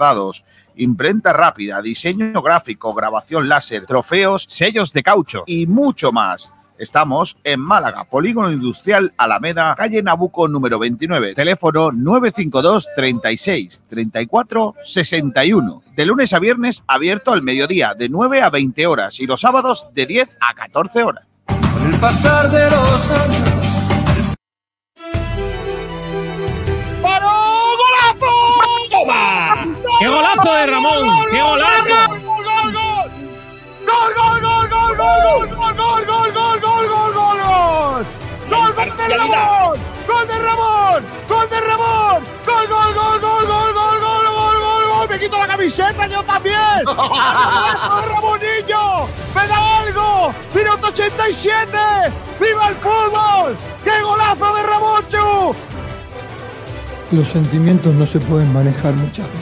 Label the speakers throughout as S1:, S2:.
S1: bordados, imprenta rápida, diseño gráfico, grabación láser, trofeos, sellos de caucho y mucho más. Estamos en Málaga, Polígono Industrial Alameda, calle Nabuco número 29, teléfono 952 36 34 61. De lunes a viernes abierto al mediodía, de 9 a 20 horas y los sábados de 10 a 14 horas.
S2: Con el pasar de los años.
S3: ¡Paró! ¡Golazo! ¡Toma!
S4: ¡Qué golazo de Ramón! ¡Qué golazo!
S3: ¡Gol, gol, gol! ¡Gol, gol, gol, gol, gol, gol, gol, gol, gol, gol, gol, gol, gol! ¡Gol de Ramón! ¡Gol de Ramón! ¡Gol de Ramón! ¡Gol, gol, gol, gol, gol, gol, gol, gol, gol, gol! ¡Me quito la camiseta yo también! ¡Golazo, Ramonillo! ¡Me da algo! ¡Minuto 87! ¡Viva el fútbol! ¡Qué golazo de Ramón, Chu!
S5: Los sentimientos no se pueden manejar muchas veces.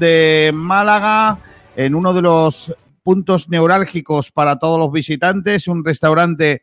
S1: de Málaga, en uno de los puntos neurálgicos para todos los visitantes, un restaurante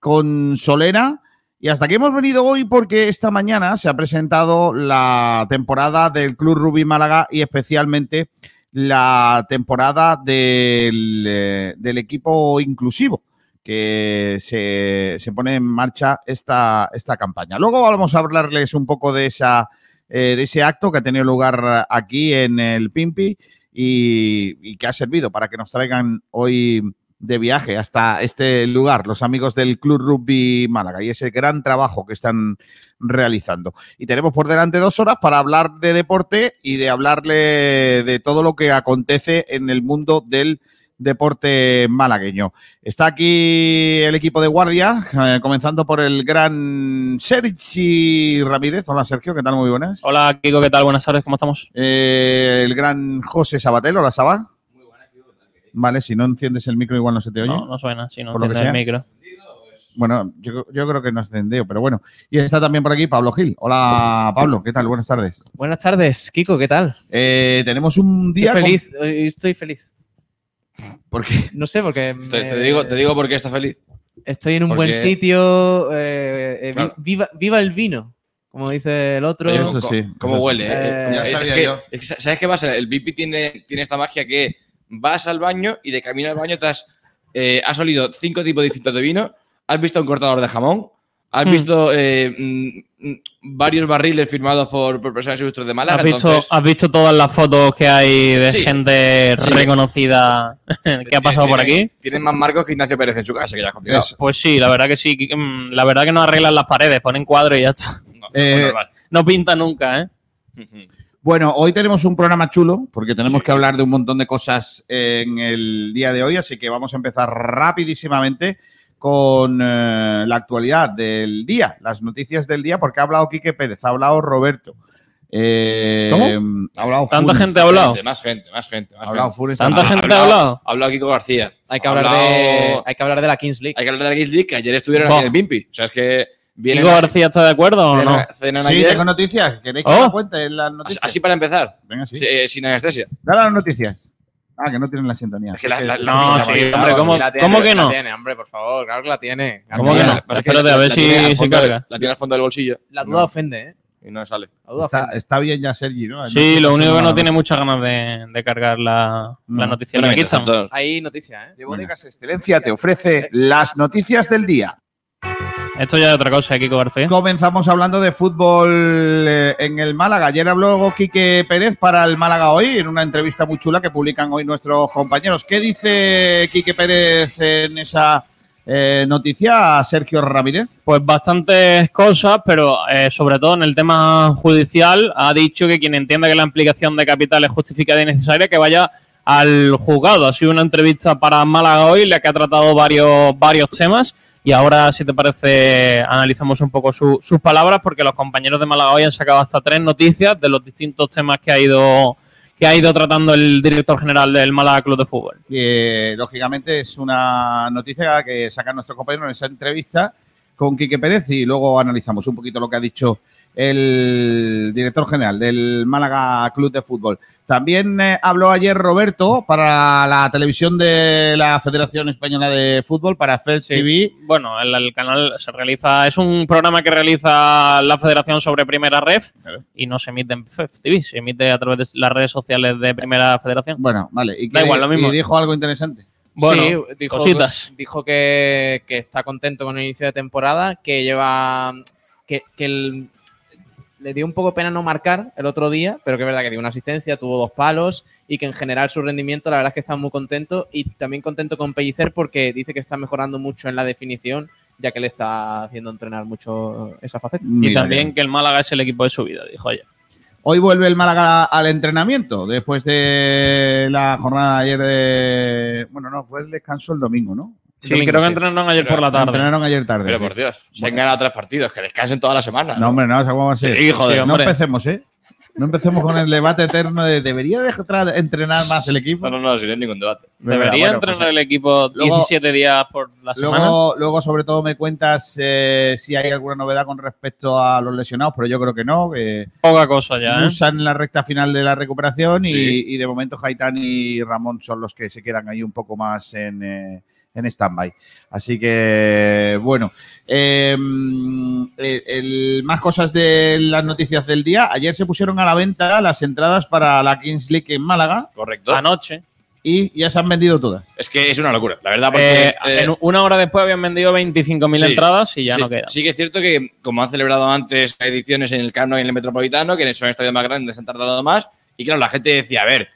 S1: con Solera. Y hasta aquí hemos venido hoy porque esta mañana se ha presentado la temporada del Club Rubí Málaga y especialmente la temporada del, eh, del equipo inclusivo que se, se, pone en marcha esta, esta campaña. Luego vamos a hablarles un poco de esa eh, de ese acto que ha tenido lugar aquí en el Pimpi y, y, que ha servido para que nos traigan hoy de viaje hasta este lugar los amigos del Club Rugby Málaga y ese gran trabajo que están realizando. Y tenemos por delante dos horas para hablar de deporte y de hablarle de todo lo que acontece en el mundo del deporte malagueño. Está aquí el equipo de guardia, eh, comenzando por el gran Sergi Ramírez. Hola Sergio, ¿qué tal? Muy buenas.
S6: Hola Kiko, ¿qué tal? Buenas tardes, ¿cómo estamos?
S1: Eh, el gran José Sabatel, hola Saba. Muy buenas, Kiko. Vale, si no enciendes el micro igual no se te oye.
S6: No, no suena, si no enciendes el micro.
S1: Bueno, yo, yo, creo que no es tendeo, pero bueno. Y está también por aquí Pablo Gil. Hola, Pablo, ¿qué tal? Buenas tardes.
S6: Buenas tardes, Kiko, ¿qué tal?
S1: Eh, tenemos un día.
S6: Estoy feliz, con... hoy estoy feliz.
S1: ¿Por qué?
S6: No sé, porque. Me,
S7: te, te, digo, te digo por qué está feliz.
S6: Estoy en un porque... buen sitio. Eh, eh, claro. viva, viva, el vino, como dice el otro.
S7: Oye, eso sí.
S6: Pues,
S7: ¿Cómo eso huele? Eh, es, que, es, que, ¿Sabes qué pasa? El Bipi tiene, tiene esta magia que vas al baño y de camino al baño te has, eh, has olido cinco tipos distintos de vino, has visto un cortador de jamón, Has
S6: Hmm.
S7: visto eh, mm, varios barriles firmados por, por personas ilustres de Málaga.
S6: ¿Has visto,
S7: entonces...
S6: ¿Has visto todas las fotos que hay de sí, gente sí. reconocida que ha pasado
S7: tienen,
S6: por aquí?
S7: Tienen eh, más marcos que Ignacio Pérez en su casa, que ya es
S6: pues, pues sí, la verdad que sí. mm, La verdad que no arreglan las paredes, ponen cuadros y ya está. No, eh, no pinta nunca, ¿eh? Uh -huh.
S1: Bueno, hoy tenemos un programa chulo porque tenemos sí. que hablar de un montón de cosas en el día de hoy, así que vamos a empezar rapidísimamente con eh, la actualidad del día, las noticias del día, porque ha hablado Quique Pérez, ha hablado Roberto. Eh,
S6: ¿Cómo? Ha hablado ¿Tanta Funes, gente ha hablado?
S7: Gente, más gente, más gente. Más
S1: ha hablado Funes,
S6: ¿Tanta gente ha hablado? hablado?
S7: Ha hablado Kiko García.
S6: Hay que, hablar de, hay que hablar de la Kings League.
S7: Hay que hablar de la Kings League, que ayer estuvieron aquí en el Bimpi. O sea, es que...
S6: Vienen ¿Kiko García está de acuerdo o no?
S1: Cenan sí, ayer. tengo noticias. ¿Queréis que oh. cuente las noticias?
S7: Así para empezar.
S1: Venga, sí.
S7: Eh, sin anestesia.
S1: Dale las noticias. Ah, que no tienen la sintonía.
S6: Es que la, la, la, no, sí, hombre, claro, ¿cómo, tiene, ¿cómo que no?
S7: La tiene, hombre, por favor, claro que la tiene.
S6: ¿Cómo que no? Espérate, a ver si se carga.
S7: La tiene al fondo del bolsillo.
S6: La duda
S7: no.
S6: ofende, ¿eh?
S7: Y no sale.
S6: La duda
S1: está,
S6: ofende.
S1: está, bien ya Sergi, ¿no?
S6: Sí, no, lo único que no tiene muchas ganas de, de cargar la, no. noticia. Bueno,
S7: aquí estamos.
S6: Hay noticias, ¿eh?
S1: De Bodegas bueno. Excelencia te ofrece las noticias del día.
S6: Esto ya es otra cosa, ¿eh, Kiko García.
S1: Comenzamos hablando de fútbol eh, en el Málaga. Ayer habló Quique Pérez para el Málaga hoy en una entrevista muy chula que publican hoy nuestros compañeros. ¿Qué dice Quique Pérez en esa eh, noticia, Sergio Ramírez?
S6: Pues bastantes cosas, pero eh, sobre todo en el tema judicial ha dicho que quien entienda que la implicación de capital es justificada y necesaria, que vaya al juzgado. Ha sido una entrevista para Málaga hoy, la que ha tratado varios, varios temas. Y ahora, si te parece, analizamos un poco su- sus palabras, porque los compañeros de Málaga hoy han sacado hasta tres noticias de los distintos temas que ha ido que ha ido tratando el director general del Málaga Club de Fútbol.
S1: que Eh, lógicamente es una noticia que sacan nuestros compañeros en esa entrevista con Quique Pérez y luego analizamos un poquito lo que ha dicho el director general del Málaga Club de Fútbol. También eh, habló ayer Roberto para la televisión de la Federación Española de Fútbol, para FED TV.
S6: Bueno, el, el canal se realiza, es un programa que realiza la Federación sobre Primera Ref y no se emite en FEF TV, se emite a través de las redes sociales de Primera Federación.
S1: Bueno, vale. ¿Y
S6: da
S1: qué-
S6: igual, lo mismo.
S1: y dijo algo interesante.
S6: Bueno,
S8: sí, dijo,
S6: cositas.
S8: dijo que, que está contento con el inicio de temporada, que lleva. que, que el- le dio un poco pena no marcar el otro día, pero que es verdad que dio una asistencia, tuvo dos palos y que en general su rendimiento, la verdad es que está muy contento y también contento con Pellicer porque dice que está mejorando mucho en la definición, ya que le está haciendo entrenar mucho esa faceta.
S6: y también que el Málaga es el equipo de su vida, dijo ayer.
S1: Hoy vuelve el Málaga al entrenamiento después de la jornada de ayer de... Bueno, no, fue el descanso el domingo, ¿no?
S6: Sí, creo que entrenaron ayer por la tarde.
S1: Entrenaron ayer tarde.
S7: Pero
S1: sí.
S7: por Dios, se han ganado tres partidos, que descansen toda la semana.
S1: No, hombre, no, o sea, ¿cómo va a ser?
S7: Sí, joder,
S1: no
S7: hombre.
S1: empecemos, ¿eh? No empecemos con el debate eterno de debería dejar entrenar más el equipo.
S7: No, no, no, sin ningún debate.
S6: Debería
S1: bueno,
S6: entrenar
S1: pues,
S6: el equipo
S1: luego-
S6: 17 días por la semana.
S1: Luego, luego, sobre todo, me cuentas eh, si hay alguna novedad con respecto a los lesionados, pero yo creo que no. Que
S6: Poca cosa ya, ¿eh?
S1: Musa en la recta final de la recuperación y-
S6: Sí.
S1: y, de momento Haitán y Ramón son los que se quedan ahí un poco más en, eh, en stand-by. Así que, bueno, eh, el- el- más cosas de las noticias del día. Ayer se pusieron a la venta las entradas para la Kings League en Málaga
S7: Correcto.
S6: Ah, Anoche.
S1: y ya se han vendido todas.
S7: Es que es una locura, la verdad, porque.
S6: Eh, en
S7: eh,
S6: una hora después habían vendido 25.000
S7: sí,
S6: entradas y ya
S7: sí,
S6: no quedan.
S7: Sí que es cierto que, como han celebrado antes ediciones en el Camp Nou y en el Metropolitano, que son estadios más grandes, han tardado más. Y claro, la gente decía, a ver,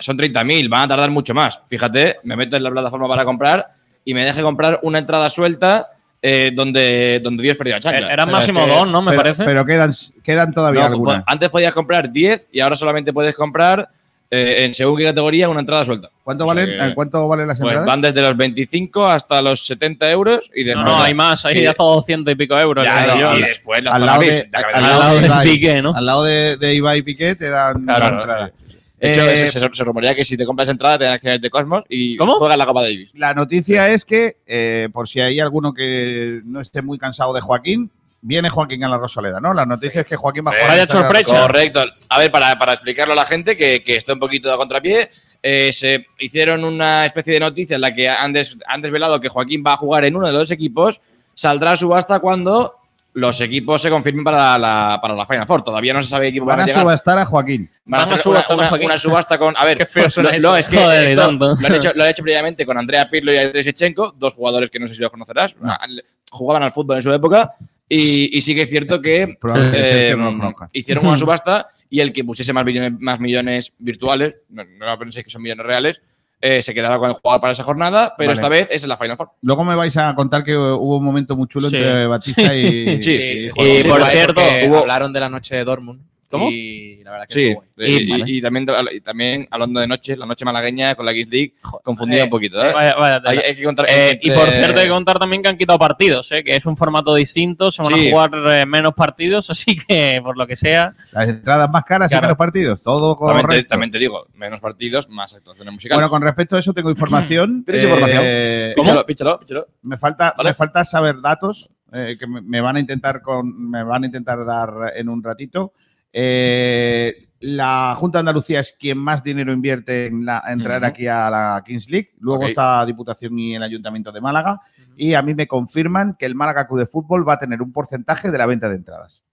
S7: son 30.000, van a tardar mucho más. Fíjate, me meto en la plataforma para comprar y me deje comprar una entrada suelta eh, donde, donde Dios perdió a chancla.
S6: Eh, eran
S7: Pero es
S6: máximo
S7: que-
S6: dos, ¿no? Me
S1: pero,
S6: parece.
S1: pero quedan, quedan todavía
S7: No,
S1: algunas.
S7: pues, antes podías comprar 10 y ahora solamente puedes comprar eh, en según qué categoría una entrada suelta.
S1: ¿Cuánto
S7: O sea
S1: valen,
S7: que,
S1: eh, ¿Cuánto valen las
S7: Pues
S1: entradas?
S7: van desde los 25 hasta los 70 euros y
S6: no,
S7: después.
S6: no, hay más. Hay
S7: y-
S6: hasta 200 y pico euros.
S7: Ya,
S6: creo
S7: y-
S6: yo.
S7: y después la
S1: al
S7: zona
S1: lado
S7: VIP,
S1: de,
S7: la
S1: al-
S7: cabeza.
S1: al lado de
S6: Ibai.
S1: Piqué,
S6: ¿no?
S1: Al lado de, de Ibai Piqué te dan
S6: Claro,
S1: la
S6: claro,
S1: entrada.
S7: De hecho,
S1: Eh,
S7: se, se se rumorea que si te compras entrada te dan acciones de Cosmos y
S6: ¿Cómo?
S7: juegas la Copa Davis.
S1: La noticia es que, eh, por si hay alguno que no esté muy cansado de Joaquín, viene Joaquín a la Rosaleda, ¿no? La noticia es que Joaquín va a
S7: Eh,
S1: jugar.
S6: vaya
S1: en esa-
S6: sorpresa.
S1: Correcto.
S7: Correcto. A ver, para, para explicarlo a la gente que, que está un poquito a contrapié, eh, se hicieron una especie de noticia en la que han, des- han desvelado que Joaquín va a jugar en uno de los equipos. Saldrá a subasta cuando los equipos se confirmen para la, para la Final Four. Todavía no se sabe qué equipo van,
S1: Van a
S7: llegar.
S1: subastar a Joaquín.
S7: Van a
S6: Van a
S7: hacer
S6: subastar
S7: una,
S6: a Joaquín.
S7: una- una subasta con. A ver,
S6: Qué feo suena
S7: no,
S6: eso.
S7: no, es que
S6: Joder, y
S7: esto
S6: tanto.
S7: lo, han hecho, lo han hecho previamente con Andrea Pirlo y Andrés Shevchenko, dos jugadores que no sé si los conocerás.
S1: No.
S7: Jugaban al fútbol en su época. Y, y sí que es cierto que
S1: Probablemente
S7: eh,
S1: no lo conozca.
S7: hicieron una subasta y el que pusiese más millones, más millones virtuales, no, no lo penséis que son millones reales, eh, se quedaba con el jugador para esa jornada, pero
S1: Vale.
S7: esta vez es en la Final Four.
S1: Luego me vais a contar que hubo un momento muy chulo
S6: Sí.
S1: entre Batista y.
S7: Sí.
S1: y
S7: Y
S1: Joaquín.
S6: por
S8: guay,
S6: cierto,
S8: porque
S6: hubo-
S8: hablaron de la noche de Dortmund.
S6: ¿Cómo?
S8: Y la verdad que
S7: Sí,
S8: estuvo guay.
S7: eh, y,
S1: Vale.
S7: y también, y también hablando de noches, la noche malagueña con la Kings League, confundida un poquito. ¿eh?
S6: Vaya- vaya tela.
S7: Hay, hay que contar.
S6: Eh, y por
S7: entre-
S6: cierto, hay que contar también que han quitado partidos, ¿eh? que es un formato distinto, se van
S7: Sí.
S6: a jugar eh, menos partidos, así que por lo que sea.
S1: Las entradas más caras y
S6: Claro.
S1: menos partidos. Todo
S7: También te,
S1: correcto.
S7: también te digo, menos partidos, más actuaciones musicales.
S1: Bueno, con respecto a eso tengo información.
S7: ¿Tienes información?
S1: Eh,
S7: píchalo, píchalo, píchalo.
S1: Me falta,
S7: Vale.
S1: me falta saber datos eh, que me, me van a intentar con, me van a intentar dar en un ratito. Eh, la Junta de Andalucía es quien más dinero invierte en, la, en traer
S7: Ujú.
S1: aquí a la Kings League. Luego
S7: Ok.
S1: está Diputación y el Ayuntamiento de Málaga. Y a mí me confirman que el Málaga Club de Fútbol va a tener un porcentaje de la venta de entradas.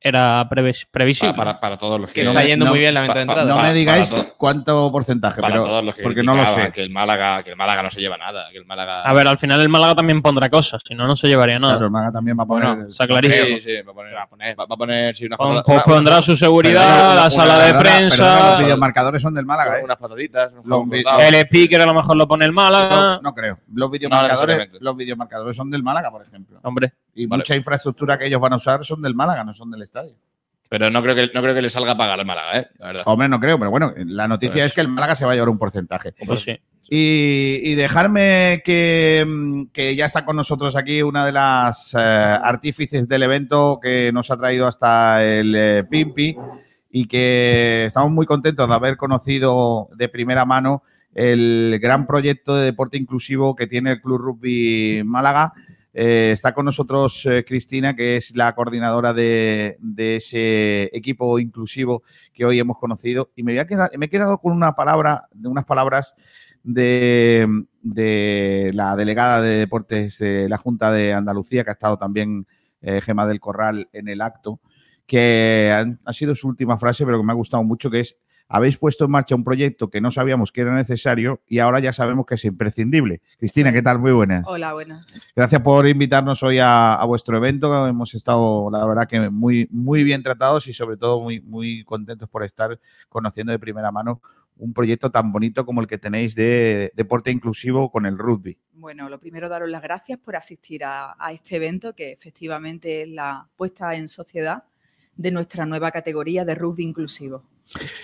S6: era previs- previsible.
S7: Para, para, para todos los
S8: Que
S7: que
S8: está
S1: me-
S8: yendo
S1: no-
S8: muy bien la venta de
S7: pa- pa-
S8: entrada.
S1: No me digáis
S7: para to-
S1: cuánto porcentaje,
S7: para
S1: pero-
S7: todos los que
S1: porque no lo
S7: criticaban
S1: sé.
S7: Que el Málaga, que el Málaga no se lleva nada, que el Málaga
S6: A ver, al final el Málaga también pondrá cosas, si no, no se llevaría nada.
S1: Claro, el Málaga también va a poner.
S6: bueno, está clarísimo.
S7: Sí, sí, va a poner, va a poner, va a poner sí, unas
S6: Pon- pues
S7: patatas-
S6: pon-
S7: una-
S6: pondrá su seguridad,
S7: Perdona,
S6: la
S7: una-
S6: sala
S7: una-
S6: de
S1: Perdona, perdona, los
S6: prensa,
S1: videomarcadores son del Málaga, ¿eh?
S7: unas patatitas, un
S1: Los
S7: jamón
S1: vi-
S7: cortado.
S6: el speaker a lo mejor lo pone el
S1: No,
S6: Málaga.
S1: no creo. Los videomarcadores,
S7: Ah. necesariamente.
S1: los videomarcadores son del Málaga, por ejemplo.
S6: Hombre,
S1: Y
S7: Vale.
S1: mucha infraestructura que ellos van a usar son del Málaga, no son del estadio.
S7: Pero no creo que no creo que le salga a pagar al Málaga, eh, la verdad.
S1: Hombre, no creo, pero bueno, la noticia
S7: Pues-
S1: es que el Málaga se va a llevar un porcentaje.
S6: pues sí.
S1: Y, y dejarme que, mm, que ya está con nosotros aquí una de las eh, artífices del evento que nos ha traído hasta el eh, Pimpi y que estamos muy contentos de haber conocido de primera mano el gran proyecto de deporte inclusivo que tiene el Club Rugby Málaga. Eh, está con nosotros eh, Cristina, que es la coordinadora de, de ese equipo inclusivo que hoy hemos conocido. Y me, voy a quedar, me he quedado con una palabra, de unas palabras de, de la delegada de deportes de la Junta de Andalucía, que ha estado también eh, Gema del Corral en el acto, que han- ha sido su última frase, pero que me ha gustado mucho, que es, habéis puesto en marcha un proyecto que no sabíamos que era necesario y ahora ya sabemos que es imprescindible. Cristina, ¿qué tal? Muy buenas.
S9: Hola, buenas.
S1: Gracias por invitarnos hoy a, a vuestro evento. Hemos estado, la verdad, que muy, muy bien tratados y sobre todo muy, muy contentos por estar conociendo de primera mano un proyecto tan bonito como el que tenéis de deporte inclusivo con el rugby.
S9: Bueno, lo primero daros las gracias por asistir a, a este evento que efectivamente es la puesta en sociedad de nuestra nueva categoría de rugby inclusivo.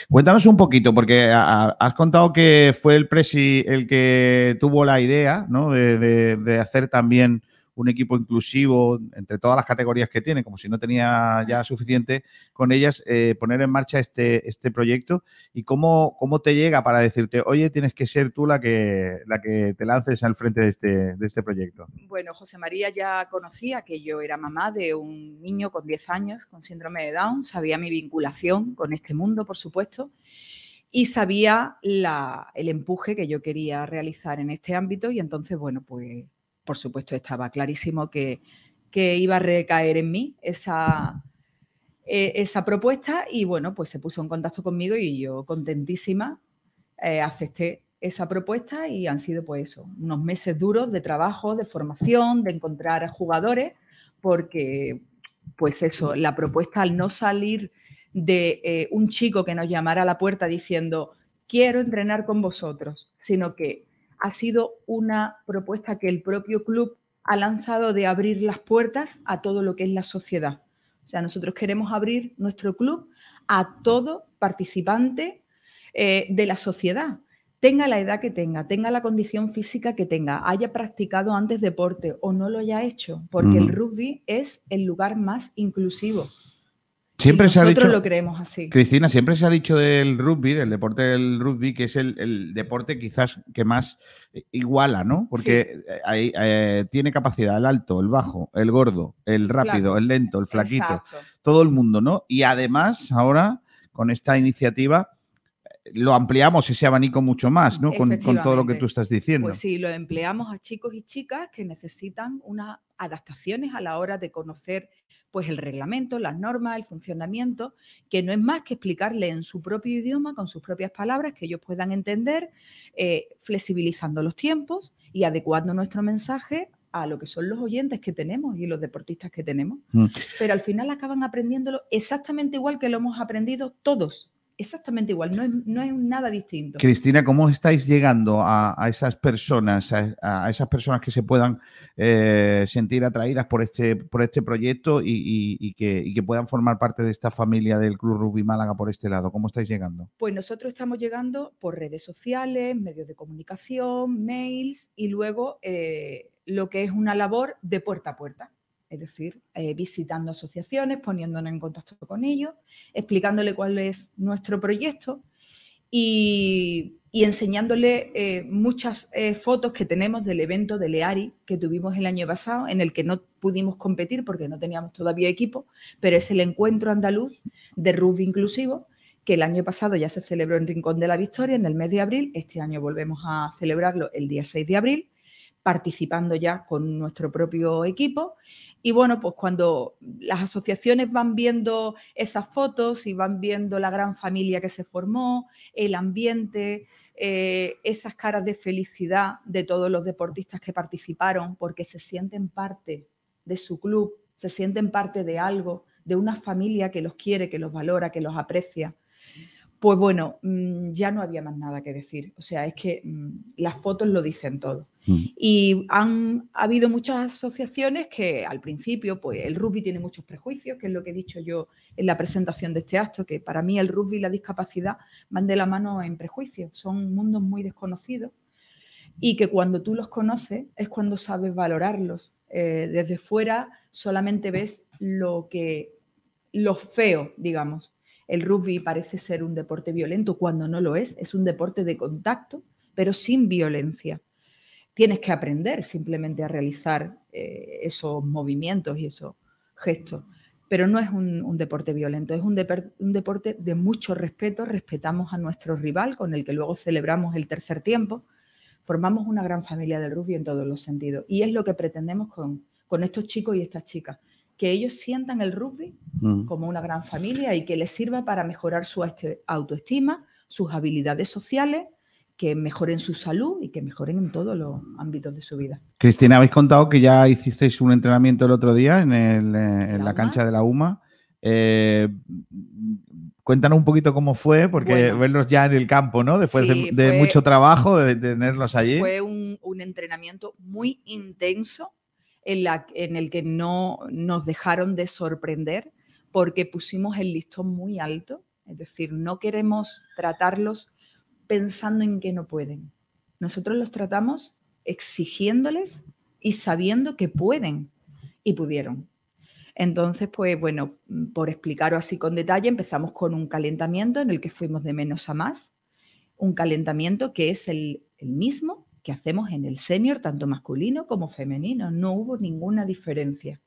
S1: Cuéntanos un poquito, porque a- a- has contado que fue el Presi el que tuvo la idea ¿no? de, de- de hacer también un equipo inclusivo entre todas las categorías que tiene, como si no tenía ya suficiente con ellas, eh, poner en marcha este, este proyecto. ¿Y cómo, cómo te llega para decirte, oye, tienes que ser tú la que, la que te lances al frente de este, de este proyecto?
S9: Bueno, José María ya conocía que yo era mamá de un niño con 10 años con síndrome de Down, sabía mi vinculación con este mundo, por supuesto, y sabía la- el empuje que yo quería realizar en este ámbito y entonces, bueno, pues por supuesto estaba clarísimo que, que iba a recaer en mí esa, eh, esa propuesta y bueno, pues se puso en contacto conmigo y yo contentísima eh, acepté esa propuesta y han sido pues eso, unos meses duros de trabajo, de formación, de encontrar jugadores, porque pues eso, la propuesta al no salir de eh, un chico que nos llamara a la puerta diciendo quiero entrenar con vosotros, sino que ha sido una propuesta que el propio club ha lanzado de abrir las puertas a todo lo que es la sociedad. O sea, nosotros queremos abrir nuestro club a todo participante eh, de la sociedad. Tenga la edad que tenga, tenga la condición física que tenga, haya practicado antes deporte o no lo haya hecho, porque el
S1: Ujú.
S9: rugby es el lugar más inclusivo.
S1: Siempre
S9: Y
S1: se ha
S9: nosotros
S1: dicho...
S9: lo creemos así.
S1: Cristina, siempre se ha dicho del rugby, del deporte del rugby, que es el, el deporte quizás que más eh, iguala, ¿no? Porque eh, ahí, eh, tiene capacidad el alto, el bajo, el gordo, el rápido,
S9: flaco.
S1: el lento, el flaquito,
S9: Exacto.
S1: todo el mundo, ¿no? Y además, ahora, con esta iniciativa, eh, lo ampliamos ese abanico mucho más, ¿no? Con, con todo lo que
S9: Efectivamente.
S1: tú estás diciendo.
S9: Pues sí, lo empleamos a chicos y chicas que necesitan unas adaptaciones a la hora de conocer pues el reglamento, las normas, el funcionamiento, que no es más que explicarle en su propio idioma, con sus propias palabras, que ellos puedan entender, eh, flexibilizando los tiempos y adecuando nuestro mensaje a lo que son los oyentes que tenemos y los deportistas que tenemos.
S1: Mm.
S9: Pero al final acaban aprendiéndolo exactamente igual que lo hemos aprendido todos, exactamente igual, no es, no es nada distinto.
S1: Cristina, ¿cómo estáis llegando a, a esas personas, a, a esas personas que se puedan eh, sentir atraídas por este, por este proyecto y, y- y que, y que puedan formar parte de esta familia del Club Rugby Málaga por este lado? ¿Cómo estáis llegando?
S9: Pues nosotros estamos llegando por redes sociales, medios de comunicación, mails y luego eh, lo que es una labor de puerta a puerta. Es decir, eh, visitando asociaciones, poniéndonos en contacto con ellos, explicándole cuál es nuestro proyecto y, y enseñándole eh, muchas eh, fotos que tenemos del E evento de Leari que tuvimos el año pasado, en el que no pudimos competir porque no teníamos todavía equipo, pero es el encuentro andaluz de rugby inclusivo que el año pasado ya se celebró en Rincón de la Victoria en el mes de abril, este año volvemos a celebrarlo el día 6 de abril, participando ya con nuestro propio equipo. Y bueno, pues cuando las asociaciones van viendo esas fotos y van viendo la gran familia que se formó, el ambiente, eh, esas caras de felicidad de todos los deportistas que participaron, porque se sienten parte de su club, se sienten parte de algo, de una familia que los quiere, que los valora, que los aprecia. Pues bueno, ya no había más nada que decir. O sea, es que mm, las fotos lo dicen todo. Mm. Y han ha habido muchas asociaciones que al principio, pues el rugby tiene muchos prejuicios, que es lo que he dicho yo en la presentación de este acto, que para mí el rugby y la discapacidad van de la mano en prejuicios. Son mundos muy desconocidos y que cuando tú los conoces es cuando sabes valorarlos. Eh, desde fuera solamente ves lo que lo feo, digamos el rugby parece ser un deporte violento cuando no lo es, es un deporte de contacto, pero sin violencia. Tienes que aprender simplemente a realizar eh, esos movimientos y esos gestos, pero no es un, un deporte violento, es un, de, un deporte de mucho respeto, respetamos a nuestro rival con el que luego celebramos el tercer tiempo, formamos una gran familia del rugby en todos los sentidos y es lo que pretendemos con, con estos chicos y estas chicas que ellos sientan el rugby mm. como una gran familia y que les sirva para mejorar su autoestima, sus habilidades sociales, que mejoren su salud y que mejoren en todos los ámbitos de su vida.
S1: Cristina, habéis contado que ya hicisteis un entrenamiento el otro día en, el, eh, en la, la cancha de la UMA. Eh, cuéntanos un poquito cómo fue, porque bueno, verlos ya en el campo, ¿no? Después sí, de, de fue, mucho trabajo, de tenerlos allí.
S9: Fue un, un entrenamiento muy intenso. En, la, en, el que no nos dejaron de sorprender porque pusimos el listón muy alto. Es decir, no queremos tratarlos pensando en que no pueden. Nosotros los tratamos exigiéndoles y sabiendo que pueden y pudieron. Entonces, pues bueno, por explicaros así con detalle, empezamos con un calentamiento en el que fuimos de menos a más, un calentamiento que es el, el mismo que hacemos en el senior, tanto masculino como femenino. No hubo ninguna diferencia.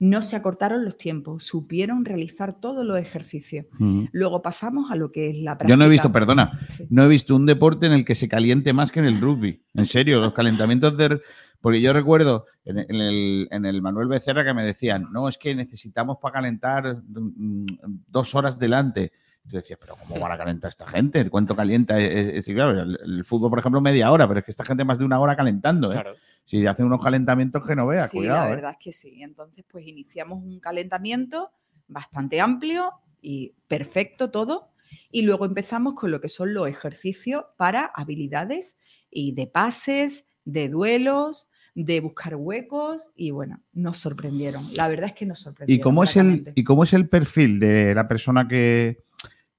S9: No se acortaron los tiempos, supieron realizar todos los ejercicios. Uh -huh. Luego pasamos a lo que es la práctica.
S1: Yo no he visto, perdona, sí. no he visto un deporte en el que se caliente más que en el rugby. En serio, los calentamientos de... Porque yo recuerdo en el, en el Manuel Becerra que me decían, no, es que necesitamos para calentar mm, dos horas delante. Yo decía, pero ¿cómo van a calentar esta gente? ¿Cuánto calienta? e, Es, es, claro, el, el, fútbol, por ejemplo, media hora, pero es que esta gente más de una hora calentando. ¿eh? Claro. Si hacen unos calentamientos que no veas,
S9: sí,
S1: cuidado.
S9: La verdad ¿eh? es que sí. Entonces, pues iniciamos un calentamiento bastante amplio y perfecto todo. Y luego empezamos con lo que son los ejercicios para habilidades y de pases, de duelos, de buscar huecos y bueno, nos sorprendieron. La verdad es que nos sorprendieron.
S1: ¿Y cómo, es el, ¿y cómo es el perfil de la persona que,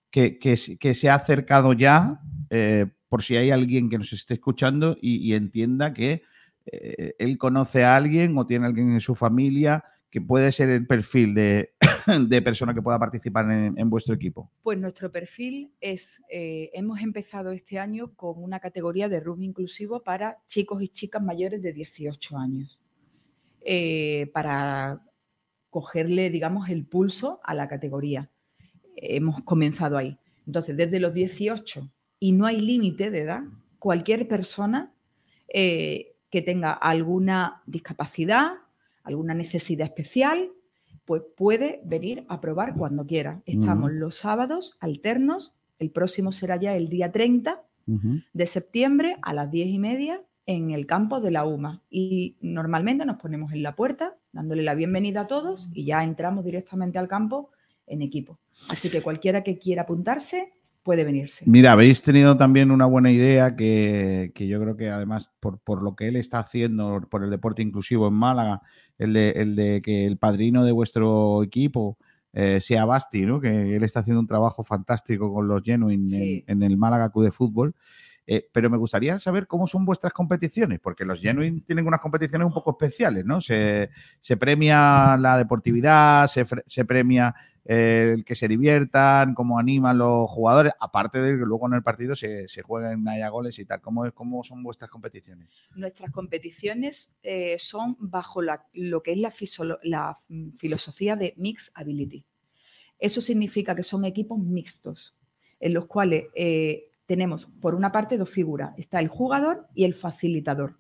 S1: que, que, que, se ha acercado ya, eh, por si hay alguien que nos esté escuchando y, y entienda que eh, él conoce a alguien o tiene a alguien en su familia que puede ser el perfil de, de persona que pueda participar en, en, vuestro equipo.
S9: Pues nuestro perfil es, eh, hemos empezado este año con una categoría de rugby inclusivo para chicos y chicas mayores de 18 años. eh, para cogerle, digamos, el pulso a la categoría hemos comenzado ahí. Entonces, desde los 18 y no hay límite de edad, cualquier persona eh, que tenga alguna discapacidad, alguna necesidad especial, pues puede venir a probar cuando quiera. Estamos uh -huh. los sábados alternos, el próximo será ya el día 30 uh -huh. de septiembre a las 10 y media en el campo de la UMA. Y normalmente nos ponemos en la puerta dándole la bienvenida a todos y ya entramos directamente al campo en equipo. Así que cualquiera que quiera apuntarse puede venirse.
S1: Mira, habéis tenido también una buena idea que, que yo creo que además por, por, lo que él está haciendo, por el deporte inclusivo en Málaga, el de, el de que el padrino de vuestro equipo eh, sea Basti, ¿no? que él está haciendo un trabajo fantástico con los Genuine sí. en, en, el Málaga Club de Fútbol. Eh, pero me gustaría saber cómo son vuestras competiciones, porque los Genuine tienen unas competiciones un poco especiales, ¿no? Se, se premia la deportividad, se, se premia eh, el que se diviertan, cómo animan los jugadores, aparte de que luego en el partido se, se jueguen haya goles y tal. ¿Cómo, ¿Cómo, son vuestras competiciones?
S9: Nuestras competiciones eh, son bajo la, lo que es la, la mm, filosofía de mix ability. Eso significa que son equipos mixtos, en los cuales eh, tenemos, por una parte, dos figuras. Está el jugador y el facilitador.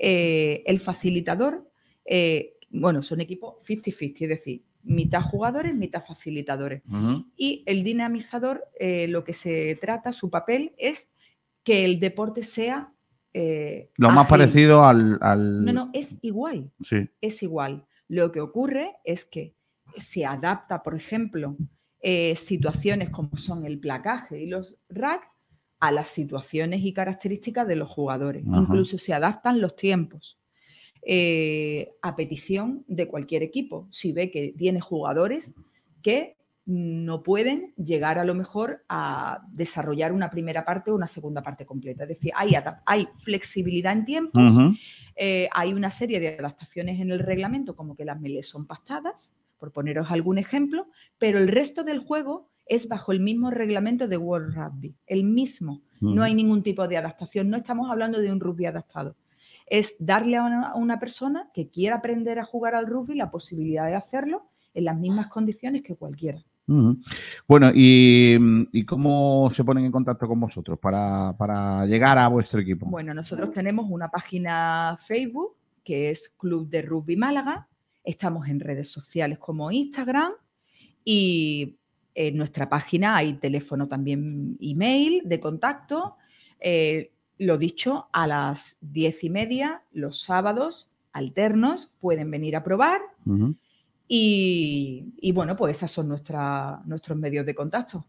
S9: eh, el facilitador, eh, bueno, son equipos 50-50, es decir, mitad jugadores, mitad facilitadores.
S1: Ujú.
S9: Y el dinamizador, eh, lo que se trata, su papel es que el deporte sea... eh,
S1: Lo más
S9: ágil.
S1: parecido al. al-
S9: No, no, es igual
S1: Sí.
S9: es igual. Lo que ocurre es que se adapta, por ejemplo, eh, situaciones como son el placaje y los racks a las situaciones y características de los jugadores.
S1: Ajá.
S9: Incluso se adaptan los tiempos eh, a petición de cualquier equipo. Si ve que tiene jugadores que no pueden llegar a lo mejor a desarrollar una primera parte o una segunda parte completa. Es decir, hay, adap- hay flexibilidad en tiempos
S1: Ujú.
S9: eh, hay una serie de adaptaciones en el reglamento, como que las melés son pastadas, por poneros algún ejemplo, pero el resto del juego es bajo el mismo reglamento de World Rugby, el mismo. No hay ningún tipo de adaptación, no estamos hablando de un rugby adaptado. Es darle a una, a una persona que quiera aprender a jugar al rugby la posibilidad de hacerlo en las mismas condiciones que cualquiera.
S1: Ujú. Bueno, y, ¿y cómo se ponen en contacto con vosotros para, para llegar a vuestro equipo?
S9: Bueno, nosotros tenemos una página Facebook que es Club de Rugby Málaga. Estamos en redes sociales como Instagram y en nuestra página hay teléfono también, email de contacto. Eh, lo dicho, a las diez y media, los sábados alternos, pueden venir a probar.
S1: Ujú.
S9: Y, y bueno, pues esos son nuestra- nuestros medios de contacto.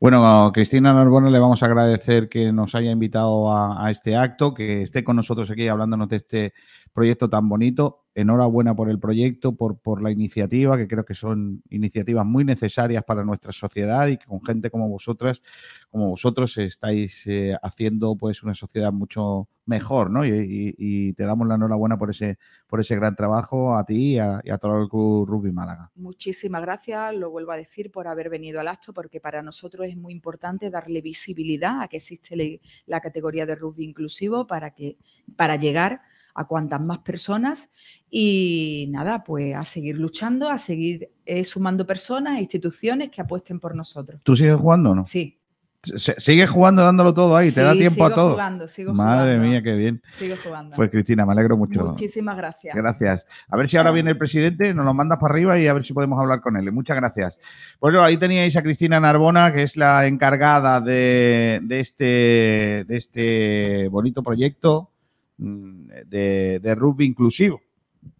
S1: Bueno, a Cristina Narbona le vamos a agradecer que nos haya invitado a, a este acto, que esté con nosotros aquí hablándonos de este proyecto tan bonito. Enhorabuena por el proyecto, por, por la iniciativa, que creo que son iniciativas muy necesarias para nuestra sociedad y que con gente como vosotras, como vosotros, estáis eh, haciendo pues una sociedad mucho mejor, ¿no? Y, y- y te damos la enhorabuena por ese, por ese gran trabajo a ti y a, y a todo el Club Rugby Málaga.
S9: Muchísimas gracias, lo vuelvo a decir, por haber venido al acto, porque para nosotros es muy importante darle visibilidad a que existe le- la categoría de rugby inclusivo para, que, para llegar a cuantas más personas. Y nada, pues a seguir luchando, a seguir eh, sumando personas e instituciones que apuesten por nosotros.
S1: ¿Tú sigues jugando o no?
S9: Sí.
S1: Se- Sigues jugando dándolo todo ahí, te da
S9: Sí,
S1: tiempo a
S9: sigo
S1: todo.
S9: jugando, sigo
S1: Madre
S9: jugando.
S1: mía, qué bien.
S9: Sigo jugando.
S1: Pues Cristina, me alegro mucho.
S9: Muchísimas gracias.
S1: Gracias. A ver si ahora viene el presidente, nos lo mandas para arriba y a ver si podemos hablar con él. Muchas gracias. Bueno, ahí teníais a Cristina Narbona, que es la encargada de, de este, de este bonito proyecto mm, de, de rugby inclusivo.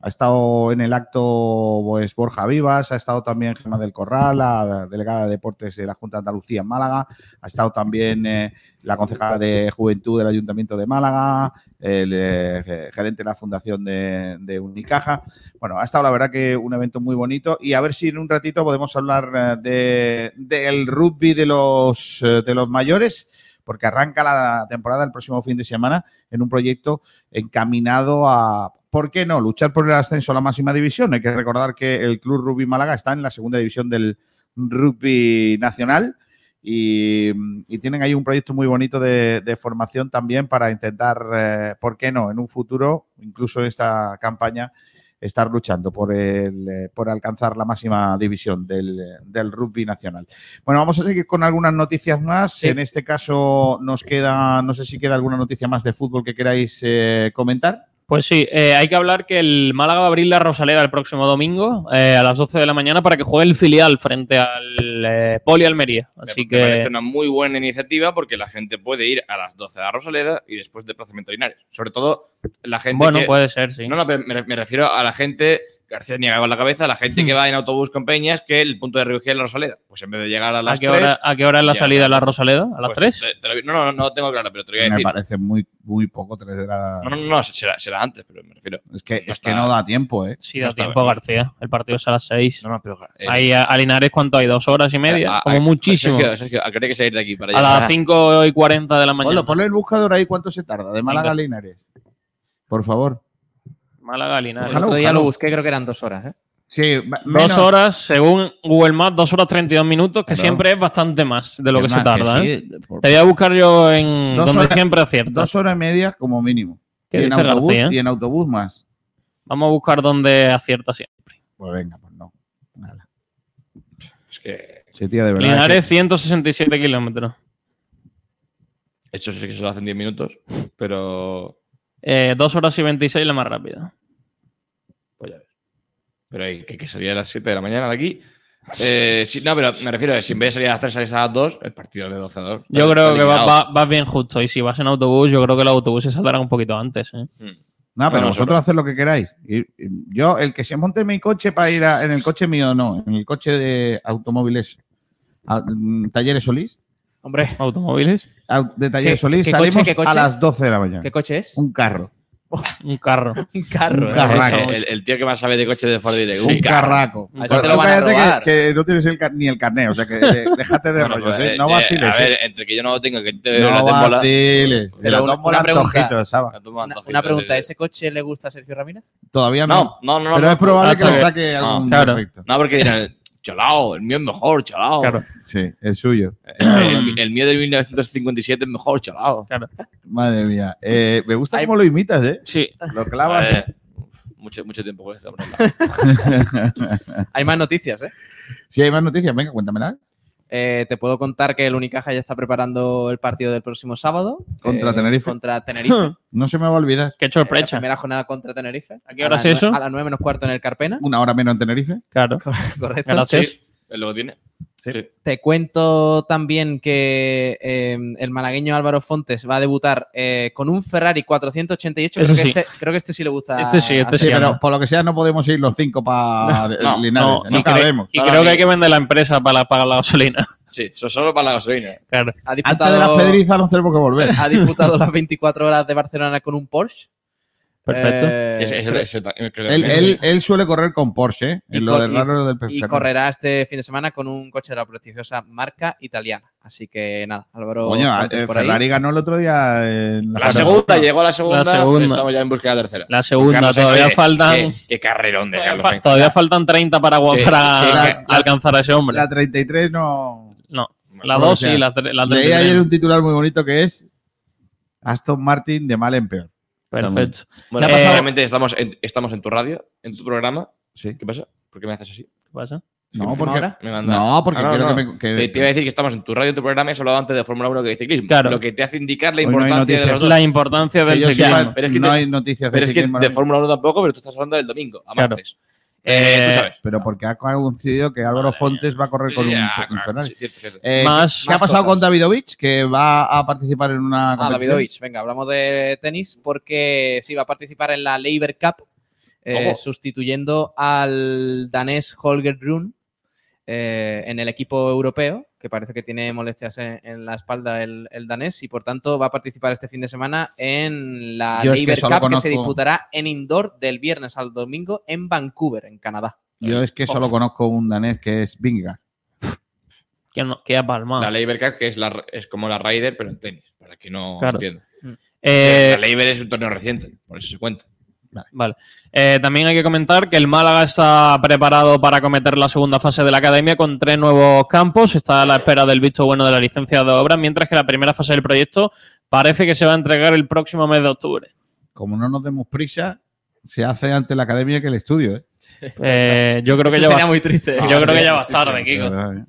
S1: Ha estado en el acto pues, Borja Vivas, ha estado también Gemma del Corral, la delegada de deportes de la Junta de Andalucía en Málaga, ha estado también eh, la concejala de Juventud del Ayuntamiento de Málaga, el eh, gerente de la Fundación de, de Unicaja. Bueno, ha estado la verdad que un evento muy bonito y a ver si en un ratito podemos hablar eh, de, del rugby de los, eh, de los mayores, porque arranca la temporada el próximo fin de semana en un proyecto encaminado a, ¿por qué no?, luchar por el ascenso a la máxima división. Hay que recordar que el Club Rugby Málaga está en la segunda división del rugby nacional y, mm, y tienen ahí un proyecto muy bonito de, de formación también para intentar, eh, ¿por qué no?, en un futuro, incluso esta campaña, estar luchando por, el, eh, por alcanzar la máxima división del, eh, del rugby nacional. Bueno, vamos a seguir con algunas noticias más. En este caso nos queda, no sé si queda alguna noticia más de fútbol que queráis eh, comentar.
S6: Pues sí, eh, hay que hablar que el Málaga va a abrir la Rosaleda el próximo domingo eh, a las 12 de la mañana para que juegue el filial frente al eh, Poli Almería. Así
S7: Me parece
S6: que
S7: una muy buena iniciativa porque la gente puede ir a las 12 a la Rosaleda y después desplazamiento a Linares. Sobre todo la gente
S6: Bueno,
S7: que-
S6: puede ser, sí.
S7: No, no, pero me, re- me refiero a la gente, García niega con la cabeza, la gente que va en autobús con Peñas que el punto de recogida es la Rosaleda. Pues en vez de llegar a las
S6: ¿A qué, hora,
S7: 3,
S6: ¿a qué hora es la
S7: ya,
S6: salida de la
S7: pues,
S6: Rosaleda? ¿A las
S7: pues,
S6: 3?
S7: te- te lo- no, no, no lo tengo claro, pero te lo voy a
S1: Me
S7: decir.
S1: parece muy, muy poco tres de la-
S7: No, no, no, será, será antes, pero me refiero.
S1: Es que, es que no da tiempo, ¿eh?
S6: Sí, da
S7: no está
S6: tiempo,
S7: bien.
S6: García. El partido es a las 6.
S7: No, no, pero. eh, Ah,
S6: Ahí a, a Linares, ¿cuánto hay? ¿Dos horas y media?
S7: a- a-
S6: Como muchísimo.
S7: Sergio, Sergio, ¿a qué hora hay pues que salir de aquí para
S6: a
S7: llegar?
S6: las 5 y 40 de la mañana.
S1: Bueno, ponle el buscador ahí cuánto se tarda, de Málaga a
S6: Venga.
S1: Linares. Por favor.
S6: Málaga, Linares.
S8: El otro día lo busqué, creo que eran dos horas. ¿eh?
S1: Sí, va-
S6: Dos
S1: menos-
S6: horas, según Google Maps, dos horas 32 minutos, que
S1: Claro.
S6: siempre es bastante más de lo que,
S1: Es
S6: se
S1: más,
S6: tarda. ¿eh?
S1: sí, por-
S6: Te voy a buscar yo en
S1: Dos
S6: donde
S1: horas-
S6: siempre aciertas.
S1: dos horas y media como mínimo.
S6: ¿Qué
S1: Y en,
S6: dice
S1: autobús,
S6: García? ¿eh?
S1: y en autobús más.
S6: Vamos a buscar donde acierta siempre.
S1: Pues venga, pues no. Nada.
S7: Es que.
S1: Sí, tío, de verdad.
S6: Linares,
S1: que-
S6: 167 kilómetros.
S7: Hecho, sé que se lo hacen 10 minutos, pero.
S6: Eh, dos horas y 26 la más rápida.
S7: Pues ya ves. Pero hay que, que salir a las 7 de la mañana de aquí. Eh, si- no, pero me refiero a si en vez de salir a las 3 salís a las 2, el partido es de 12 a 2.
S6: Yo
S7: Está
S6: creo que vas
S7: eliminado.
S6: va, vas bien justo. Y si vas en autobús, yo creo que los autobuses saldrán un poquito antes. ¿eh?
S1: Nada, pero
S6: Bueno,
S1: vosotros haced lo que queráis. Y- y yo, el que se monte en mi coche para ir a- en el coche mío, no, en el coche de automóviles. a- mm, ¿Talleres Solís?
S8: Hombre.
S6: ¿Automóviles?
S1: De Talleres
S8: ¿Qué-
S1: Solís
S8: qué coche,
S1: salimos
S8: qué coche?
S1: a las 12 de la mañana.
S8: ¿Qué coche es?
S1: Un carro.
S6: Un carro.
S8: Un carro.
S1: Un
S8: ¿eh?
S1: carraco.
S8: Eso-
S7: El, el tío que más sabe de coches de Ford diré,
S1: un carraco.
S8: A eso te lo
S1: Tú
S8: van a
S1: cállate que-
S8: robar.
S1: Que, no tienes el car- ni el carné, o sea que eh, déjate de
S7: Bueno,
S1: rollos,
S7: pues,
S1: ¿eh? No
S7: eh,
S1: vaciles.
S7: A ver,
S1: ¿eh?
S7: entre que yo no lo tengo, que te
S1: No
S7: la tembola.
S1: vaciles. Te
S8: Pero
S1: la
S8: una-
S1: tomo
S8: una
S1: el
S8: pregunta.
S1: antojito, ¿sabes?
S7: la tomo
S8: Una,
S7: antojito,
S8: una
S7: sí,
S8: pregunta,
S7: sí.
S8: ¿ese coche le gusta a Sergio Ramírez?
S1: Todavía no.
S7: No, no, no. no,
S1: pero
S7: no,
S1: es probable
S6: Ah,
S1: que lo
S6: claro.
S1: saque
S7: No,
S1: algún
S6: claro.
S1: defecto.
S7: No, porque dirán, cholao, el mío es mejor, cholao.
S6: Claro.
S1: Sí, el suyo.
S7: El, el mío del 1957 es mejor, cholao.
S1: Madre mía. Eh, me gusta
S8: Ay.
S1: cómo lo imitas, ¿eh?
S6: Sí.
S1: Lo clavas.
S7: Eh, uf, mucho, mucho tiempo con esto. hombre.
S8: Hay más noticias, ¿eh?
S1: Si hay más noticias, venga, cuéntamela.
S8: Eh, te puedo contar que el Unicaja ya está preparando el partido del próximo sábado. Eh,
S1: Contra Tenerife.
S8: Contra Tenerife.
S1: No se me va a olvidar.
S6: Qué
S8: Eh, La
S6: sorpresa.
S8: primera jornada contra Tenerife.
S6: ¿A qué hora
S8: las
S6: es eso?
S8: nue- A las 9 menos cuarto en el Carpena.
S1: Una hora menos en Tenerife.
S6: Claro.
S8: Correcto.
S6: Gracias.
S7: Sí, es lo que tiene. Sí.
S8: Te cuento también que eh, el malagueño Álvaro Fontes va a debutar eh, con un Ferrari 488.
S6: Eso
S8: Creo que,
S6: sí.
S8: este, creo que este sí le gusta.
S6: Este sí, este
S8: a
S1: Sí,
S6: sí,
S8: Sergio.
S1: pero
S6: anda.
S1: por lo que sea, no podemos ir los cinco para
S7: no,
S1: Linares.
S6: no,
S1: No,
S6: y cre-
S1: cabemos.
S6: Y
S7: Ahora
S6: creo que
S7: mismo.
S6: hay que vender la empresa para pagar la gasolina.
S7: Sí, so- solo para la gasolina.
S6: Claro.
S8: Ha
S1: Antes de las
S8: disputado,
S1: pedrizas nos tenemos que volver.
S8: ha disputado las 24 horas de Barcelona con un Porsche.
S6: Perfecto.
S8: Eh,
S7: Ese- ese- ese- creo que
S1: Él,
S7: es-
S1: él- él suele correr con Porsche, ¿eh?
S8: Y
S1: En lo
S8: cor-
S1: del
S8: y-
S1: raro lo del
S8: y
S1: Ferrari.
S8: correrá este fin de semana con un coche de la prestigiosa marca italiana. Así que nada, Álvaro
S1: Coño,
S8: Fontes
S1: eh,
S8: por ahí.
S1: Ferrari ganó el otro día en
S7: La
S1: Fórmula
S7: segunda,
S1: uno.
S7: llegó a la segunda.
S6: La segunda.
S7: Estamos ya en busca de la tercera.
S6: La segunda,
S7: Carlos Sainz,
S6: todavía
S7: oye,
S6: faltan.
S1: Eh,
S7: Qué, qué carrerón de
S6: todavía
S7: Carlos
S6: fa-
S7: Sainz.
S6: todavía faltan 30 para, gua-
S7: Sí,
S6: para
S7: sí,
S1: eh, la-
S6: alcanzar a ese hombre.
S1: La 33 no.
S6: no, la
S1: Bueno,
S6: 2
S1: o sea,
S6: sí, la, tre- la
S1: Leí
S6: 33.
S1: ayer un titular muy bonito que es Aston Martin de mal en peor.
S6: Perfecto.
S7: Bueno,
S6: ¿Qué ha pasado?
S7: realmente estamos en, estamos en tu radio, en tu programa.
S1: Sí.
S7: ¿Qué pasa? ¿Por qué me haces así?
S6: ¿Qué pasa?
S1: No,
S8: última
S1: porque,
S8: hora.
S7: Me manda-
S1: no, porque
S7: Ah, no,
S1: quiero
S7: no.
S1: que me. que-
S7: Te, te iba a decir que estamos en tu radio, en tu programa, y has hablado antes de Fórmula 1 que de ciclismo.
S6: Claro.
S7: Lo que te hace indicar la
S1: Hoy no hay
S7: importancia de
S1: noticias.
S7: los dos.
S6: Pues La importancia
S1: que
S6: del
S1: yo
S6: ciclismo.
S1: sepa,
S7: Pero es que
S1: no
S7: te-
S1: hay noticias de
S7: Pero es que
S1: ciclismo
S7: de
S1: ahora mismo.
S7: Fórmula 1 tampoco, pero tú estás hablando del domingo, a
S6: Claro.
S7: martes. Eh, tú sabes.
S8: Ah.
S1: Pero porque ha coincidido que Álvaro Fontes va a correr
S7: Sí,
S1: con
S7: sí,
S1: un,
S7: ah,
S1: con un
S7: claro,
S1: Ferrari.
S7: sí, cierto, cierto.
S1: Eh,
S6: Más-
S1: ¿Qué ha
S8: más
S1: pasado
S8: cosas.
S1: con Davidovich? Que va a participar en una.
S8: Ah,
S1: competición.
S8: Davidovich, venga, hablamos de tenis porque sí va a participar en la Leiber Cup, eh,
S7: Ojo.
S8: sustituyendo al danés Holger Rune eh, en el equipo europeo, que parece que tiene molestias en, en la espalda el, el danés y por tanto va a participar este fin de semana en la
S1: Yo es que
S8: Leiber
S1: solo
S8: Cup que
S1: conozco-
S8: se disputará en indoor del viernes al domingo en Vancouver, en Canadá.
S1: Yo es que solo conozco un danés que es Vinga.
S6: Que, no, que ha
S7: La
S6: palmado.
S7: Leiber Cup, que es, la, es como la Ryder, pero en tenis, para que no
S6: Claro.
S7: entienda.
S6: Eh,
S7: la Leiber es un torneo reciente, por eso se cuenta.
S6: Vale. Eh, también hay que comentar que el Málaga está preparado para acometer la segunda fase de la academia con tres nuevos campos. Está a la espera del visto bueno de la licencia de obras, mientras que la primera fase del proyecto parece que se va a entregar el próximo mes de octubre.
S1: Como no nos demos prisa, se hace ante la academia que el estudio. ¿eh?
S6: Eh, yo creo que
S8: Eso
S6: ya
S8: sería
S6: va,
S8: muy triste.
S6: yo
S8: ¿eh?
S6: creo que ya va
S1: Sí, sí,
S6: tarde,
S1: sí,
S6: Kiko.
S1: de verdad, ¿eh?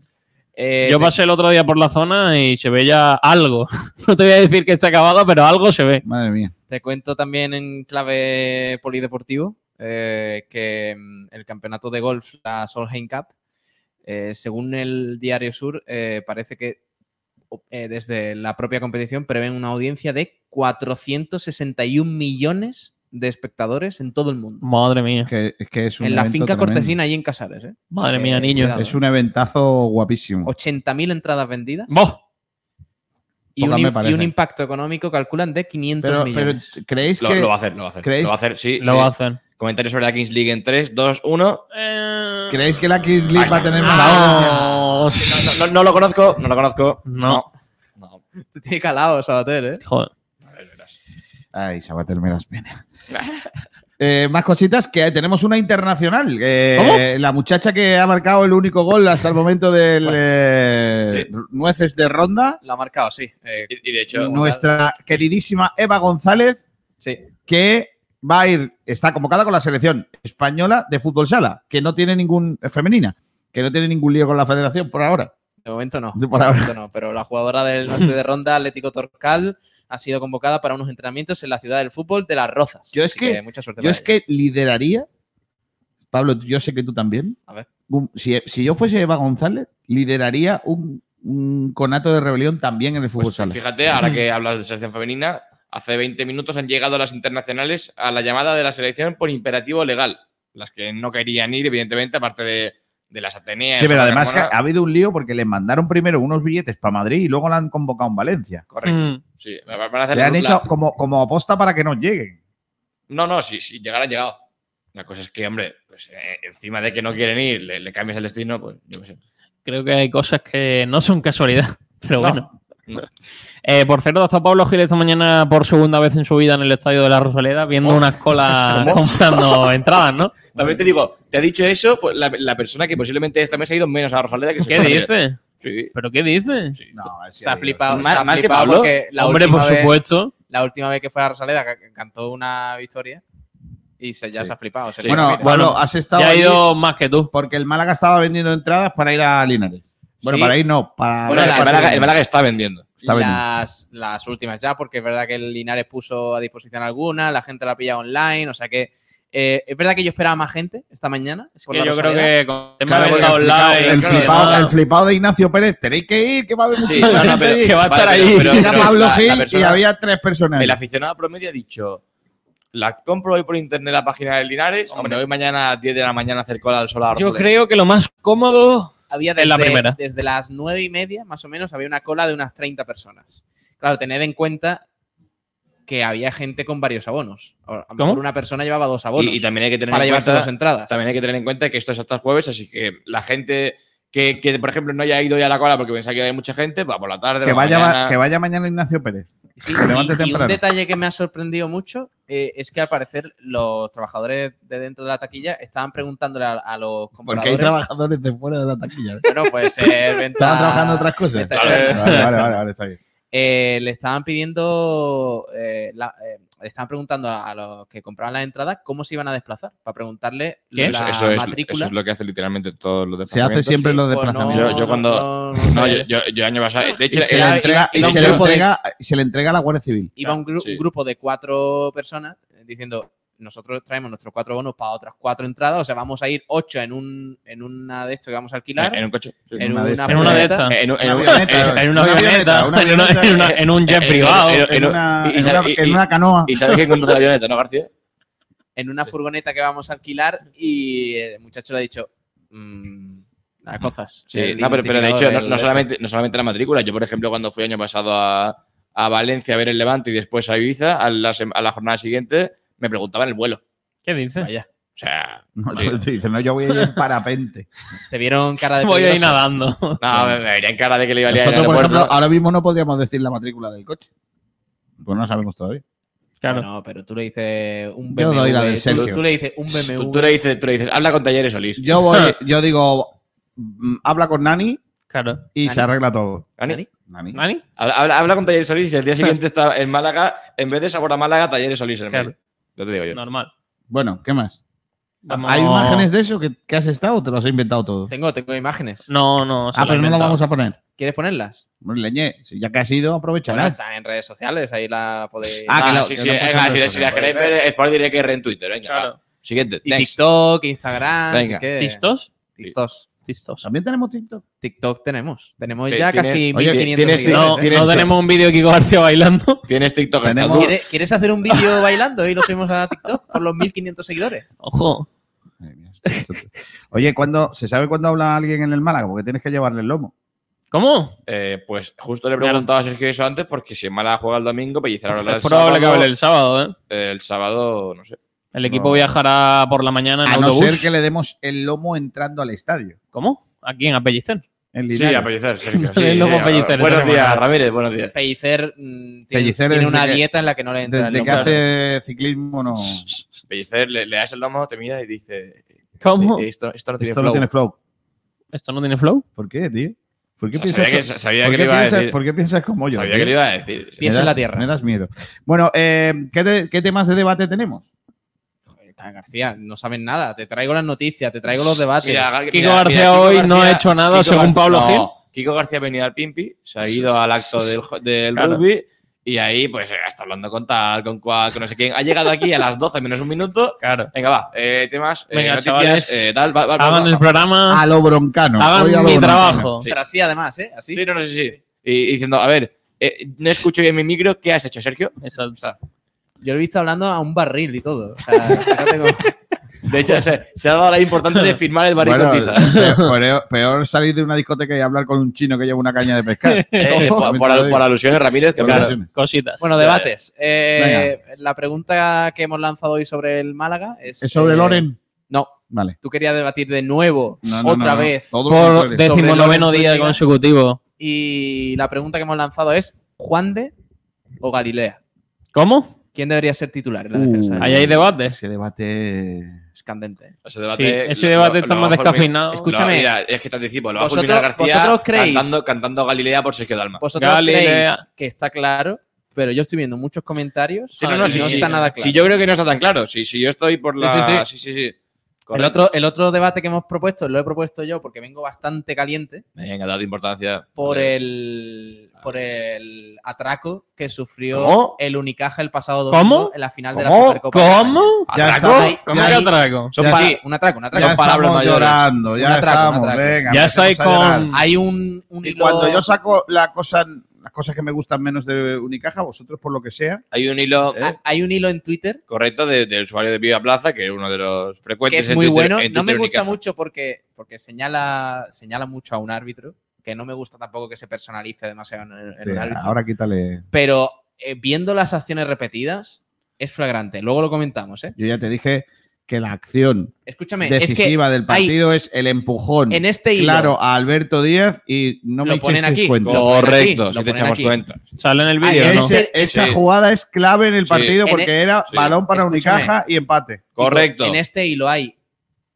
S8: Eh,
S6: Yo
S8: te-
S6: pasé el otro día por la zona y se ve ya algo. No te voy a decir que está acabado, pero algo se ve.
S1: Madre mía.
S8: Te cuento también en clave polideportivo eh, que mm, el campeonato de golf, la Solheim Cup, eh, según el Diario Sur, eh, parece que o- eh, desde la propia competición prevén una audiencia de 461 millones de espectadores en todo el mundo.
S6: Madre mía,
S1: Que, es que es un
S8: en la
S1: evento
S8: finca
S1: tremendo.
S8: cortesina, allí en Casares. ¿eh?
S6: madre mía,
S8: Eh,
S6: niño.
S8: cuidado.
S1: Es un eventazo guapísimo.
S8: 80.000 entradas vendidas
S6: ¡Boh!
S8: y
S1: Pocas
S8: un,
S1: me
S8: im- y
S1: parece.
S8: un impacto económico, calculan, de 500
S1: Pero, pero
S8: millones.
S1: ¿creéis
S7: Lo,
S1: que.?
S7: lo va a hacer, lo va a hacer.
S1: ¿creéis-
S7: Lo va a hacer, sí.
S6: Lo
S7: sí.
S6: hacen.
S7: Comentario sobre la Kings League en 3, 2, 1.
S6: Eh, ah,
S1: ¿Creéis que la Kings League va a tener más audiencia?
S6: ¡Vamos!
S7: No, no- no lo conozco, no lo conozco.
S6: No.
S7: No.
S8: Te tiene calado, Sabater, ¿eh?
S6: Joder.
S7: A ver, verás.
S1: Ay, Sabater, me das pena. Eh, más cositas que tenemos una internacional. Eh, La muchacha que ha marcado el único gol hasta el momento del
S7: Bueno.
S1: eh,
S7: Sí.
S1: Nueces de Ronda.
S8: Lo ha marcado, sí. Eh,
S7: Y, y de hecho,
S1: Nuestra queridísima Eva González,
S8: sí.
S1: que va a ir, está convocada con la selección española de fútbol sala, que no tiene ningún. eh, femenina, que no tiene ningún lío con la federación por ahora.
S8: De momento no.
S1: De
S8: De
S1: por ahora.
S8: momento no. Pero la jugadora del norte de ronda, Atlético Torcal, ha sido convocada para unos entrenamientos en la ciudad del fútbol de Las Rozas.
S1: Yo es
S8: Así
S1: que,
S8: mucha suerte.
S1: yo
S8: para
S1: es
S8: ella.
S1: que lideraría, Pablo, yo sé que tú también.
S8: A ver.
S1: un- Si, si yo fuese Eva González, lideraría un, un conato de rebelión también en el
S8: Pues
S1: fútbol sala.
S7: pues, Fíjate, ahora que hablas de selección femenina, hace 20 minutos han llegado las internacionales a la llamada de la selección por imperativo legal. Las que no querían ir, evidentemente, aparte de, de las Ateneas.
S1: Sí, pero
S7: Ana
S1: además que
S7: Carmona.
S1: ha habido un lío porque les mandaron primero unos billetes para Madrid y luego la han convocado en Valencia.
S7: Correcto.
S6: Mm,
S7: Sí, van a hacer
S1: Le han
S7: la-
S1: hecho como, como aposta para que nos lleguen.
S7: No, no, sí, sí, llegar han llegado. La cosa es que, hombre, pues eh, encima de que no quieren ir, le, le cambias el destino, pues yo qué sé.
S6: Creo que hay cosas que no son casualidad,
S7: No,
S6: pero bueno. Eh, por cierto, hasta Pablo Gil esta mañana por segunda vez en su vida en el estadio de la Rosaleda viendo unas colas
S7: ¿Cómo?
S6: comprando entradas, ¿no?
S7: También te digo, te ha dicho eso pues, la, la persona que posiblemente esta mes ha ido menos a Rosaleda que se
S6: ¿Qué
S7: puede ir.
S6: dice?
S7: Sí.
S6: ¿Pero qué dice?
S8: Se ha flipado.
S7: Más-
S8: se ha
S7: más que
S8: flipado
S7: Pablo.
S8: porque la
S6: Hombre, por
S8: última vez-
S6: supuesto.
S8: La última vez que fue a Rosaleda ca- cantó una victoria y se, ya se ha flipado. se
S1: bueno,
S8: mira.
S1: Pablo, has estado.
S6: Ya ha
S1: allí
S6: ido más que tú.
S1: Porque el Málaga estaba vendiendo entradas para ir a Linares. Bueno,
S8: Sí.
S1: para ir no, para.
S7: Bueno, el,
S8: la-
S7: Málaga, el Málaga está vendiendo.
S1: está vendiendo.
S8: las, las últimas ya, porque es verdad que el Linares puso a disposición alguna, la gente la pilla online, o sea que eh, es verdad que yo esperaba más gente esta mañana. por
S6: Que
S8: la
S6: yo creo
S8: Rosaleda.
S6: que con el tema
S1: Claro,
S6: de
S1: porque
S6: venta
S1: el, flipado,
S6: online,
S1: el
S6: claro,
S1: flipado-
S6: demás,
S1: el flipado de Ignacio Pérez, tenéis que ir, que va a haber
S7: Sí,
S1: muchísima
S7: no, no,
S1: gente
S7: pero-
S1: allí.
S6: que va a
S7: Vale,
S6: estar
S7: pero-
S6: ahí.
S7: pero-
S1: Era Pablo
S7: la- la
S1: Gil y
S7: persona-
S1: había tres personas.
S7: El aficionado promedio ha dicho: La compro hoy por internet la página del Linares. Hombre, hoy mañana a 10 de la mañana hacer cola al solar.
S6: Yo creo que lo más cómodo
S8: había desde,
S6: En la primera.
S8: desde las nueve y media, más o menos, había una cola de unas 30 personas. Claro, tened en cuenta que había gente con varios abonos. O, A lo
S6: ¿Cómo?
S8: mejor una persona llevaba dos abonos
S7: Y, y también hay que tener
S8: para
S7: en
S8: llevarse
S7: cuenta-
S8: dos entradas.
S7: También hay que tener en cuenta que esto es hasta el jueves, así que la gente que, que, por ejemplo, no haya ido ya a la cola porque pensaba que había mucha gente, va por la tarde,
S1: que,
S7: va
S1: vaya,
S7: mañana.
S1: que vaya mañana Ignacio Pérez.
S8: Sí,
S1: Se levante
S8: y- y,
S1: temprano.
S8: un detalle que me ha sorprendido mucho eh, es que al parecer los trabajadores de dentro de la taquilla estaban preguntándole a, a los
S1: Porque hay
S8: compradores.
S1: trabajadores de fuera de la taquilla.
S8: Bueno, pues eh, venta-
S1: Estaban trabajando otras cosas.
S8: venta
S7: Claro.
S8: externa.
S1: Vale, vale, vale, vale, está bien.
S8: Eh, le estaban pidiendo, eh, la- eh, le estaban preguntando a, a los que compraban las entradas cómo se iban a desplazar para preguntarle
S6: ¿Qué?
S8: la
S7: Eso, eso es,
S8: matrícula.
S7: eso es lo que hace literalmente todos los
S1: Se hace
S7: departamentos.
S1: siempre
S8: Sí,
S1: los
S8: pues no,
S1: desplazamientos.
S7: Yo- yo cuando-
S8: no, no
S7: No,
S8: sé.
S7: yo, yo, yo año pasado. De hecho,
S1: Y se,
S7: era-
S1: le entrega,
S8: y-
S1: y
S8: y-
S1: se,
S8: y-
S1: le
S8: y-
S1: entrega, se le entrega a la Guardia Civil.
S8: iba un, gru-
S7: sí.
S8: un grupo de cuatro personas eh, diciendo nosotros traemos nuestros cuatro bonos para otras cuatro entradas, o sea, vamos a ir ocho en un en una de estos que vamos a alquilar,
S7: en un coche. sí.
S8: en,
S1: una
S8: una,
S1: de estas.
S6: en una de
S8: furgoneta,
S6: estas.
S7: En un- en
S1: Una
S7: un-
S1: avioneta,
S7: en-
S6: En una
S1: Una avioneta,
S6: avioneta,
S1: una
S6: en, una-
S1: avioneta,
S6: en una- en un jet
S7: en-
S6: privado.
S7: Eh, en-
S1: En
S7: en-
S1: una,
S7: y- y-
S1: en una-
S7: y-
S1: en una canoa.
S7: ¿Y sabes quién conduce la avioneta, no, García?
S8: en una furgoneta que vamos a alquilar y el muchacho le ha dicho mm, las cosas.
S7: Sí,
S8: El
S7: no, pero, pero de hecho,
S8: identificador,
S7: no,
S8: el-
S7: no solamente, no solamente la matrícula. Yo, por ejemplo, cuando fui año pasado a, a Valencia a ver el Levante y después a Ibiza, a la, sem- a la jornada siguiente me preguntaban el vuelo.
S6: ¿Qué dices?
S7: Vaya. O sea,
S1: No,
S7: sí.
S1: dice, no, yo voy a ir en parapente.
S8: te vieron cara de
S6: Voy a ir
S8: peligroso.
S6: nadando.
S7: no, me, me vería en cara de que le iba a liar en el
S1: Nosotros, por
S7: aeropuerto.
S1: ejemplo, ahora mismo no podríamos decir la matrícula del coche. Pues no sabemos todavía.
S6: Claro.
S8: Bueno, pero tú le dices un BMW.
S1: Yo doy la del
S8: tú-
S1: Sergio.
S8: tú, le dices un BMW.
S7: Tú, tú le dices, tú le dices, habla con Talleres Solís.
S1: Yo voy, yo digo, mm, habla con Nani
S6: Claro.
S1: y
S8: Nani.
S1: se arregla todo.
S7: Dani,
S1: Nani.
S6: ¿Nani?
S7: Habla, habla- habla con Talleres Solís y el día siguiente está en Málaga, en vez de sabor a Málaga, Talleres Solís en
S6: Claro.
S7: medio. Yo te digo yo.
S6: Normal.
S1: Bueno, ¿qué más?
S6: Vamos-
S1: ¿Hay imágenes de eso que, que has estado o te los has inventado todo?
S8: Tengo, tengo imágenes.
S6: No, no. se
S1: Ah,
S6: lo he
S1: pero no lo
S6: inventado.
S1: vamos a poner.
S8: ¿Quieres ponerlas?
S1: Bueno, Leñé, si ya que has ido,
S8: Bueno,
S1: aprovecharás.
S8: están en redes sociales, ahí la podéis.
S1: Ah, que lo-
S7: sí,
S1: que
S7: sí,
S1: lo
S7: venga,
S1: puso
S7: si,
S1: en
S7: si la
S1: redes
S7: queréis ver, es por direct R en Twitter. Venga,
S6: Claro.
S7: va. Siguiente.
S8: y
S7: Next.
S8: TikTok, Instagram.
S7: Venga.
S8: así que-
S6: ¿Tistos?
S8: TikTok.
S6: Tistos.
S1: También tenemos TikTok.
S8: TikTok tenemos. Tenemos
S7: Sí,
S8: ya
S7: tiene-
S8: casi
S1: Oye,
S8: 1500
S7: tienes-
S8: seguidores,
S6: No,
S8: ¿eh?
S7: tienes-
S6: no tenemos un vídeo de Kiko García bailando.
S7: Tienes TikTok.
S1: Tenemos-
S7: Gastón?
S8: ¿Quieres, quieres hacer un vídeo bailando y lo subimos a TikTok por los 1500 seguidores?
S6: Ojo.
S1: Madre mía, esto- esto- Oye, ¿cuándo, ¿se sabe cuándo habla alguien en el Málaga? Porque tienes que llevarle el lomo.
S6: ¿Cómo?
S7: Eh, pues justo le he preguntado a Sergio eso antes porque si Málaga juega el domingo, Pellicer ahora el
S6: es
S7: sábado,
S6: probable que hable el sábado, ¿eh?
S7: eh, el sábado, no sé.
S6: El equipo
S1: No.
S6: viajará por la mañana en
S1: A no
S6: autobús.
S1: ser que le demos el lomo entrando al estadio.
S6: ¿Cómo? ¿A quién? ¿A Pellicer?
S1: En
S7: Sí,
S1: Linares.
S7: a Pellicer, Sergio. sí,
S6: El loco
S7: sí,
S6: Pellicer,
S7: buenos
S6: esa
S7: días,
S6: semana.
S7: Ramírez, buenos días.
S8: Pellicer, mm, tiene,
S1: Pellicer
S8: tiene
S1: desde
S8: una
S1: que-
S8: dieta en la que no le entra el
S1: Desde que
S8: lomo.
S1: hace ciclismo no.
S7: Pellicer, le, le das el lomo, te mira y dice...
S6: ¿Cómo?
S7: "Eh, Esto, esto no tiene
S1: Esto no
S7: flow".
S1: tiene flow.
S6: ¿Esto no tiene flow?
S1: ¿Por qué, tío? ¿Por qué
S7: O sea,
S1: piensas
S7: sabía que,
S1: co-
S7: sabía
S1: ¿Por qué
S7: que le iba a
S1: piensas-
S7: decir.
S1: por qué piensas como yo?
S7: sabía
S1: tío?
S7: que le iba a decir.
S1: Me
S8: Pies en
S1: da-
S8: la tierra.
S1: Me das miedo. Bueno, eh, ¿qué, te- qué temas de debate tenemos?
S8: Joder, García, no saben nada. Te traigo las noticias, te traigo los debates.
S6: Kiko García hoy no ha hecho nada, según Pablo Gil.
S7: Kiko García venía al Pimpi, se ha ido al acto del, jo- del
S6: Claro.
S7: rugby Y ahí, pues, eh, está hablando con tal, con cual, con no sé quién. Ha llegado aquí a las 12 menos un minuto.
S6: Claro.
S7: Venga, va. eh, temas, eh,
S6: Venga,
S7: noticias,
S6: chavales, Ah,
S7: eh, tal, va, va, va,
S6: Hagan
S7: va,
S6: el
S7: va.
S6: programa.
S1: A lo broncano.
S6: Ah. Hagan
S1: Hoy a lo
S6: mi
S1: broncano.
S6: trabajo.
S7: Sí.
S8: Pero así, además, ¿eh? Así.
S7: Sí, no, no, sí, sí. Y, y diciendo, a ver, eh, no escucho bien mi micro. ¿Qué has hecho, Sergio?
S6: Exacto.
S7: O sea,
S8: Yo lo he visto hablando a un barril y todo. O sea, fíjate cómo-
S7: de hecho, se, se ha dado la importante de firmar el barril
S1: Bueno,
S7: con tiza.
S1: peor, peor salir de una discoteca y hablar con un chino que lleva una caña de pescar.
S7: Eh, por, por al- por alusiones, Ramírez, que
S1: Por
S7: claro.
S1: alusiones.
S6: Cositas.
S8: Bueno, debates. Eh, la pregunta que hemos lanzado hoy sobre el Málaga es.
S1: ¿Es sobre
S8: eh,
S1: Loren?
S8: No,
S1: Vale.
S8: tú querías debatir de nuevo,
S1: No, no,
S8: otra
S1: no, no.
S8: vez.
S1: Todo lo
S6: por
S1: contrario.
S6: decimonoveno
S8: Sobre
S6: día
S8: Lorenzo
S6: consecutivo.
S8: Y la pregunta que hemos lanzado es: ¿Juan de o Galilea?
S6: ¿Cómo?
S8: ¿Quién debería ser titular en la
S1: Uh,
S8: defensa?
S6: Ahí hay debates.
S1: Ese debate.
S8: Es candente.
S7: Ese debate,
S6: Sí, ese debate está más
S7: va a fulminar-
S6: descafeinado.
S8: Escúchame.
S7: lo- mira, es que te anticipo, lo va a
S8: ¿Vosotros-
S7: fulminar García
S8: vosotros creéis?
S7: cantando, cantando Galilea por Sergio Dalma.
S8: Vosotros
S6: Galilea.
S8: creéis que está claro, pero yo estoy viendo muchos comentarios
S7: Sí, no,
S8: y
S7: no, sí, sí.
S8: está nada claro.
S7: Sí, yo creo que no está tan claro. Si yo estoy por la. Sí, sí, sí.
S8: el,
S7: Correcto.
S8: otro, el otro debate que hemos propuesto, lo he propuesto yo porque vengo bastante caliente.
S7: Venga, dado importancia.
S8: por
S7: Joder.
S8: el por el atraco que sufrió
S7: ¿Cómo?
S8: el Unicaja el pasado domingo
S6: ¿Cómo?
S8: en la final de la
S6: ¿Cómo?
S8: Supercopa. de España.
S6: ¿Cómo?
S1: Ya
S7: ¿Atraco?
S1: estamos,
S8: Ahí-
S6: ¿Cómo
S1: ya,
S6: que atraco?
S7: Son
S1: Ya
S7: para-
S8: Sí, un atraco, un
S1: ya
S8: atraco.
S7: Son palabras
S1: estamos
S7: mayores.
S1: llorando.
S8: Un
S1: Ya
S8: atraco, un
S1: estamos.
S8: atraco.
S1: Venga,
S6: Ya
S1: empecemos
S6: estáis
S1: a llorar.
S6: con-
S8: Hay un, un
S1: Y
S8: hilo-
S1: cuando yo saco la cosa, las cosas que me gustan menos de Unicaja, vosotros por lo que sea,
S7: Hay un hilo
S8: ha- hay un hilo en Twitter
S7: correcto de- del usuario de Viva Plaza, que es uno de los
S8: que
S7: frecuentes.
S8: es
S7: en
S8: muy
S7: Twitter-
S8: bueno.
S7: en
S8: No me
S7: Twitter
S8: gusta
S7: Unicaja.
S8: mucho porque, porque señala, señala mucho a un árbitro, que no me gusta tampoco que se personalice demasiado en, el- en
S1: sí,
S8: un árbitro.
S1: eh, ahora quítale.
S8: Pero eh, viendo las acciones repetidas, es flagrante. Luego lo comentamos, ¿eh?
S1: Yo ya te dije que la acción
S8: Escúchame, es que
S1: decisiva del partido es el empujón.
S8: en este hilo
S1: Claro, a Alberto Díaz y no
S8: Lo
S1: me
S8: ponen
S1: echéis
S8: aquí.
S1: cuenta.
S8: Lo ponen
S7: Correcto,
S8: aquí,
S7: si
S8: lo
S7: te
S8: ponen
S7: echamos
S8: aquí.
S7: cuenta.
S6: Sale en el
S8: Ay,
S6: vídeo,
S8: es
S6: ¿no?
S1: Ese- esa
S7: Sí.
S1: jugada es clave en el
S7: Sí.
S1: partido
S8: En
S1: porque era
S7: sí.
S1: balón para
S8: Escúchame.
S1: Unicaja y empate.
S7: Correcto.
S8: En este hilo hay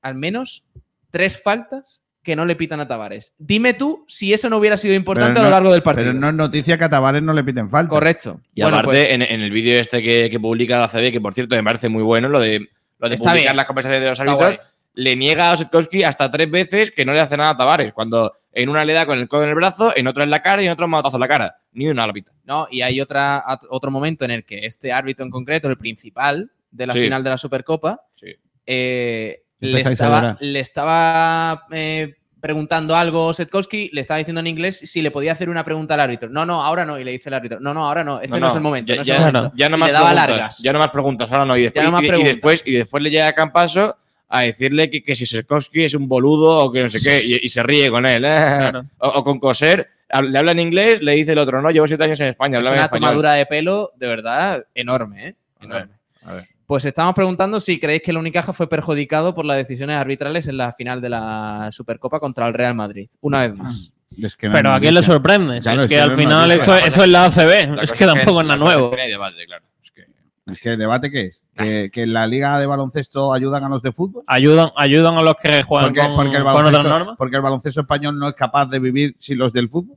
S8: al menos tres faltas que no le pitan a Tavares. Dime tú si eso no hubiera sido importante
S1: Pero
S8: a lo
S1: no-
S8: largo del partido.
S1: Pero no es noticia que a Tavares no le piten falta.
S8: Correcto.
S7: Y
S8: Bueno,
S7: aparte,
S8: pues,
S7: en, en el vídeo este que, que publica la CB, que por cierto me parece muy bueno, lo de, lo de
S8: Está
S7: publicar
S8: bien.
S7: las conversaciones de los
S8: Está
S7: árbitros, le niega a Osetkowski hasta tres veces que no le hace nada a Tavares, cuando en una le da con el codo en el brazo, en otra en la cara y en otra un matazo en la cara. Ni una árbitra.
S8: no, y hay otra, at- otro momento en el que este árbitro en concreto, el principal de la
S7: Sí.
S8: final de la Supercopa,
S7: Sí.
S8: eh, le
S1: Empezáis a llorar.
S8: estaba, le estaba, eh, preguntando algo a Setkowski, le estaba diciendo en inglés si le podía hacer una pregunta al árbitro. No, no, ahora no. Y le dice el árbitro, no, no, ahora no. Este no, es el momento.
S7: Ya,
S8: no es
S7: ya-
S8: el momento.
S7: ya no
S8: Y
S7: más
S8: le daba
S7: preguntas.
S8: largas.
S7: Ya no más preguntas, ahora no. Y después,
S8: Ya no más
S7: y- y
S8: preguntas.
S7: después, y después le llega a Campaso a decirle que, que si Serkowski es un boludo o que no sé qué, y, y se ríe con él. ¿eh? o, o con Coser, hab- le habla en inglés, le dice el otro, no, llevo siete años en España,
S8: Es
S7: hablaba en
S8: una
S7: español.
S8: tomadura de pelo de verdad enorme, ¿eh?
S7: A
S8: Enorme.
S7: ver, a ver.
S8: Pues estamos preguntando si creéis que el Unicaja fue perjudicado por las decisiones arbitrales en la final de la Supercopa contra el Real Madrid. Una vez más.
S1: Es que no
S6: Pero
S1: es
S6: a quién le
S1: noticia.
S6: sorprende.
S1: Claro,
S6: es
S1: es
S6: que
S1: que
S6: al
S1: no es
S6: final
S1: noticia.
S6: esto,
S7: La cosa-
S6: esto es la ACB.
S7: La
S6: Es
S7: cosa
S6: que tampoco es
S7: la
S6: nada
S7: cosa
S6: nuevo.
S7: que no hay debate, claro. Es que-
S1: Es que el debate que es.
S6: Ah.
S1: Que, que en la liga de baloncesto ayudan a los de fútbol.
S6: Ayudan, ayudan a los que juegan
S1: Porque,
S6: con,
S1: porque el
S6: con otras
S1: baloncesto,
S6: normas.
S1: porque el baloncesto español no es capaz de vivir sin los del fútbol.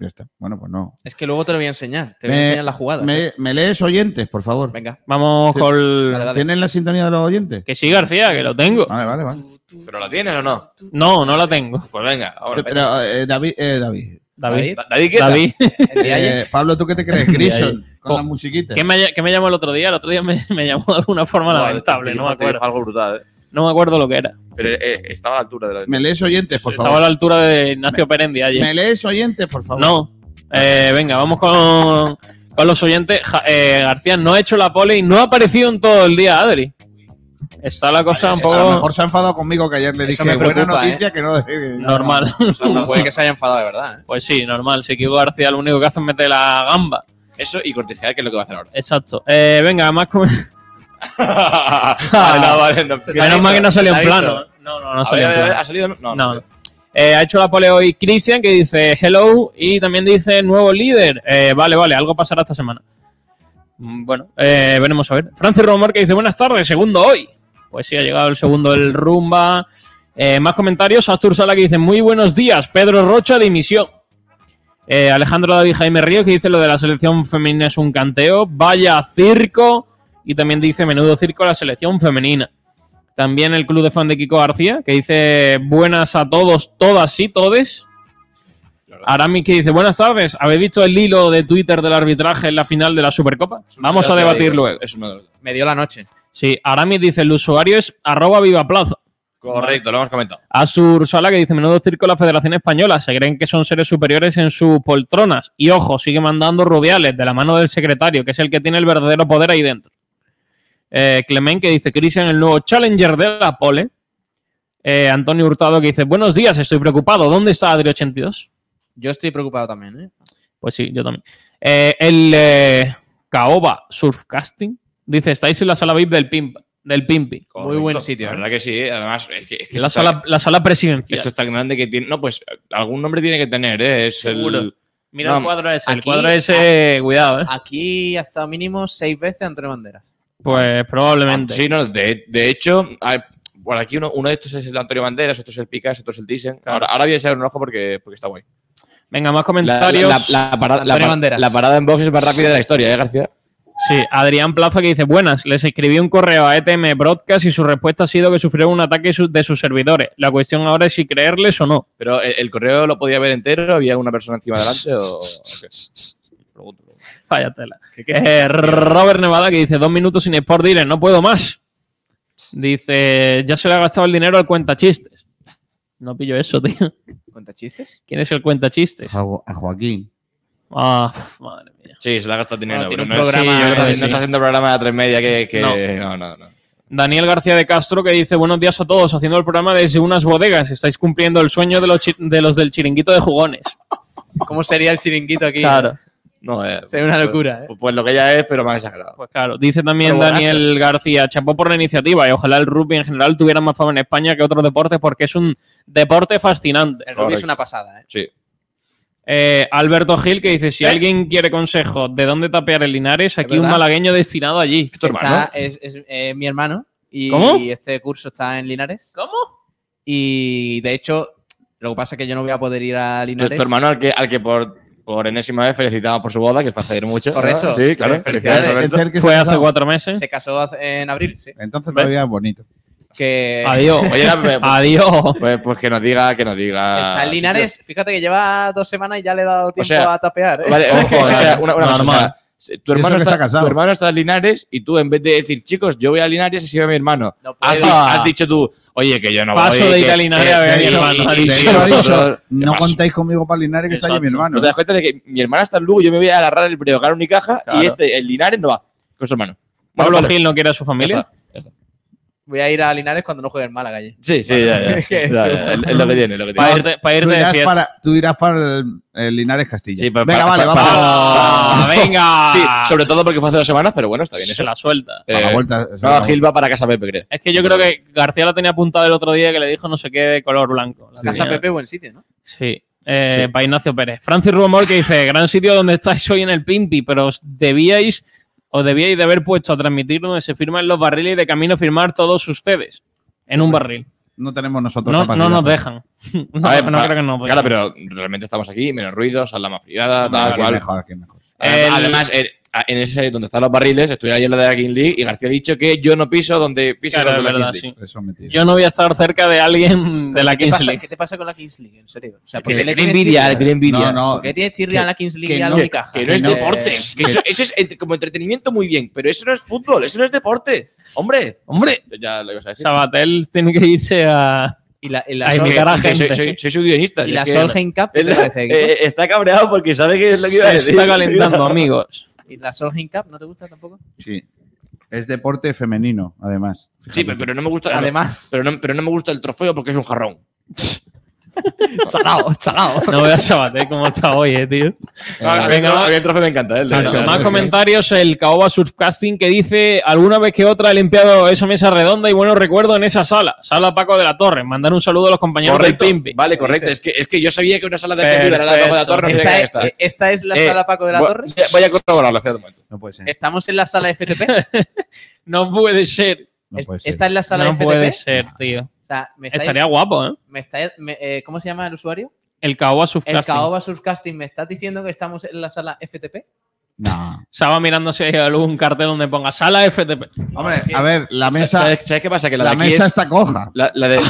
S1: Ya está. Bueno, pues no.
S8: Es que luego te lo voy a enseñar. Te voy a
S1: Me-
S8: enseñar las jugadas. ¿eh?
S1: ¿Me, me lees oyentes, por favor?
S8: Venga.
S6: Vamos
S1: Sí.
S6: con. el-
S8: Dale, dale.
S1: ¿Tienen la sintonía de los oyentes?
S6: Que sí, García, que lo tengo.
S1: Vale, vale, vale.
S7: ¿Pero la tienes o no?
S6: No, no la tengo.
S7: Pues venga, ahora.
S1: Pero, eh, David, eh, David.
S6: David.
S7: Da- David, ¿qué tal?
S6: David.
S8: El de ayer.
S1: Eh, Pablo, ¿tú qué te crees? Grison, con
S8: Oh,
S1: la musiquita.
S6: ¿Qué me, que me llamó el otro día? El otro día me, me llamó de alguna forma
S7: Joder,
S6: lamentable.
S7: te
S6: No
S7: dijo-
S6: me
S7: te dijo
S6: acuerdo.
S7: algo brutal, eh.
S6: No me acuerdo lo que era.
S7: Pero eh, estaba a la altura de la.
S1: ¿Me lees oyentes, por
S6: Estaba a
S1: favor?
S6: la altura de Ignacio Perendi ayer.
S1: ¿Me lees oyentes, por favor?
S6: No. Eh, venga, vamos con, con los oyentes. Ja- eh, García no ha hecho la pole y no ha aparecido en todo el día, Adri. Está la cosa un
S1: A lo
S6: poco
S1: mejor se ha enfadado conmigo que ayer le
S8: Oh. Eso
S1: dije
S8: me preocupa, ¿eh?
S1: buena noticia que no.
S6: normal.
S8: No puede que se haya enfadado de verdad. ¿eh?
S6: Pues sí, normal. Si Kiko García lo único que hace es meter la gamba.
S7: Eso y cortejear, que es lo que va a hacer ahora.
S6: Exacto. Eh, venga, más com-
S7: vale, no, vale, no.
S6: Menos mal que no salió en
S8: ¿Está visto?
S6: plano. No, no, no
S7: A ver,
S6: salió
S7: a
S6: en
S7: ver, a ver,
S6: plano.
S7: ¿Ha salido? No.
S6: No. Eh, ha hecho la pole hoy Cristian, que dice hello y también dice nuevo líder. Eh, vale, vale, algo pasará esta semana. Mm, Bueno, eh, veremos a ver. Francis Romar que dice buenas tardes, segundo hoy. Pues sí, ha llegado el segundo el Rumba. Eh, más comentarios. Astur Sala que dice muy buenos días, Pedro Rocha, dimisión. Eh, Alejandro David Jaime Ríos que dice lo de la selección femenina es un canteo. Vaya circo. Y también dice menudo circo la selección femenina. También el club de fan de Kiko García, que dice buenas a todos, todas y todes. Aramis que dice, buenas tardes, ¿habéis visto el hilo de Twitter del arbitraje en la final de la Supercopa? Vamos a debatir luego.
S7: Es una de las-
S8: Me dio la noche.
S6: Sí, Aramis dice, el usuario es arroba viva plaza.
S7: Correcto, lo hemos comentado.
S6: Azur Sala que dice, menudo circo la Federación Española, se creen que son seres superiores en sus poltronas. Y ojo, sigue mandando rubiales de la mano del secretario, que es el que tiene el verdadero poder ahí dentro. Eh, Clement que dice, Cristian, el nuevo challenger de la pole. Eh, Antonio Hurtado que dice, buenos días, estoy preocupado, ¿dónde está Adri82?
S8: Yo estoy preocupado también, ¿eh?
S6: Pues sí, yo también. Eh, el eh, Caoba Surfcasting dice, estáis en la sala VIP del, pimp, del Pimpi.
S8: Muy buen sitio.
S7: La
S8: ¿eh?
S7: verdad que sí, eh. además. Es que, es que
S6: La
S7: esto
S6: sala, la sala
S7: está-
S6: presidencial.
S7: Esto es tan grande que tiene. No, pues algún nombre tiene que tener, ¿eh? Es
S6: Seguro.
S7: el.
S6: Mira el
S7: Vamos,
S6: cuadro ese. el
S8: aquí-
S6: cuadro ese, cuidado, ¿eh?
S8: Aquí hasta mínimo seis veces Antonio Banderas.
S6: Pues probablemente.
S7: Ah, Sí, no, de, de hecho, hay- por aquí uno, uno de estos es el de Antonio Banderas, otro es el Picas, otro es el Thyssen.
S6: Claro.
S7: Ahora, ahora voy a echar un ojo porque, porque está guay.
S6: Venga, más
S7: La,
S6: comentarios.
S7: la- la parada, la
S8: Antonio
S7: par-
S8: Banderas.
S7: la parada en boxes más rápida de la historia, ¿eh, García?
S6: Sí, Adrián Plaza que dice, buenas, les escribí un correo a ETM Broadcast y su respuesta ha sido que sufrieron un ataque su- de sus servidores. La cuestión ahora es si creerles o no.
S7: Pero el, el correo lo podía ver entero, había una persona encima delante o. o qué? Pregunto, pregunto.
S6: Vaya tela. Eh, Robert Nevada que dice, dos minutos sin Sport Direct, no puedo más. Dice, ya se le ha gastado el dinero al cuenta chistes. No pillo eso, tío.
S8: ¿Cuenta chistes?
S6: ¿Quién es el cuenta chistes?
S1: A Jo- a Joaquín.
S6: Ah, pf, madre mía.
S7: Sí, se le ha gastado dinero.
S6: Bueno, tiene
S7: pero
S6: un
S7: no es-
S6: programa,
S7: sí, yo creo que
S6: sí.
S7: no está haciendo programa de a tres media que. que- no,
S6: No.
S7: no, no.
S6: Daniel García de Castro que dice buenos días a todos, haciendo el programa desde unas bodegas. Estáis cumpliendo el sueño de los, chi- de los del chiringuito de jugones.
S8: ¿Cómo sería el chiringuito aquí?
S6: Claro,
S7: No, eh,
S8: Sería una locura, ¿eh?
S7: Pues, pues lo que ella es, pero más exagerado.
S6: pues claro. Dice también
S8: Pero borrachos.
S6: Daniel García, chapó por la iniciativa y ojalá el rugby en general tuviera más fama en España que otros deportes porque es un deporte fascinante.
S8: El rugby es
S7: Correcto.
S8: una pasada, ¿eh?
S7: Sí.
S6: Eh, Alberto Gil que dice, si
S8: ¿Eh?
S6: alguien quiere consejos de dónde tapear el Linares, aquí un
S8: verdad?
S6: malagueño destinado allí.
S7: tu
S8: Está-
S7: hermano?
S8: es es, eh, mi hermano. Y
S6: ¿Cómo?
S8: este curso está en Linares.
S6: ¿Cómo?
S8: Y de hecho, lo que pasa es que yo no voy a poder ir a
S7: Tu,
S8: Linares.
S7: tu hermano al que, al que por, por enésima vez felicitaba por su boda, que fue hace mucho.
S8: Correcto.
S7: Sí, claro. Felicidades,
S8: Felicidades.
S7: Alberto.
S1: Es el que se
S6: Fue
S1: ha
S6: hace
S1: casado.
S6: cuatro meses.
S8: Se casó hace- en abril, sí.
S1: Entonces todavía es bonito.
S8: Que
S6: Adiós.
S7: Oye, era- pues,
S6: ah, Adiós.
S7: pues, pues que nos diga, que nos diga.
S8: está en Linares. Fíjate que lleva dos semanas y ya le he dado tiempo
S7: sea,
S8: a tapear, ¿eh?
S7: Vale, ojo, o sea, una, una cosa,
S6: Normal.
S7: o sea,
S1: Y
S7: si- tu
S1: eso
S7: hermano,
S1: que
S7: está,
S1: está casado.
S7: tu hermano está en Linares y tú, en vez de decir, chicos, yo voy a Linares y sigo a mi hermano,
S8: No
S7: has,
S8: puedo.
S7: di- has dicho tú, oye, que yo no
S6: Paso
S7: voy.
S6: de
S7: que-
S6: ir a Linares
S7: que-
S6: a ver a
S7: que-
S6: mi
S7: y-
S6: hermano.
S7: y-
S6: Ha
S7: y-
S6: dicho,
S7: y-
S1: Lo ha dicho,
S7: vosotros-
S1: no
S7: ¿qué pasa?
S1: contáis conmigo para Linares que está allí mi
S6: Exacto.
S1: hermano.
S7: ¿No te das cuenta de que mi hermana está en Lugo, yo me voy a la rara del Breogar Unicaja
S6: Claro.
S7: y este, el Linares no va con su hermano? Bueno,
S6: Pablo
S7: vale,
S6: Gil no quiere a su
S7: ya
S6: familia.
S7: está, ya está.
S8: Voy a ir a Linares cuando no juegue en Málaga. allí.
S7: Sí, sí, ya, ya.
S8: Que
S7: Ya,
S8: eso-
S7: ya, Es es lo que tiene, es lo que
S6: Para
S7: tiene.
S6: irte, pa' irte
S1: Tú
S6: de
S1: irás,
S6: fiesta.
S1: para, tú irás para el, el Linares Castilla.
S7: Sí, pa-
S1: Venga,
S7: pa-
S1: vale,
S7: pa-
S1: vamos
S7: pa-
S6: Ah, venga.
S7: Sí, sobre todo porque fue hace dos semanas, pero bueno, está bien
S6: Se
S7: eso.
S6: la Eh, suelta.
S1: a la
S7: Eh,
S1: vuelta.
S7: No, Gil va para casa Pepe, creo.
S6: Es que yo creo que García la tenía apuntada el otro día que le dijo no sé qué de color blanco. La
S8: Casa
S6: tenía-
S8: Pepe, buen sitio, ¿no?
S6: Sí. Eh, Para Ignacio Pérez. Francis Rumor que dice, gran sitio donde estáis hoy en el Pimpi, pero os debíais, os debíais de haber puesto a transmitir donde se firman los barriles y de camino firmar todos ustedes. En un barril.
S1: No tenemos nosotros
S6: No,
S1: capacidad.
S6: no nos dejan. No,
S7: A ver,
S6: no
S7: pa-
S6: creo que nos
S7: Claro,
S6: dejen.
S7: pero realmente estamos aquí, menos ruidos, sala más privada,
S1: Aquí
S7: tal cual.
S1: mejor, aquí mejor.
S6: El-
S7: Además, eh, en ese donde están los barriles, estuve ayer en la de la King League y García ha dicho que yo no piso donde pisan
S6: Claro,
S7: los de
S6: es
S7: la
S6: verdad,
S7: Kings League.
S6: sí.
S1: Eso es mentira.
S6: Yo no voy a estar cerca de alguien de la
S8: ¿Qué te,
S6: Kings
S8: pasa,
S6: League.
S8: ¿Qué te pasa con la Kings League? En serio. O sea, ¿por
S7: Que le
S8: qué le
S7: tiene
S8: tienes
S7: envidia,
S8: tirria?
S7: le tiene
S1: No,
S7: envidia.
S1: no.
S8: ¿Por qué tienes tirria a la Kings League
S1: que
S8: y a la
S1: no-
S8: Unicaja?
S7: Que no es
S1: no.
S7: deporte. Que eso, eso es ent- como entretenimiento muy bien, pero eso no es fútbol, eso no es deporte. Hombre,
S6: Hombre,
S7: ya lo ibas a decir.
S6: Sabatel tiene que irse a...
S8: Y la, y la,
S6: Ay,
S8: Sol-
S6: me
S7: Que-
S6: cara
S7: que soy,
S6: gente.
S7: soy, soy su guionista.
S8: y
S7: es
S8: la
S7: que-
S8: Solheim Cup, ¿qué
S7: es
S8: te
S7: la-
S8: parece? equipo?
S7: eh, está cabreado porque sabe que es lo que iba a
S6: Se
S7: decir.
S6: está calentando, amigos.
S8: ¿Y la Solheim Cup no te gusta tampoco?
S1: Sí. Es deporte femenino, además.
S7: Sí,
S1: Fíjate.
S7: pero, pero no me gusta.
S8: Además,
S7: Pero no, pero no me gusta el trofeo porque es un jarrón.
S8: chalao, chalao.
S6: No veas Sabatel cómo está hoy, eh, tío.
S7: Ah, a, mí el
S6: venga,
S7: tro-
S6: va.
S7: a mí el trofeo me encanta. ¿eh? El de-
S6: Bueno,
S7: el de-
S6: más
S7: el de-
S6: comentarios, el Caoba Surfcasting que dice, alguna vez que otra he limpiado esa mesa redonda y buenos recuerdos en esa sala. Sala Paco de la Torre. Mandar un saludo a los compañeros
S7: Correcto.
S6: del Pimpi.
S7: Vale, correcto. Es que, es que yo sabía que una sala de aquí era la Copa de la Torre. No
S8: Esta
S7: sé
S8: es, eh, esta es la sala Paco de la Torre.
S7: Voy a corroborarlo, espera un momento.
S1: No puede ser.
S8: Estamos en la sala FTP.
S6: No puede ser.
S1: No puede ser.
S8: Esta es la sala
S6: No
S8: FTP.
S6: puede ser, tío.
S8: O sea, me estáis-
S6: Estaría guapo, ¿eh?
S8: me estáis- me- eh, ¿Cómo se llama el usuario?
S6: El Caoba
S8: El
S6: Surfcasting.
S8: Caoba Surfcasting. ¿Me estás diciendo que estamos en la sala FTP?
S1: No.
S6: Estaba mirando si hay algún cartel donde ponga sala FTP.
S1: Hombre, a ver, la
S7: Sa-
S1: mesa,
S7: ¿Sabes, sabes qué pasa? Que la,
S1: la
S7: de aquí
S1: mesa
S7: es,
S1: está coja.
S7: la, la de,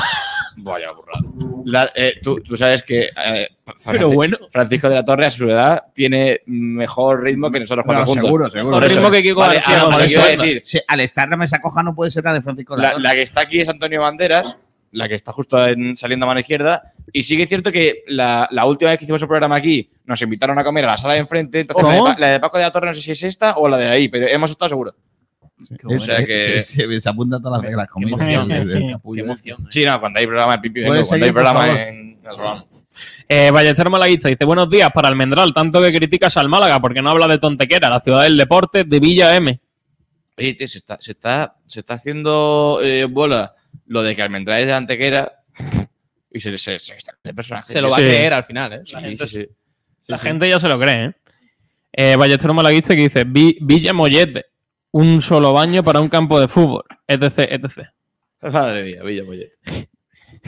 S7: Vaya burrada. La- eh, tú, tú sabes que eh, Franci-
S6: Pero bueno.
S7: Francisco de la Torre a su edad tiene mejor ritmo que nosotros cuatro
S1: No,
S7: juntos.
S1: seguro, seguro.
S7: Por
S1: Mejor
S7: eso.
S1: ritmo
S6: que Kiko
S7: vale,
S6: García,
S7: a lo
S1: Por
S7: que
S1: eso,
S7: iba a decir.
S1: si- al estar la mesa coja no puede ser la de Francisco de la
S7: La,
S1: Torre.
S7: la que está aquí es Antonio Banderas, la que está justo en- saliendo a mano izquierda. Y sí que es cierto que la, la última vez que hicimos el programa aquí nos invitaron a comer a la sala de enfrente. Entonces,
S6: Ojo.
S7: la, de, Pa- la de Paco de la Torre no sé si es esta o la de ahí, pero hemos estado seguro.
S1: Es-
S7: O sea que-
S1: se, se- se apunta a todas las reglas. como dice
S6: emoción,
S1: el- el
S6: eh,
S1: capullo
S8: Qué emoción. ¿eh?
S7: Sí, no, cuando hay programa en Pipi, vengo,
S1: Puedes
S7: cuando hay
S1: seguir, por
S7: programa
S1: favor.
S7: en. nos vamos.
S6: Eh, Ballester Malaguista dice: Buenos días para Almendral, tanto que criticas al Málaga porque no habla de Tontequera, la ciudad del deporte de Villa M.
S7: Oye, tío, se está, se está, se está haciendo eh, bola lo de que Almendráis de Antequera y se, se, se, se- el personaje.
S8: Se lo va a
S6: Sí.
S8: creer al final, ¿eh?
S7: Sí,
S6: La
S7: sí,
S6: gente
S7: sí.
S6: La
S7: Sí, sí.
S6: gente ya se lo cree, ¿eh? Eh, Ballester Malaguista que dice: "Vi- Villa Mollete, un solo baño para un campo de fútbol, etc, etc.
S7: Madre mía, Villa Mollet.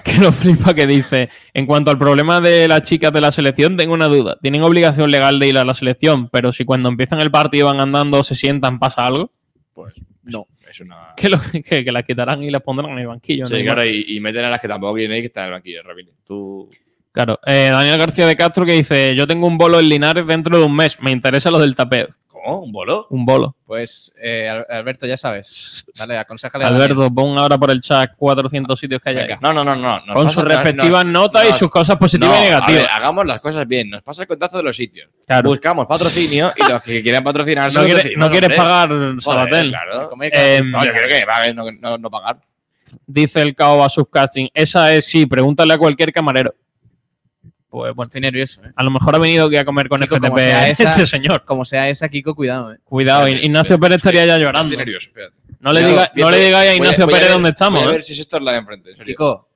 S6: que lo flipa que dice, en cuanto al problema de las chicas de la selección, tengo una duda. Tienen obligación legal de ir a la selección, pero si cuando empiezan el partido van andando o se sientan, pasa algo,
S7: Pues no. Es una.
S6: que, lo- que, que las quitarán y las pondrán en el banquillo. ¿no?
S7: Sí, claro, y, y meten a las que tampoco quieren ir, que están en el banquillo, Ramírez. Tú.
S6: Claro. Eh, Daniel García de Castro que dice, yo tengo un bolo en Linares dentro de un mes, me interesa lo del tapeo.
S7: ¿Cómo? ¿Un bolo?
S6: Un bolo.
S8: Pues, eh, Al- Alberto, ya sabes. Dale, aconsejale a Daniel.
S6: Alberto, pon ahora por el chat 400 sitios que hay ahí.
S8: Venga.
S7: No, no, no, no. nos
S6: Con
S7: pasa-
S6: sus
S7: nos-
S6: respectivas
S7: nos-
S6: notas y
S7: nos-
S6: sus cosas
S7: No,
S6: positivas y
S7: a
S6: negativas.
S7: ver, hagamos las cosas bien. Nos pasa el contacto de los sitios.
S6: Claro.
S7: Buscamos patrocinio y los que quieran patrocinarse.
S6: no,
S7: los
S6: quiere-
S7: decimos,
S6: no quieres
S7: hombre.
S6: pagar,
S7: Joder,
S6: Sabatel.
S7: Claro.
S8: Comer cada
S6: Em,
S8: vez
S7: No,
S8: más.
S7: yo creo que, va, no, no, no pagar.
S6: dice el Caoba Subcasting. Esa es sí, pregúntale a cualquier camarero. Pues bueno,
S8: Estoy nervioso, ¿eh?
S6: a lo mejor ha venido aquí a comer con
S8: Kiko, como
S6: FTP
S8: sea esa-
S6: este señor.
S8: Como sea esa, Kiko, cuidado, ¿eh?
S6: Cuidado,
S7: Espérate,
S6: Ignacio Pérez estaría ya llorando.
S7: Estoy nervioso, espérate.
S6: No le,
S7: Cuidado,
S6: diga, no
S7: voy
S6: le
S7: a-
S6: digáis a
S7: voy a-
S6: Ignacio
S7: voy a
S6: Pérez
S7: ver-
S6: dónde estamos.
S7: Voy a
S6: ¿eh?
S7: ver si es esto es la de enfrente. en serio.
S8: Kiko,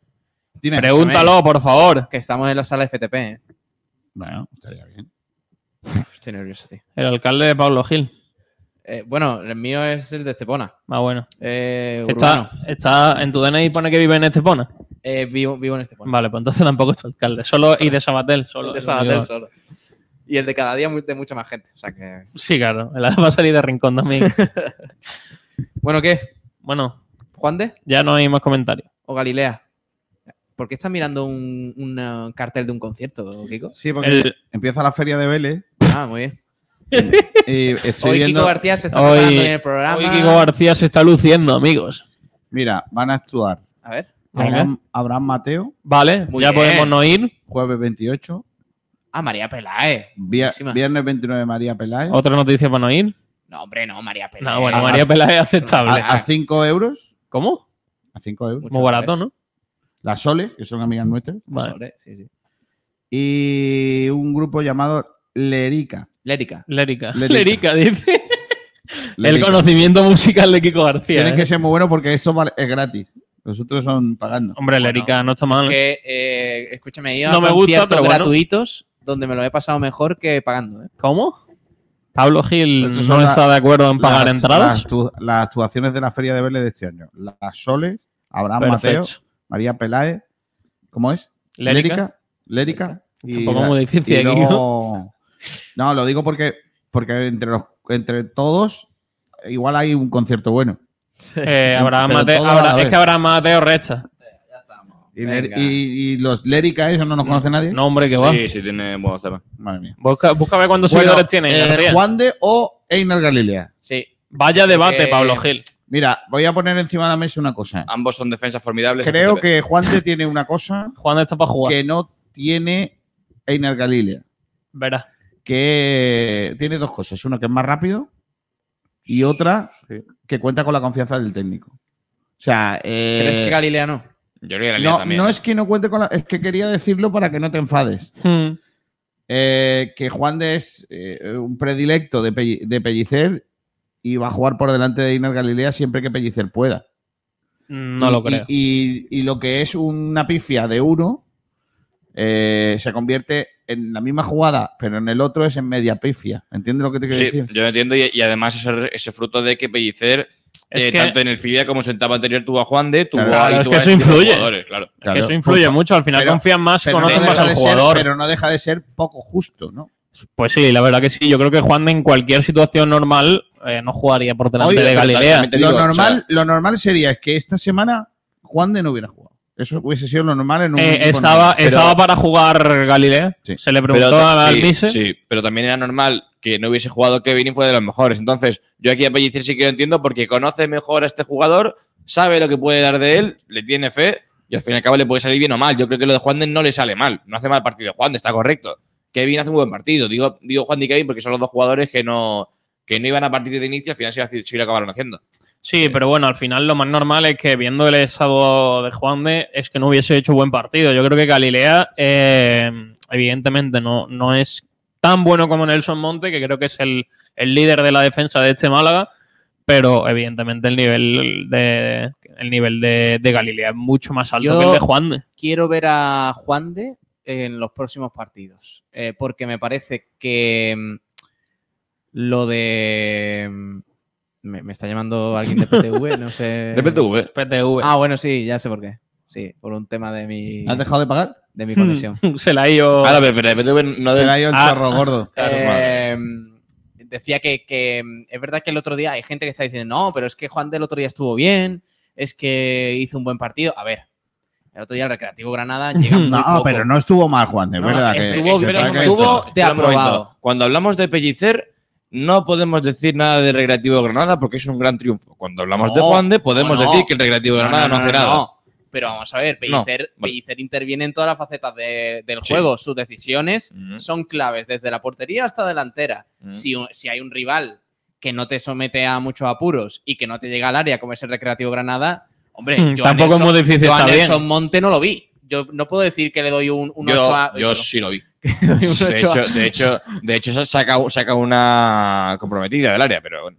S1: Dime.
S6: Pregúntalo, por favor.
S8: que estamos en la sala FTP, ¿eh? Pues
S1: Bueno, estaría bien.
S8: Estoy nervioso, tío.
S6: El alcalde de Pablo Gil.
S8: Eh, bueno, el mío es el de Estepona.
S6: Ah, bueno.
S8: Eh, urbano.
S6: Está, está en tu DNI pone que vive en Estepona.
S8: Eh, vivo, vivo en Estepona.
S6: Vale, pues entonces tampoco es tu alcalde. Solo y de Sabatel. Solo,
S8: El de Sabater solo. Y el de cada día mu- de mucha más gente. O sea que.
S6: Sí, claro. el Va a salir de Rincón también.
S8: Bueno, ¿qué?
S6: bueno,
S8: ¿Juan de?
S6: ya no hay más comentarios.
S8: ¿O Galilea? ¿Por qué estás mirando un, un, eh, cartel de un concierto, Kiko?
S1: Sí, porque
S6: El-
S1: empieza la feria de Vélez
S8: Ah, muy bien.
S1: y estoy
S8: Hoy
S1: viendo.
S8: Kiko García se está
S6: Hoy-
S8: preparando en el programa.
S6: Hoy Kiko García se está luciendo, amigos.
S1: Mira, van a actuar
S8: A ver.
S6: Venga.
S1: Abraham, Abraham Mateo,
S6: Vale,
S8: Muy
S6: ya
S8: bien.
S6: podemos no ir.
S1: jueves 28,
S8: Ah, María Peláez.
S1: vier-
S8: Buenísima.
S1: viernes 29 María Peláez,
S8: Oh,
S6: Otra noticia para no ir.
S8: No, hombre, no, María Peláez.
S6: No, bueno,
S1: Ah,
S6: María
S1: ah,
S6: Peláez es aceptable.
S1: a 5 euros.
S6: ¿Cómo?
S1: A 5 euros.
S8: Muchas
S6: Muy barato,
S8: gracias.
S6: ¿no?
S1: Las Soles, que son amigas nuestras.
S6: Vale.
S8: Sobre, sí, sí.
S1: Y un grupo llamado Lerica.
S8: Lérica.
S6: Lérica. Lérica,
S1: Lérica.
S6: dice. El
S1: Lerica.
S6: conocimiento musical de Kiko García.
S1: Tienen
S6: ¿eh?
S1: que ser muy buenos porque esto vale- es gratis. Los otros son
S8: Ah,
S1: pagando.
S6: Hombre, Lérica no está mal.
S8: Es que, eh, escúchame, he ido
S6: No
S8: a
S6: me gusta,
S8: conciertos
S6: pero bueno.
S8: gratuitos donde me lo he pasado mejor que pagando. ¿eh?
S6: ¿Cómo? Pablo Gil
S1: Pero Pues eso
S6: no
S1: son la-
S6: está de acuerdo en pagar
S1: Las-
S6: entradas.
S1: Las, actu- las actuaciones de la feria de Vélez de este año. Las Soles, Abraham Mateo,
S6: Perfecto.
S1: María Peláez. ¿Cómo es?
S6: Lérica. Pues
S1: Lérica. Y
S6: Tampoco
S1: la-
S6: muy
S1: y
S6: difícil aquí, ¿no?
S1: luego- No, lo digo porque, porque entre, los, entre todos igual hay un concierto bueno.
S6: Eh, Abraham
S1: Pero
S6: Mateo-
S1: todo a la
S6: Abra- es
S1: vez.
S6: que Abraham Mateo resta.
S1: Y,
S8: Venga.
S1: Ler- y- y los Lérica, eso no nos conoce nadie.
S6: No, hombre, que va.
S7: Sí, sí, tiene buenos temas.
S1: Madre mía.
S6: Busca, búscame cuántos
S1: Bueno,
S6: seguidores tiene.
S1: eh,
S6: García.
S1: Juan de o Einar Galilea.
S8: Sí.
S6: Vaya debate,
S8: Eh,
S6: Pablo Gil.
S1: Mira, voy a poner encima de la mesa una cosa.
S7: Ambos son defensas formidables.
S1: Creo
S7: FTP.
S1: que Juan de tiene una cosa
S6: Juan está para jugar.
S1: que no tiene Einar Galilea.
S6: Verás.
S1: Que tiene dos cosas. Una que es más rápido y otra
S7: Sí.
S1: que cuenta con la confianza del técnico. O sea, eh,
S8: ¿Crees que Galilea no?
S7: Yo creo que la lía
S1: no,
S7: también.
S6: ¿eh?
S1: no es que no cuente con la. Es que quería decirlo para que no te enfades.
S6: Hmm.
S1: Eh, que Juan de es eh, un predilecto de, Pelli- de Pellicer y va a jugar por delante de Einar Galilea siempre que Pellicer pueda.
S6: No
S1: Y-
S6: lo creo.
S1: Y, y- y lo que es una pifia de uno eh, se convierte en la misma jugada, pero en el otro es en media pifia. ¿Entiendes lo que te quiero
S7: Sí,
S1: decir?
S7: yo lo entiendo. Y, y además ese, ese fruto de que Pellicer,
S6: Es
S7: eh,
S6: que-
S7: tanto en el Filia como en su etapa anterior, tuvo a Juan de, tuvo
S1: Claro,
S7: a... y
S6: es
S7: tuvo
S6: que
S7: a
S6: eso
S7: este tipo de
S6: influye.
S7: jugadores, claro.
S1: Claro.
S6: que eso influye mucho. Al final
S1: Pero-
S6: confían más,
S1: Pero no,
S6: conocen más
S1: deja
S6: al
S1: de ser,
S6: jugador.
S1: pero no deja de ser poco justo, ¿no?
S6: Pues sí, la verdad que sí. Yo creo que Juan en cualquier situación normal eh, no jugaría por delante
S1: Oye,
S6: de
S7: pero
S6: Galilea.
S7: también- Te digo,
S1: lo,
S7: o sea-
S1: normal, lo normal sería que esta semana Juan de no hubiera jugado. Eso hubiese sido lo normal en un.
S6: Eh,
S1: equipo
S6: estaba
S1: normal.
S6: estaba para jugar Galilea. Se le preguntó a
S7: sí,
S6: Alvise.
S7: sí, pero también era normal que no hubiese jugado Kevin y fue de los mejores. Entonces, yo aquí a Pellicer sí que lo entiendo porque conoce mejor a este jugador, sabe lo que puede dar de él, le tiene fe y al fin y al cabo le puede salir bien o mal. Yo creo que lo de Juan de no le sale mal. No hace mal partido Juan, de, está correcto. Kevin hace un buen partido. Digo, digo Juan y Kevin porque son los dos jugadores que no, que no iban a partir de inicio, al final sí, sí lo acabaron haciendo.
S6: Sí, pero bueno, al final lo más normal es que viendo el estado de Juan de es que no hubiese hecho buen partido. Yo creo que Galilea, eh, evidentemente, no, no es tan bueno como Nelson Monte, que creo que es el, el líder de la defensa de este Málaga, pero evidentemente el nivel de el nivel de, de Galilea es mucho más alto
S8: Yo
S6: que el de Juan de.
S8: Quiero ver a Juan de en los próximos partidos. eh, porque me parece que mm, lo de. mm, Me, me está llamando alguien de PTV, no sé.
S7: De
S6: Eh,
S7: PTV.
S6: PTV.
S7: Pues
S8: Ah, bueno, sí, ya sé por qué. Sí, por un tema de mi.
S7: ¿Has dejado de pagar?
S8: De mi conexión.
S7: Hmm.
S6: Se la ha ido.
S7: Ahora, pero, pero de Ah, repente no
S8: Se la ha
S1: ido el chorro gordo.
S8: Eh, decía que, que, mm, es verdad que el otro día hay gente que está diciendo, no, pero es que Juan del otro día estuvo bien, es que hizo un buen partido. A ver, el otro día el Recreativo Granada llega muy
S1: No,
S8: poco.
S1: pero no estuvo mal, Juan, de
S8: No,
S1: verdad. que-
S8: estuvo-
S1: que-
S8: espera,
S1: que-
S8: estuvo
S1: que-
S8: de
S7: Espera un momento.
S8: aprobado.
S7: Cuando hablamos de Pellicer, no podemos decir nada de Recreativo Granada porque es un gran triunfo. Cuando hablamos de
S8: No,
S7: Juan de, podemos
S8: no, no.
S7: decir que el Recreativo Granada no, hace nada.
S8: Pero vamos a ver,
S7: No,
S8: Pellicer,
S7: vale.
S8: Pellicer interviene en todas las facetas de- del
S7: Sí.
S8: juego. Sus decisiones son claves, desde la portería hasta delantera. Si, un- si hay un rival que no te somete a muchos apuros y que no te llega al área como es el Recreativo Granada, hombre,
S6: Mm,
S7: Hmm,
S8: yo a
S6: tampoco es
S8: Nelson-
S6: muy difícil,
S8: yo a
S6: está bien.
S8: Nelson Monte no lo vi. Yo no puedo decir que le doy un, un
S7: Yo,
S8: 8 a-
S7: yo
S8: perdón.
S7: sí lo vi.
S8: un ocho
S7: De hecho,
S8: a-
S7: de hecho, de hecho se saca, saca una comprometida del área, pero bueno.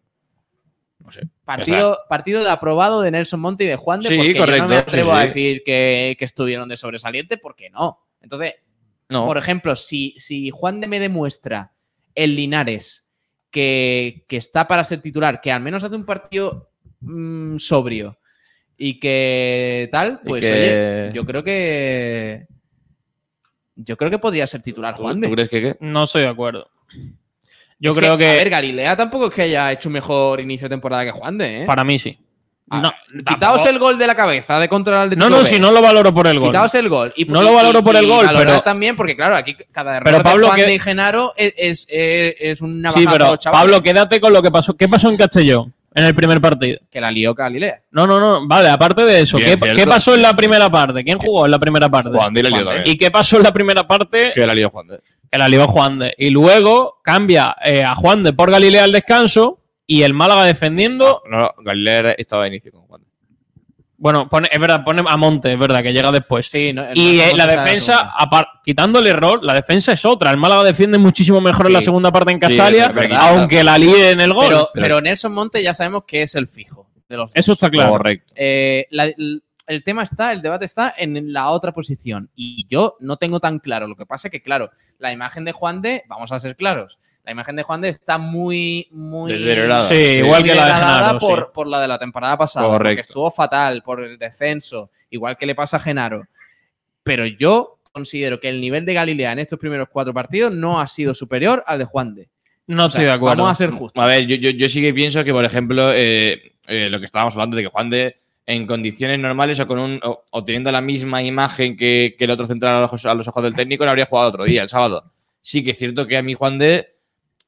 S8: Partido, partido de aprobado de Nelson Monte y de Juan de
S7: Sí,
S8: porque yo no
S7: correcto,
S8: me
S7: sí,
S8: atrevo
S7: sí.
S8: a decir que, que estuvieron de sobresaliente porque no. Entonces,
S7: No.
S8: por ejemplo, si, si Juan de me demuestra el Linares que, que está para ser titular, que al menos hace un partido mm, sobrio y que tal,
S7: Y
S8: pues
S7: que-
S8: oye, yo creo que yo creo que podría ser titular Juan de.
S7: ¿Tú crees que qué?
S6: No estoy de acuerdo. Yo
S8: Es
S6: creo que,
S8: a ver, Galilea tampoco es que haya hecho un mejor inicio de temporada que Juan de, ¿eh? Ah,
S6: para mí sí. No,
S8: Quitaos
S6: tampoco-
S8: el gol de la cabeza de contra el
S6: No, no,
S8: Club B.
S6: si no lo valoro por el gol.
S8: Quitaos el gol. Y, pues
S6: No
S8: y-
S6: lo valoro
S8: y-
S6: por el
S8: y
S6: gol,
S8: valorad
S6: pero-
S8: también, porque claro, aquí cada error
S6: Pero
S8: de
S6: Pablo,
S8: Juan
S6: que-
S8: de Genaro es, es, es- es una
S6: Sí,
S8: bajada para
S6: pero
S8: los chavales.
S6: Pablo, quédate con lo que pasó. ¿Qué pasó en Castellón en el primer partido?
S8: Que la lió Galilea.
S6: No, no, no. Vale, aparte de eso,
S7: Bien,
S6: ¿qué,
S7: cierto.
S6: qué pasó en la primera parte? ¿Quién jugó en la primera parte?
S7: Juan de la lió también.
S6: ¿Y qué pasó en la primera parte?
S7: Que la lió Juan de.
S6: Que la lió Juan de. Y luego cambia eh, a Juan de por Galilea al descanso y el Málaga defendiendo.
S7: No, no, Galilea era- estaba de inicio con Juan de.
S6: Bueno, pone, es verdad, pone a Monte, es verdad, que llega después.
S8: Sí, no-
S6: Y
S8: no-
S6: eh,
S8: no
S6: la
S8: pasa nada,
S6: defensa, apar- quitando el error, la defensa es otra. El Málaga defiende muchísimo mejor en la
S7: Sí.
S6: segunda parte en
S7: Sí, es
S6: Castalia,
S7: verdad.
S6: aunque la líe en el gol.
S8: Pero, pero Nelson Monte ya sabemos que es el fijo de los
S6: Eso
S8: dos.
S6: está claro.
S7: Correcto.
S8: Eh, la- l- el tema está, el debate está en la otra posición. Y yo no tengo tan claro. Lo que pasa es que, claro, la imagen de Juan de, vamos a ser claros, la imagen de Juan de está muy, muy.
S7: Deteriorada.
S6: Sí,
S7: Sí.
S6: igual que la de
S8: degradada
S6: Genaro. sí.
S8: por, por la de la temporada pasada, porque
S7: Correcto.
S8: estuvo fatal por el descenso, igual que le pasa a Genaro. Pero yo considero que el nivel de Galilea en estos primeros cuatro partidos no ha sido superior al de Juan de.
S6: No
S8: O sea,
S6: estoy de acuerdo.
S8: Vamos a ser justos.
S7: A ver, yo, yo, yo sí que pienso que, por ejemplo, eh, eh, lo que estábamos hablando de que Juan de, en condiciones normales o con un o, o teniendo la misma imagen que, que el otro central a los, ojos- a los ojos del técnico, no habría jugado otro día, el sábado. Sí que es cierto que a mí Juan de,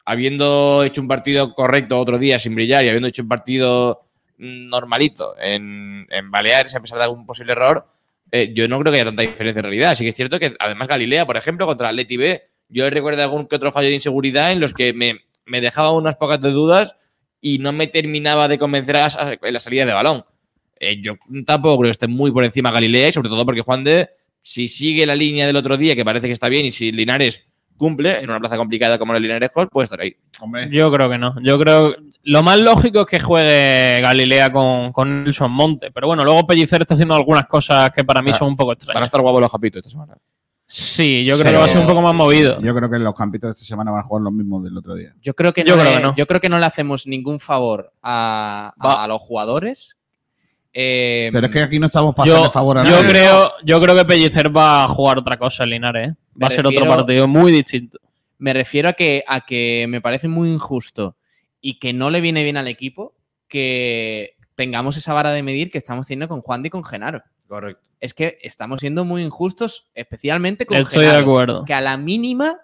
S7: habiendo hecho un partido correcto otro día sin brillar y habiendo hecho un partido mm, normalito en, en Baleares, a pesar de algún posible error, eh, yo no creo que haya tanta diferencia en realidad. Sí que es cierto que, además, Galilea, por ejemplo, contra Atleti B, yo recuerdo algún que otro fallo de inseguridad en los que me, me dejaba unas pocas de dudas y no me terminaba de convencer a la, a la salida de balón. Eh, yo tampoco creo que esté muy por encima Galilea y sobre todo porque Juan de, si sigue la línea del otro día, que parece que está bien, y si Linares cumple en una plaza complicada como la de Linarejos, puede estar ahí.
S1: Hombre,
S6: Yo creo que no. Yo creo lo más lógico es que juegue Galilea con, con Nelson Monte. Pero bueno, luego Pellicer está haciendo algunas cosas que para mí
S7: Ah,
S6: son un poco
S7: Van a
S6: extrañas.
S7: estar guapos los capitos esta semana.
S6: Sí, yo creo
S1: Pero-
S6: que va a ser un poco más movido.
S1: yo creo que en los campitos de esta semana van a jugar los mismos del otro día.
S8: Yo creo que no,
S6: Yo
S8: le,
S6: creo que no.
S8: yo creo que no le hacemos ningún favor a, a-
S6: Va.
S8: a los jugadores. Eh,
S1: Pero es que aquí no estamos pasando
S6: Yo,
S1: de favor a
S6: yo
S1: nadie.
S6: creo, yo creo que Pellicer va a jugar otra cosa en Linares. ¿eh?
S8: Me
S6: Va a ser otro
S8: refiero-
S6: partido muy distinto.
S8: Me refiero a que, a que me parece muy injusto y que no le viene bien al equipo que tengamos esa vara de medir que estamos teniendo con Juan de y con Genaro.
S7: Correcto.
S8: es que estamos siendo muy injustos, especialmente con
S6: Estoy de
S8: Genaro,
S6: acuerdo.
S8: que a la mínima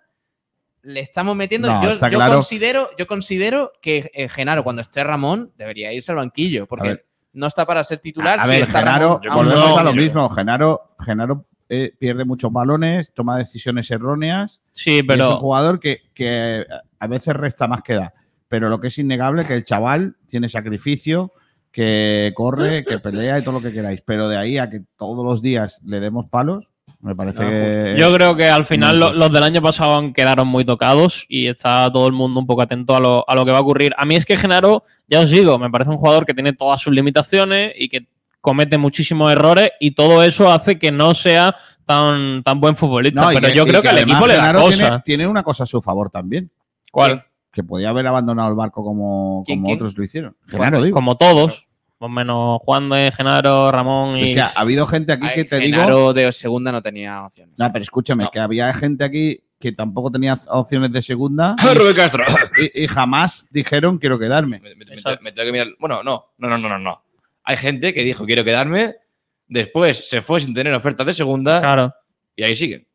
S8: le estamos metiendo.
S1: No,
S8: yo,
S1: está
S8: yo
S1: claro.
S8: considero, yo considero que eh, Genaro, cuando esté Ramón, debería irse al banquillo, porque
S1: ver.
S8: no está para ser titular.
S1: A
S8: si
S1: ver,
S8: está
S1: Genaro,
S8: Ramón, aún
S1: volvemos
S8: no.
S1: a lo mismo. Genaro, Genaro eh, pierde muchos balones, toma decisiones erróneas.
S6: Sí,
S1: es un
S6: pero
S1: jugador que, que a veces resta más que da. Pero lo que es innegable es que el chaval tiene sacrificio, que corre, que pelea y todo lo que queráis. Pero de ahí a que todos los días le demos palos, me parece
S8: No,
S1: que.
S6: yo creo que al final lo-
S1: Minutos.
S6: los del año pasado han- quedaron muy tocados y está todo el mundo un poco atento a lo, a lo que va a ocurrir. A mí es que Genaro, ya os digo, me parece un jugador que tiene todas sus limitaciones y que comete muchísimos errores y todo eso hace que no sea tan, tan buen futbolista.
S1: No, y
S6: pero yo
S1: y
S6: creo que, al
S1: además
S6: equipo le da
S1: Genaro
S6: cosa.
S1: Tiene, tiene una cosa a su favor también,
S6: ¿Cuál?
S1: que podía haber abandonado el barco como,
S8: ¿Quién,
S1: como
S8: quién?
S1: otros lo hicieron. Genaro, digo.
S6: Como todos, más o menos Juan de Genaro, Ramón
S1: Es
S6: y...
S1: que ha habido gente aquí
S8: Ay,
S1: que te digo.
S8: Genaro de segunda no tenía opciones.
S1: No, pero escúchame,
S8: No.
S1: que había gente aquí que tampoco tenía opciones de segunda
S7: Rubén Castro.
S1: y, y jamás dijeron quiero quedarme.
S7: Me, me- me-
S6: Exacto.
S7: me tengo que mirar. Bueno, no, no, no, no, no, no. Hay gente que dijo quiero quedarme, después se fue sin tener ofertas de segunda
S6: Claro.
S7: y ahí siguen.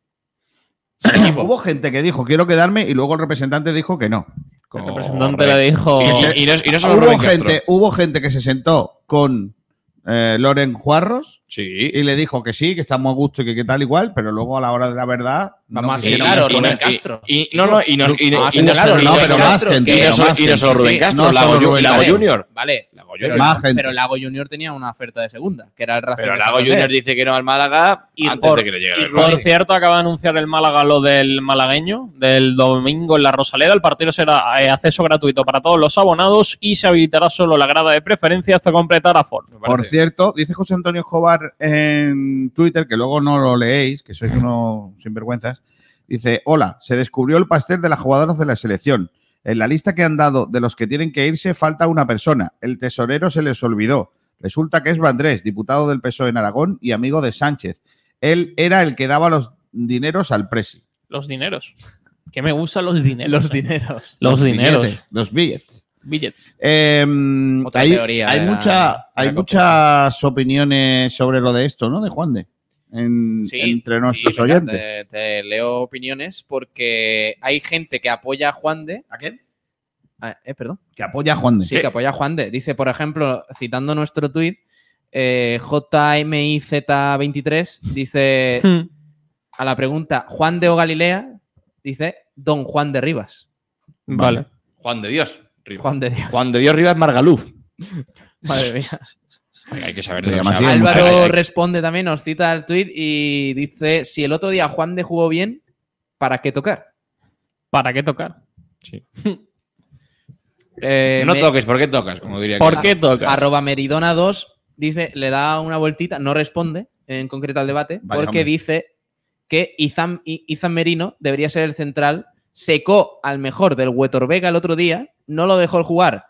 S7: Sin equipo.
S1: Hubo gente que dijo quiero quedarme y luego el representante dijo que no.
S6: El
S7: Correcto.
S6: representante le dijo...
S7: Y, y- y no, y no solo
S1: Hubo
S7: Rubén Castro.
S1: gente, hubo gente que se sentó con eh, Loren Juarros
S7: Sí.
S1: y le dijo que sí, que está muy a gusto y que, que tal igual, pero luego a la hora de la verdad.
S8: Vamos a
S7: Y-
S1: quisieron-
S8: señalar,
S7: y-
S8: Rubén
S7: y-
S8: Castro.
S7: Y, no, no, y no, y,
S8: Ah,
S7: y no
S8: señalaron,
S7: solo- y
S8: no, pero
S7: solo-
S8: más gente,
S7: y no
S8: pero
S7: solo-
S1: más
S7: y no solo
S1: gente.
S7: Rubén
S1: Sí,
S7: Castro,
S1: no
S7: Lago,
S1: solo
S7: Ju-
S1: Rubén
S7: Lago
S1: Castro.
S7: Junior.
S8: Vale, Lago Junior.
S1: más gente.
S8: Pero Lago Junior tenía una oferta de segunda, que era el Racing
S7: Pero
S8: de
S7: Lago
S8: Santander.
S7: Junior dice que no al Málaga
S6: Y
S7: antes
S6: por-
S7: de que le llegue
S6: Y
S7: el
S6: por
S7: Madrid.
S6: cierto, acaba de anunciar el Málaga lo del malagueño del domingo en la Rosaleda. El partido será eh, acceso gratuito para todos los abonados y se habilitará solo la grada de preferencia hasta completar a Ford.
S7: Me
S1: Por
S7: parece.
S1: cierto, dice José Antonio Escobar en Twitter, que luego no lo leéis, que sois unos sinvergüenzas. Dice: Hola, se descubrió el pastel de las jugadoras de la selección. En la lista que han dado de los que tienen que irse falta una persona. El tesorero se les olvidó. Resulta que es Vandrés, diputado del PSOE E en Aragón y amigo de Sánchez. Él era el que daba los dineros al presi.
S6: Los dineros. Que me gustan los dineros.
S8: Los dineros.
S6: Los dineros.
S1: billetes, los billetes.
S6: Billets.
S1: Eh,
S8: Otra
S1: hay,
S8: teoría
S1: hay
S8: de la-
S1: mucha-
S8: de la
S1: hay
S8: Copa.
S1: muchas opiniones sobre lo de esto, ¿no? De Juan de. En-
S8: Sí,
S1: entre
S8: sí, eh.
S1: nuestros
S8: venga,
S1: oyentes.
S8: Te, te leo opiniones porque hay gente que apoya a Juan de.
S1: ¿A quién?
S8: ah, eh, perdón.
S1: Que apoya a Juan de.
S8: Sí, que apoya a Juan de. Dice, por ejemplo, citando nuestro tuit, eh, JMIZ23 dice
S6: Hmm.
S8: a la pregunta Juan de o Galilea, dice Don Juan de Rivas.
S6: Vale.
S7: Juan de Dios. Rivas.
S8: Juan de Dios.
S7: Juan de Dios Rivas Margaluf.
S8: Madre mía.
S7: Hay hay que saber
S1: Se
S7: de
S1: llama así,
S7: dónde se habla.
S1: muchacho.
S8: Álvaro
S7: Hay- hay-
S8: responde también, nos cita el tuit y dice: Si el otro día Juan de jugó bien, ¿para qué tocar?
S6: ¿Para qué tocar?
S8: Eh,
S7: No
S8: me-
S7: toques, ¿por qué tocas? Como diría
S6: ¿Por
S7: que-
S6: qué tocar?
S8: Arroba Meridona 2 dice, le da una vueltita, no responde en concreto al debate,
S1: Vaya
S8: porque
S1: hombre.
S8: dice que Izan, I- Izan Merino debería ser el central. Secó al mejor del Huetor Vega el otro día, no lo dejó jugar,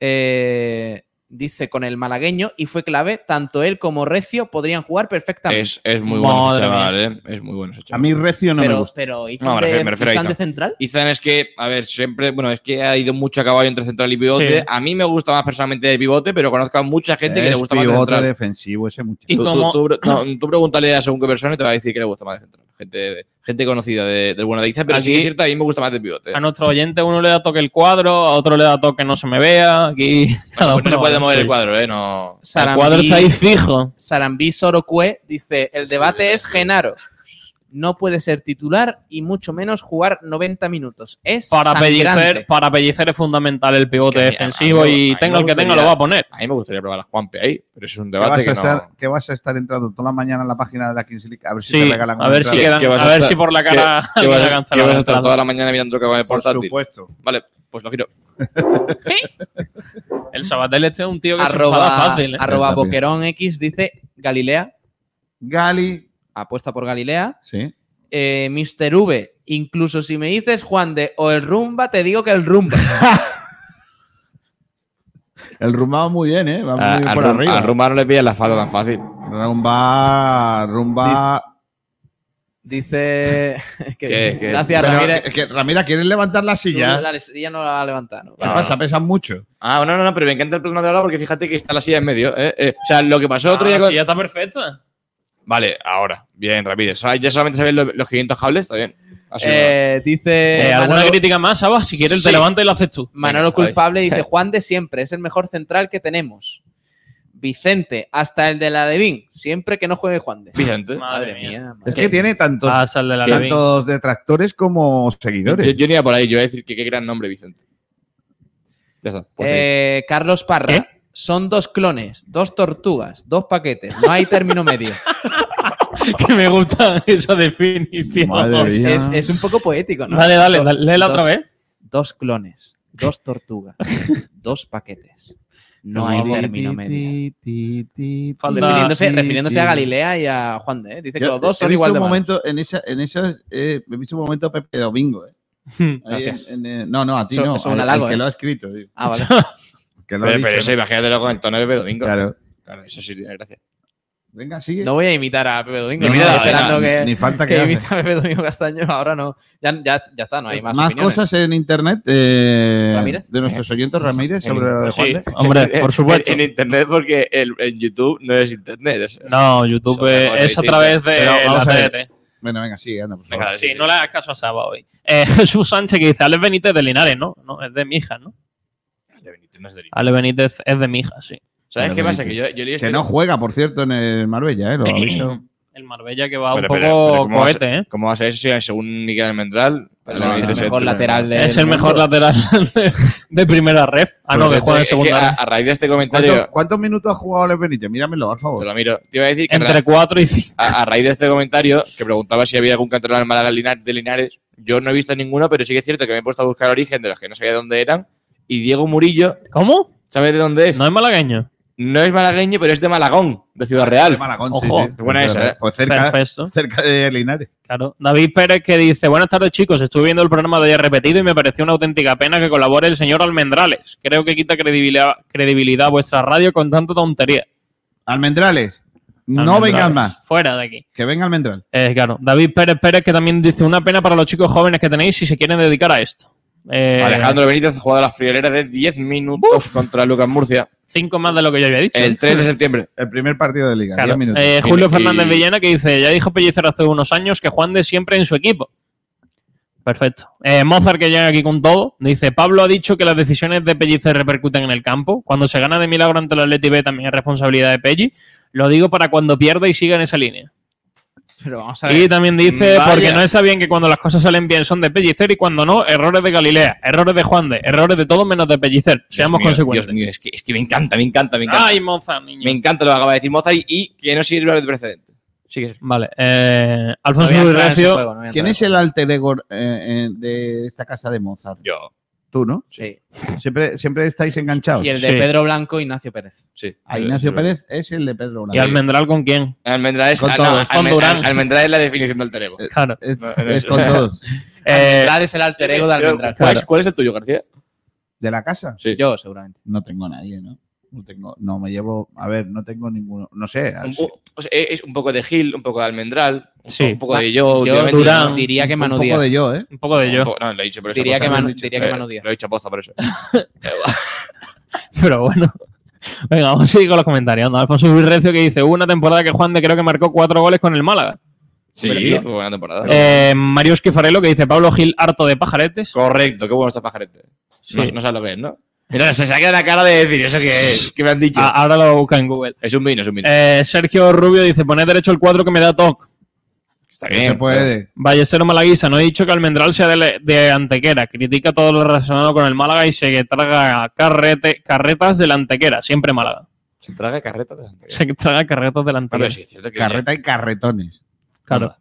S8: eh, dice con el malagueño, y fue clave. Tanto él como Recio podrían jugar perfectamente.
S7: Es, es muy bueno ese
S6: Madre
S7: chaval, ¿eh? Es muy bueno ese
S1: A
S7: chaval.
S1: mí Recio no me
S8: pero,
S1: gusta.
S8: pero Izan,
S7: No, me refiero-
S8: de,
S7: me refiero a
S8: Izan de
S7: Izan.
S8: central.
S7: Izan es que, a ver, siempre, bueno, es que ha ido mucho a caballo entre central y pivote.
S6: Sí.
S7: A mí me gusta más personalmente el pivote, pero conozco a mucha gente que le
S1: Es
S7: gusta más el
S1: pivote
S7: central.
S1: defensivo ese muchacho.
S6: Y
S7: Tú,
S6: como-
S7: tú- tú- no, tú pregúntale a según qué persona y te va a decir que le gusta más el central. Gente, gente conocida de, del bueno de Izan, pero sí
S6: Aquí-
S7: que es cierto, a mí me gusta más el pivote.
S6: A nuestro oyente uno le da toque el cuadro, a otro le da toque no se me vea. Aquí
S7: No,
S6: cada
S7: se- no se
S6: uno
S7: puede
S6: va
S7: mover
S6: a
S7: el cuadro, ¿eh? No.
S6: El
S8: Sarambí-
S6: cuadro está ahí fijo.
S8: Sarambí Sorocue dice: El
S7: Sí,
S8: debate es
S7: sí.
S8: Genaro. No puede ser titular y mucho menos jugar 90 minutos. Es
S6: Para
S8: sangrante.
S6: pellicer, para pellicer es fundamental el pivote
S7: Es que a mí- a mí
S6: defensivo
S7: me- a
S6: y
S7: mí
S6: tenga
S7: me
S6: el que tenga lo
S7: gustaría-
S6: va a poner.
S7: A mí me gustaría probar a Juanpe ahí, pero eso es un
S1: ¿Qué vas,
S7: debate
S1: a
S7: que
S1: estar,
S7: no.
S1: qué vas a estar entrando toda la mañana en la página de la Kings League? A ver si
S6: Sí,
S1: te regalan
S6: a
S1: un
S6: ver si
S1: entrada.
S6: quedan,
S7: ¿Qué vas
S6: a
S7: a
S6: ver
S7: estar-
S6: si por la
S7: ¿Qué,
S6: cara
S7: qué
S6: alguien
S7: vas, a-
S6: alcanza
S7: qué
S6: la
S7: vas a estar
S6: entrada.
S7: toda la mañana mirando que va en el
S1: Por
S7: portátil?
S1: supuesto.
S7: Vale, pues lo giro.
S6: El Sabatel este es un tío que se
S8: Arroba,
S6: enfada fácil, ¿eh?
S8: arroba
S1: Está bien.
S8: Boquerón X dice Galilea,
S1: Gali.
S8: apuesta por Galilea.
S1: Sí.
S8: Eh, Mr. V, incluso si me dices Juan de o el rumba, te digo que el rumba.
S1: El rumba va muy bien, ¿eh? Va muy
S7: A,
S1: bien
S7: a
S1: por
S7: Rum-
S1: arriba.
S7: a Rumba no le pillas la falda tan fácil.
S1: rumba. Rumba.
S8: Dice. que-
S7: ¿Qué, eh, qué?
S8: gracias,
S1: Pero,
S8: Ramírez.
S1: es que, Ramira, ¿quieres levantar la
S8: Tú
S1: silla?
S8: la silla no la va a levantar. ¿no?
S1: ¿Qué pasa? ¿Pesan mucho?
S7: Ah, no, no, no, pero me encanta el plano de ahora porque fíjate que está la silla en medio. ¿eh? Eh, o sea, lo que pasó
S6: Ah,
S7: otro día
S6: sí,
S7: con, Eh,
S6: ya está perfecta.
S7: Vale, ahora. Bien, Ramírez. O sea, ya solamente sabéis lo- los, 500 cables, está bien. Ha sido-
S8: Eh, dice.
S6: Eh, ¿Alguna
S8: Manolo-
S6: crítica más, Saba? Si quieres,
S7: Sí.
S6: te levantas y lo haces tú.
S8: Manolo
S7: Venga,
S8: culpable
S7: ahí.
S8: dice: Juan de siempre, es el mejor central que tenemos. Vicente, hasta el de la Levín, siempre que no juegue Juan de.
S7: Vicente.
S8: Madre mía. madre
S1: Es que tiene tantos,
S6: Pasa el Ah, de la Levín.
S1: tantos detractores como
S7: Yo,
S1: seguidores.
S7: yo no iba por ahí, yo iba a decir que qué gran nombre, Vicente. Ya está. pues sí.
S8: Eh, Carlos Parra. Son dos clones, dos tortugas, dos paquetes. No hay término medio.
S6: que me gusta esa definición.
S1: Madre mía.
S8: es, es un poco poético, ¿no?
S6: Dale, dale,
S8: Do-
S6: dale, léela
S8: dos-
S6: otra vez.
S8: Dos clones, dos tortugas, dos paquetes. No hay
S1: Vamos.
S8: término medio.
S6: Falta-
S8: Refiriéndose, refiriéndose a Galilea y a Juan de. ¿eh? Dice que
S1: Yo
S8: los dos
S1: he
S8: son
S1: visto
S8: igual de
S1: un
S8: malos.
S1: momento en esa, en esas, eh, he visto un momento a Pepe Domingo. eh.
S7: Hmm,
S1: Ahí
S8: Gracias.
S1: en- en- eh, no, no, a ti
S8: Eso-
S1: no.
S8: eso es un
S1: al- al
S8: halago,
S1: que
S8: eh.
S1: lo ha escrito. digo,
S8: Ah, vale.
S1: que lo ha
S7: Pero,
S1: dicho,
S7: pero eso,
S1: ¿no?
S7: imagínatelo con el tono de Pepe Domingo. Claro.
S1: Claro.
S7: eso sí tiene gracia.
S1: Venga, sigue.
S8: No voy a imitar a Pepe Domingo.
S7: Ni
S8: ¿no?
S7: mira, eh,
S8: esperando
S1: ni-
S8: que,
S1: ni falta que
S8: que
S1: hace. Pues
S8: imite a Pepe Domingo Castaño. Ahora no. Ya, ya, ya está, no hay más.
S1: más
S8: opiniones.
S1: cosas en internet eh,
S8: ¿Ramírez? eh,
S1: de nuestros oyentes Ramírez sobre lo de
S6: Pues sí,
S1: Juan de-
S6: hombre, por supuesto.
S7: Eh, En, en internet, porque el- en YouTube no es internet. es-
S6: No, YouTube
S7: Son
S6: eh,
S7: mejores
S6: es a
S7: distintos.
S6: través de
S1: Pero
S6: la
S1: vamos a ver.
S6: TDT.
S1: Bueno, venga, sigue, anda, por favor.
S7: Venga,
S6: Sí, no le hagas caso a Saba hoy. Eh, Jesús Sánchez que dice, Alex Benítez de Linares, ¿no? No, es de Mijas, ¿no?
S7: No es delito.
S6: Alex Benítez es de Mijas, sí.
S7: ¿Sabes
S1: Pero
S7: qué
S1: no
S7: pasa?
S1: hay
S7: Que yo, yo leí este
S1: Que no juega, por cierto, en el Marbella, eh, lo aviso.
S6: El Marbella que va
S7: Pero,
S6: un
S7: pero,
S6: poco
S7: pero ¿cómo va a ser?
S6: cohete, ¿eh?
S7: ¿Cómo va a ser eso si según Miguel Almendral?
S8: Pues
S1: No,
S7: Benítez
S8: es
S1: no,
S8: el
S7: es
S8: mejor
S7: primer-
S8: lateral de.
S6: Es el mejor lateral de, de primera ref. Ah, no,
S7: Pues
S6: que
S7: es
S6: juega en
S7: es que
S6: segunda
S7: a,
S6: ref.
S7: a raíz de este
S1: ¿Cuánto-
S7: comentario,
S1: ¿Cuántos minutos ha jugado Alex Benítez? Míramelo, por
S7: te
S1: favor.
S7: lo miro. Te iba a decir que
S6: Entre 4 y 5.
S7: a, a raíz de este comentario, que preguntaba si había algún cantonal en Málaga Linares- de Linares, yo no he visto ninguno, pero sí que es cierto que me he puesto a buscar origen de los que no sabía dónde eran. Y Diego Murillo,
S6: ¿Cómo?
S7: ¿sabes de dónde es?
S6: ¿No es malagueño?
S7: No es malagueño, pero es de Malagón, de Ciudad Real.
S1: De Malagón,
S6: Ojo.
S7: Buena esa, ¿eh?
S1: Pues cerca,
S6: Perfecto.
S1: cerca de Linares.
S6: Claro. David Pérez que dice, buenas tardes chicos, estuve viendo el programa de ayer repetido y me pareció una auténtica pena que colabore el señor Almendrales. Creo que quita credibilidad, credibilidad a vuestra radio con tanta tontería.
S1: Almendrales, no
S6: Almendrales,
S1: vengas más.
S6: Fuera de aquí.
S1: Que venga Almendral.
S6: Eh, claro. David Pérez Pérez que también dice, una pena para los chicos jóvenes que tenéis si se quieren dedicar a esto. Eh,
S7: Alejandro Benítez ha jugado a las frioleras de 10 minutos contra Lucas Murcia
S6: Cinco más de lo que yo había dicho.
S7: el 3 de septiembre.
S1: El primer partido de Liga,
S6: Claro.
S1: 10 minutos.
S6: Eh,
S7: Mira,
S6: Julio
S7: y-
S6: Fernández Villena que dice, ya dijo Pellicer hace unos años que Juan de siempre en su equipo. Perfecto. Eh, Mozart que llega aquí con todo. Dice, Pablo ha dicho que las decisiones de Pellicer repercuten en el campo. Cuando se gana de milagro ante el Atleti B también es responsabilidad de Pelli. Lo digo para cuando pierda y siga en esa línea.
S8: Pero vamos a ver.
S6: Y también dice,
S7: Vaya.
S6: porque no está bien que cuando las cosas salen bien son de Pellicer y cuando no, errores de Galilea, errores de Juan de, errores de todo menos de Pellicer. Seamos
S7: Dios mío,
S6: consecuentes.
S7: Dios mío, es que, es que me encanta, me encanta, me encanta.
S6: Ay, Mozart, niño.
S7: me encanta lo que acaba de decir Mozart y, y que no sirva de precedente. Sigue.
S6: Vale. eh,
S8: no voy a
S6: Alfonso
S8: entrar en ese
S6: Virrecio
S8: juego, no voy a
S1: ¿Quién
S8: entrar.
S1: es el alter ego eh, eh, de esta casa de Mozart?
S7: Yo.
S1: Tú, ¿no?
S8: Sí.
S1: Siempre, siempre estáis enganchados.
S8: Y el de
S6: Sí.
S8: Pedro Blanco, Ignacio Pérez.
S7: Sí.
S1: A Ignacio Pérez es el de Pedro
S6: y
S1: Blanco.
S6: Almendral con quién.
S7: Almendra es,
S1: Con
S7: ah, no,
S1: todos.
S6: Con
S7: Almen-
S6: Durán.
S7: Al- Almendra es la definición del alter ego.
S6: Claro.
S1: Es,
S7: No, no,
S1: es
S7: no.
S1: con todos.
S6: Eh,
S8: Almendral es el alter ego de
S7: Pero,
S8: Almendral.
S7: ¿cuál, es,
S8: Claro.
S7: cuál es el tuyo, García?
S1: ¿De la casa?
S7: Sí.
S8: Yo, seguramente.
S1: No tengo a nadie, ¿no? No tengo, no me llevo, a ver, no tengo ninguno, no sé.
S6: Ah,
S7: Un
S1: así-
S7: po- o sea, es un poco de Gil, un poco de Almendral, un,
S6: Sí.
S7: po- un poco de yo.
S8: Yo
S7: últimamente.
S6: Durán.
S8: diría que
S1: un
S8: Manu
S1: poco
S8: Díaz.
S1: de yo, ¿eh?
S6: un poco de
S7: Un
S6: yo.
S7: po- No, lo he dicho por eso.
S8: Diría
S7: por
S8: que
S7: eso.
S8: Manu,
S7: Eh,
S8: diría que Manu Díaz.
S7: Lo he dicho posta por eso.
S6: Pero bueno. Venga, vamos a seguir con los comentarios. Anda, Alfonso Virrecio que dice, hubo una temporada que Juan de creo que marcó cuatro goles con el Málaga.
S7: Sí,
S1: Hombre,
S7: fue buena temporada.
S6: Eh, Mario Esquifarelo que dice, Pablo Gil harto de pajaretes.
S7: Correcto, qué bueno está pajarete.
S6: Sí.
S7: No, no sabes lo que es, ¿no? Mira, se saca la cara de decir eso que es, que me han dicho.
S6: A- ahora lo busca en Google.
S7: Es un vino, es un vino.
S6: Ah, Eh, Sergio Rubio dice, poned derecho el cuadro que me da toc.
S7: está
S1: No se puede.
S6: Vallesero Malaguisa, no he dicho que Almendral sea de, le- de Antequera. Critica todo lo relacionado con el Málaga y se traga carrete, carretas del Antequera. Siempre Málaga.
S7: Se traga carreta de Santa Cruz.
S6: Se traga carretas del
S7: Hombre,
S6: Antequera.
S7: sí, es cierto que-
S1: Carreta y carretones.
S6: Claro.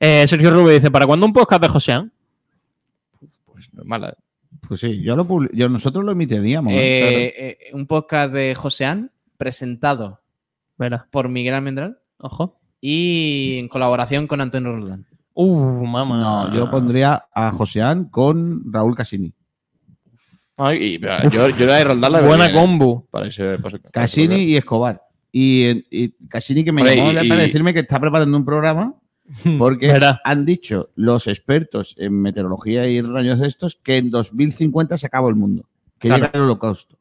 S6: Eh, Sergio Rubio dice, ¿para cuándo un podcast de Josean?
S7: Pues normal. ¿eh?
S1: Pues sí, yo lo publi- yo, nosotros lo emitiríamos. ¿eh?
S8: Eh, eh, un podcast de Josean presentado
S6: Verá,
S8: por Miguel Almendral
S6: ojo.
S8: y en colaboración con Antonio Roldán.
S6: Uh, mamá.
S1: No, yo pondría a Joseán con Raúl Casini.
S7: Ay, y- pero yo, yo la de Roldán la
S6: Buena
S7: vería, ¿eh?
S6: combo.
S7: pues, Para ese paso.
S1: Cassini y Escobar. Y, eh, y Cassini que me
S7: Hombre,
S1: llamó
S7: y-
S1: para
S7: y-
S1: decirme que está preparando un programa porque
S6: Verá.
S1: han dicho los expertos en meteorología y rayos de estos que en 2050 se acaba el mundo, que
S6: Claro.
S1: llega el holocausto.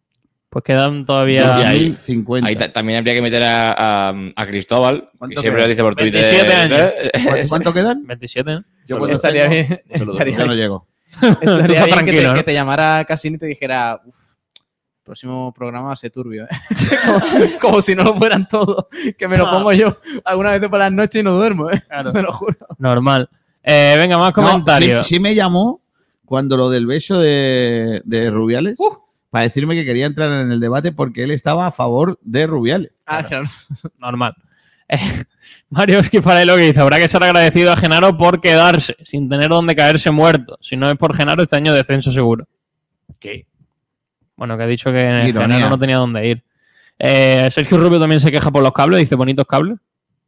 S6: Pues quedan todavía.
S7: Y ahí, ahí ta- también habría que meter a, a- a Cristóbal, que
S6: ¿Cuánto
S7: siempre
S6: queda?
S7: lo dice por Twitter. eh,
S6: 27 años.
S1: ¿Cuánto quedan?
S6: 27. ¿no?
S1: Yo cuando
S8: Estaría
S1: tengo-
S8: bien,
S1: Solo dos,
S8: estaría
S1: ya no
S8: bien.
S1: llego.
S8: Estaría
S6: Tú estás
S8: bien que, te,
S6: tranquilo, ¿no?
S8: que te llamara Cassini y te dijera, uff, próximo programa va a ser turbio, ¿eh? como, como si no lo fueran todos, que me lo
S6: Ah.
S8: pongo yo alguna vez por las noches y no duermo, ¿eh? Te lo juro.
S6: Normal. Eh, venga, más
S1: No,
S6: comentarios.
S1: sí, sí me llamó cuando lo del beso de, de Rubiales para decirme que quería entrar en el debate porque él estaba a favor de Rubiales.
S8: Ah, claro.
S6: Normal. Eh, Mario Esquifaré lo que dice, habrá que ser agradecido a Genaro por quedarse, sin tener donde caerse muerto. Si no es por Genaro, este año descenso seguro. ¿Qué? Bueno, que ha dicho que
S1: Ironía.
S6: Genaro no tenía dónde ir. Eh, Sergio Rubio también se queja por los cables, dice bonitos cables.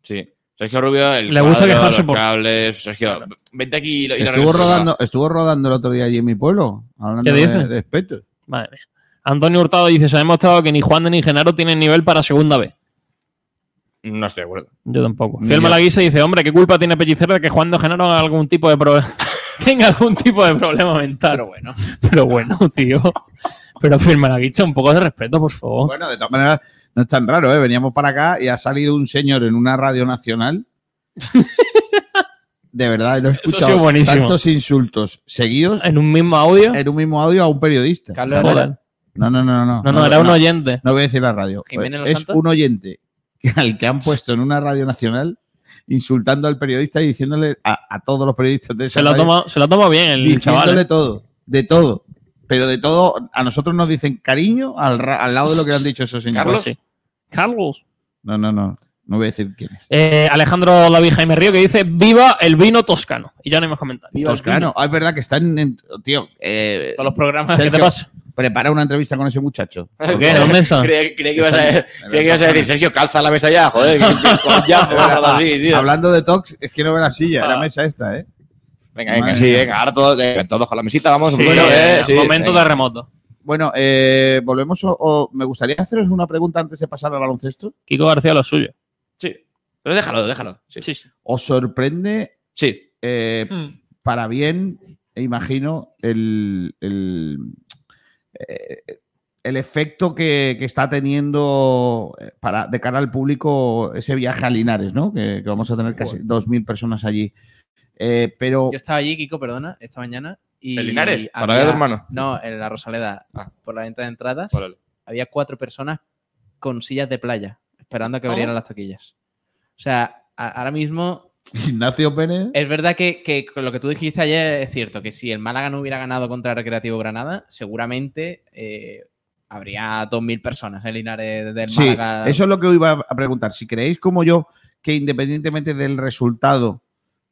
S7: Sí. Sergio Rubio, el
S6: Le gusta
S7: cuadro,
S6: quejarse
S7: los
S6: por-
S7: cables. Sergio, vente aquí y lo, y lo
S1: Estuvo
S7: revisas.
S1: rodando, estuvo rodando el otro día allí en mi pueblo, hablando
S6: ¿Qué
S1: de-
S6: dices?
S1: de respeto.
S6: Madre mía. Antonio Hurtado dice, se ha demostrado que ni Juan ni Genaro tienen nivel para segunda vez.
S7: No estoy de acuerdo.
S6: Yo tampoco.
S1: Ni
S6: Fiel
S1: yo.
S6: Malaguisa dice, hombre, ¿qué culpa tiene Pellicer de que Juan de Genaro haga algún tipo de problema? tenga algún tipo de problema mental. Pero bueno. Pero bueno, tío. Pero Fiel Malaguisa, un poco de respeto, por favor.
S1: Bueno, de todas maneras, no es tan raro, ¿eh? Veníamos para acá y ha salido un señor en una radio nacional. de verdad, lo he
S6: ha sido
S1: escuchado.
S6: buenísimo.
S1: Tantos insultos seguidos
S6: En un mismo audio.
S1: en un mismo audio a un periodista.
S8: Carlos
S6: Joder.
S8: Herrera.
S1: No, no, no, no.
S6: No, no, era un oyente.
S1: No voy a decir la radio.
S8: Jiménez Los
S1: es
S8: Santos.
S1: un oyente que- al que han puesto en una radio nacional insultando al periodista y diciéndole a, a todos los periodistas de esa
S6: Se lo, ha
S1: radio,
S6: tomado, se lo ha tomado bien el
S1: diciéndole
S6: chaval. ¿eh?
S1: todo, de todo. Pero de todo, a nosotros nos dicen cariño al, ra- al lado de lo que han dicho esos señores.
S6: Pues sí. Carlos.
S1: No, no, no. No voy a decir quién es.
S6: Eh, Alejandro David Jaime Río que dice, viva el vino toscano. Y ya no hay más comentarios.
S1: Toscano. Ah, es verdad que están en. Tío, eh,
S8: Todos los programas.
S6: ¿Qué te
S1: Sergio,
S6: pasa?
S1: prepara una entrevista con ese muchacho.
S6: ¿Por qué? ¿Dónde Ah. está?
S7: Creía, creía que ibas a, creía que ibas a decir, Sergio, calza la mesa ya, joder. que- que- coñazo, algo así, tío.
S1: Hablando de Tox, es que no ve la silla, la mesa esta, ¿eh?
S7: Venga, venga,
S1: Madre
S7: sí,
S1: mía.
S7: venga, ahora todos, eh, todos con la mesita, vamos.
S6: Sí,
S7: bueno, eh,
S6: eh,
S7: sí,
S6: momento
S7: venga.
S6: terremoto.
S1: Bueno, eh, volvemos. O, o- me gustaría haceros una pregunta antes de pasar al baloncesto.
S6: Kiko García lo suyo.
S7: Sí. Pero déjalo, déjalo. Sí.
S6: Sí, sí.
S1: ¿Os sorprende
S7: Sí.
S1: eh,
S7: Hmm.
S6: Mm.
S1: para bien, e imagino, el, el, eh, el efecto que, que está teniendo eh, para, de cara al público ese viaje a Linares, ¿no? Que, que vamos a tener casi 2.000 personas allí. Eh, pero
S8: Yo estaba allí, Kiko, perdona, esta mañana. Y
S7: ¿En Linares? ¿Para
S8: había-
S7: ver a tu hermano?
S8: No, en la Rosaleda,
S7: Ah.
S8: por la venta de entradas,
S7: Órale.
S8: había cuatro personas con sillas de playa, esperando a que abrieran las taquillas. O sea, a- ahora mismo
S1: Ignacio Pérez.
S8: Es verdad que, que con lo que tú dijiste ayer es cierto, que si el Málaga no hubiera ganado contra el Recreativo Granada, seguramente eh, habría 2.000 personas en Linares del
S1: Sí,
S8: Málaga.
S1: eso es lo que os iba a preguntar. Si creéis como yo que independientemente del resultado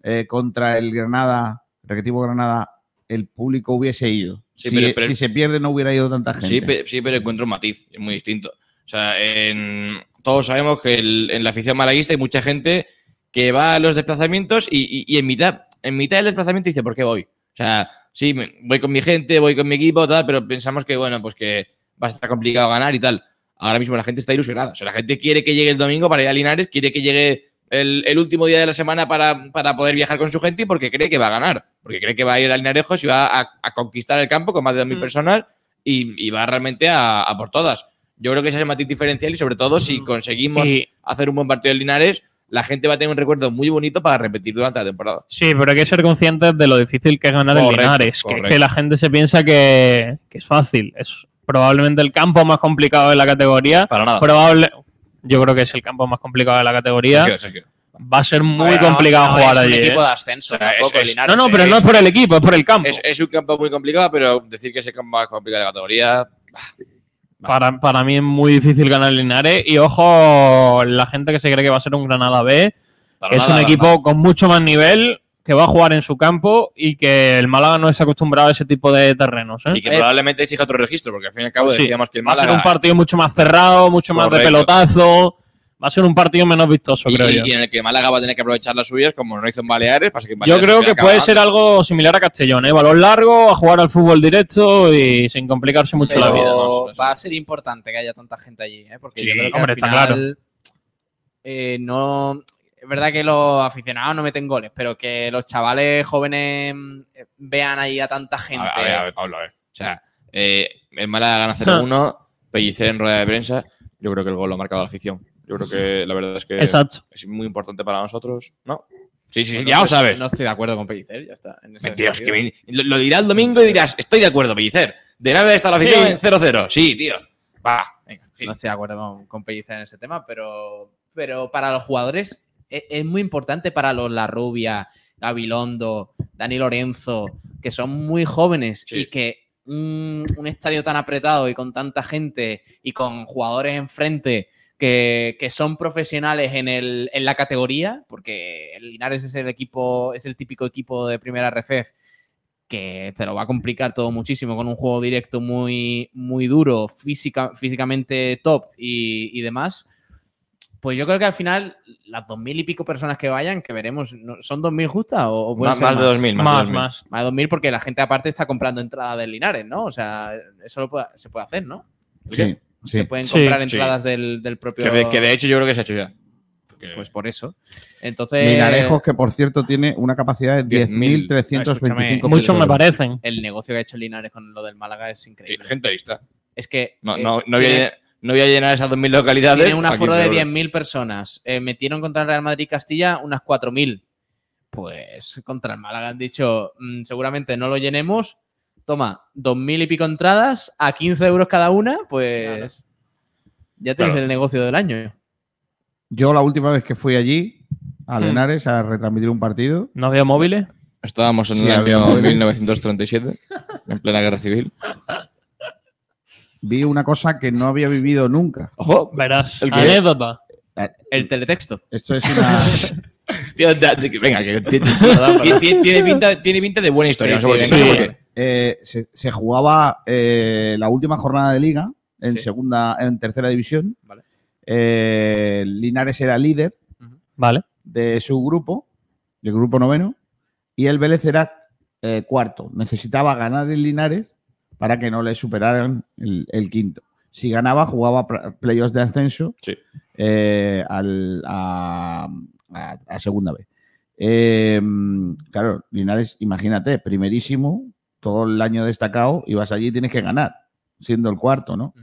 S1: eh, contra el Granada, Recreativo Granada, el público hubiese ido.
S7: Sí,
S1: si, e,
S7: pero- pero-
S1: si se pierde no hubiera ido tanta gente.
S7: Sí, pe- sí, pero encuentro un matiz, es muy distinto. O sea, en- todos sabemos que el- en la afición malaguista hay mucha gente que va a los desplazamientos y, y- y en, mitad, en mitad del desplazamiento dice, ¿por qué voy? O sea, sí, me- voy con mi gente, voy con mi equipo, tal, pero pensamos que, bueno, pues que va a estar complicado ganar y tal. Ahora mismo la gente está ilusionada. O sea, la gente quiere que llegue el domingo para ir a Linares, quiere que llegue el, el último día de la semana para, para poder viajar con su gente y porque cree que va a ganar. Porque cree que va a ir a Linarejos y va a, a conquistar el campo con más de 2.000
S6: Mm.
S7: personas y, y va realmente a, a por todas. Yo creo que ese es el matiz diferencial y sobre todo si conseguimos
S6: Y-
S7: hacer un buen partido en Linares, la gente va a tener un recuerdo muy bonito para repetir durante la temporada.
S6: Sí, pero hay que ser conscientes de lo difícil que es ganar
S7: Correcto,
S6: en Linares. Que, es
S7: correcto.
S6: que la gente se piensa que, que es fácil. Es probablemente el campo más complicado de la categoría.
S7: Para nada.
S6: Probable, yo creo que es el campo más complicado de la categoría.
S7: Sergio, Sergio.
S6: Va a ser muy complicado jugar allí.
S8: Es un
S6: ¿eh?
S8: equipo de ascenso,
S7: O sea,
S8: tampoco,
S7: es- es-
S8: Linares,
S6: No, no, pero
S8: eh.
S6: no es por el equipo, es por el campo.
S7: Es, es un campo muy complicado, pero decir que es el campo más complicado de la categoría.
S6: Para, para mí es muy difícil ganar en Linares. Y ojo, la gente que se cree que va a ser un Granada B,
S7: para
S6: que es
S7: nada,
S6: un
S7: para
S6: equipo con mucho más nivel, que va a jugar en su campo y que el Málaga no es acostumbrado a ese tipo de terrenos. ¿eh? pues
S7: nada. Y que probablemente exija otro registro, porque al fin y al cabo
S6: Sí.
S7: decíamos que el
S6: Va a ser un
S7: Málaga.
S6: partido mucho más cerrado, mucho más de
S7: Correcto.
S6: pelotazo. Va a ser un partido menos vistoso,
S7: y,
S6: creo
S7: y-
S6: yo.
S7: y en el que Málaga va a tener que aprovechar las suyas, como no hizo en Baleares. Pasa que en
S6: yo
S7: Baleares
S6: creo
S7: se queda
S6: que puede
S7: acabando.
S6: ser algo similar a Castellón, ¿eh? Balón largo, a jugar al fútbol directo y sin complicarse mucho la
S8: Pero
S6: vida.
S7: no, no,
S8: va
S7: no.
S8: a ser importante que haya tanta gente allí, ¿eh? porque
S6: Sí,
S8: yo creo que
S6: hombre,
S8: al
S6: está
S8: final,
S6: claro.
S8: eh, no, es verdad que los aficionados no meten goles, pero que los chavales jóvenes mm, eh, vean ahí a tanta gente.
S7: A ver, a ver, a ver, Pablo, a ver. O sea, eh, el Málaga gana 0-1. Pellicer en rueda de prensa, yo creo que el gol lo ha marcado la afición. Yo creo que la verdad es que
S6: Exacto.
S7: es muy importante para nosotros, ¿no? Sí, sí, ya lo sabes.
S8: Pues No estoy de acuerdo con Pellicer, ya está. en ese
S7: Dios, que
S8: sentido.
S7: me- lo, lo dirás el domingo y dirás, estoy de acuerdo, Pellicer. De nada está la afición
S8: Sí.
S7: en 0-0. Sí, tío. Va. Venga,
S8: No estoy de acuerdo con, con Pellicer en ese tema, pero, pero para los jugadores es, es muy importante para los La Rubia, Gabilondo, Dani Lorenzo, que son muy jóvenes y que un, un estadio tan apretado y con tanta gente y con jugadores enfrente que, que son profesionales en, el, en la categoría, porque el Linares es el equipo, es el típico equipo de primera RFEF que te lo va a complicar todo muchísimo con un juego directo muy, muy duro, física, físicamente top y, y demás. Pues yo creo que al final las dos mil y pico personas que vayan, que veremos, ¿no? ¿son dos mil justas o, o pueden
S7: Más-
S8: ser
S7: más de 2.000, más de Más, 2.000. más.
S8: Más de dos mil porque la gente aparte está comprando entradas del Linares, ¿no? O sea, eso lo puede- se puede hacer, ¿no?
S1: Sí, sí.
S8: Se pueden comprar
S7: Sí.
S8: entradas del, del propio...
S7: Que, de- que de hecho yo creo que se ha hecho ya.
S8: Pues por eso. Entonces...
S1: Minarejos, que por cierto tiene una capacidad de 10.325
S8: El negocio que ha hecho Linares con lo del Málaga es increíble.
S7: Gente lista.
S8: Es que.
S7: No,
S8: eh,
S7: no, no, voy, a,
S8: tiene-
S7: llenar- no voy a llenar esas 2.000 localidades.
S8: Tiene un
S7: a
S8: aforo
S7: 15
S8: de
S7: euros.
S8: 10.000 personas. Eh, metieron contra el Real Madrid y Castilla unas 4.000. Pues contra el Málaga han dicho, mm, seguramente no lo llenemos. Toma, 2.000 y pico entradas a 15 euros cada una, pues ya tienes
S1: Claro.
S8: el negocio del año.
S1: Yo la última vez que fui allí, a
S8: Hmm.
S1: Lenares, a retransmitir un partido.
S6: ¿No había móviles?
S7: Estábamos en
S1: Sí,
S7: el
S1: había
S7: año
S1: móviles.
S7: 1937, en plena guerra civil.
S1: Vi una cosa que no había vivido nunca.
S7: Ojo,
S6: verás.
S1: Oh, El que-
S6: Anécdota.
S7: Mm.
S8: El teletexto.
S1: Esto es una.
S7: Tío, da- de- que- venga, que- ti- ti- ti- ti- tiene, pinta, tiene pinta de buena historia. no sé por qué, no sé por qué.
S1: Eh, se, se jugaba eh, la última jornada de liga en segunda, en tercera división. Eh, Linares era líder
S6: Vale.
S1: de su grupo, del grupo noveno, y el Vélez era eh, cuarto. Necesitaba ganar el Linares para que no le superaran el, el quinto. Si ganaba, jugaba pra- playoffs de ascenso eh, al- a, a- a segunda vez. claro, Linares, imagínate, primerísimo, todo el año destacado, y vas allí y tienes que ganar, siendo el cuarto, ¿no?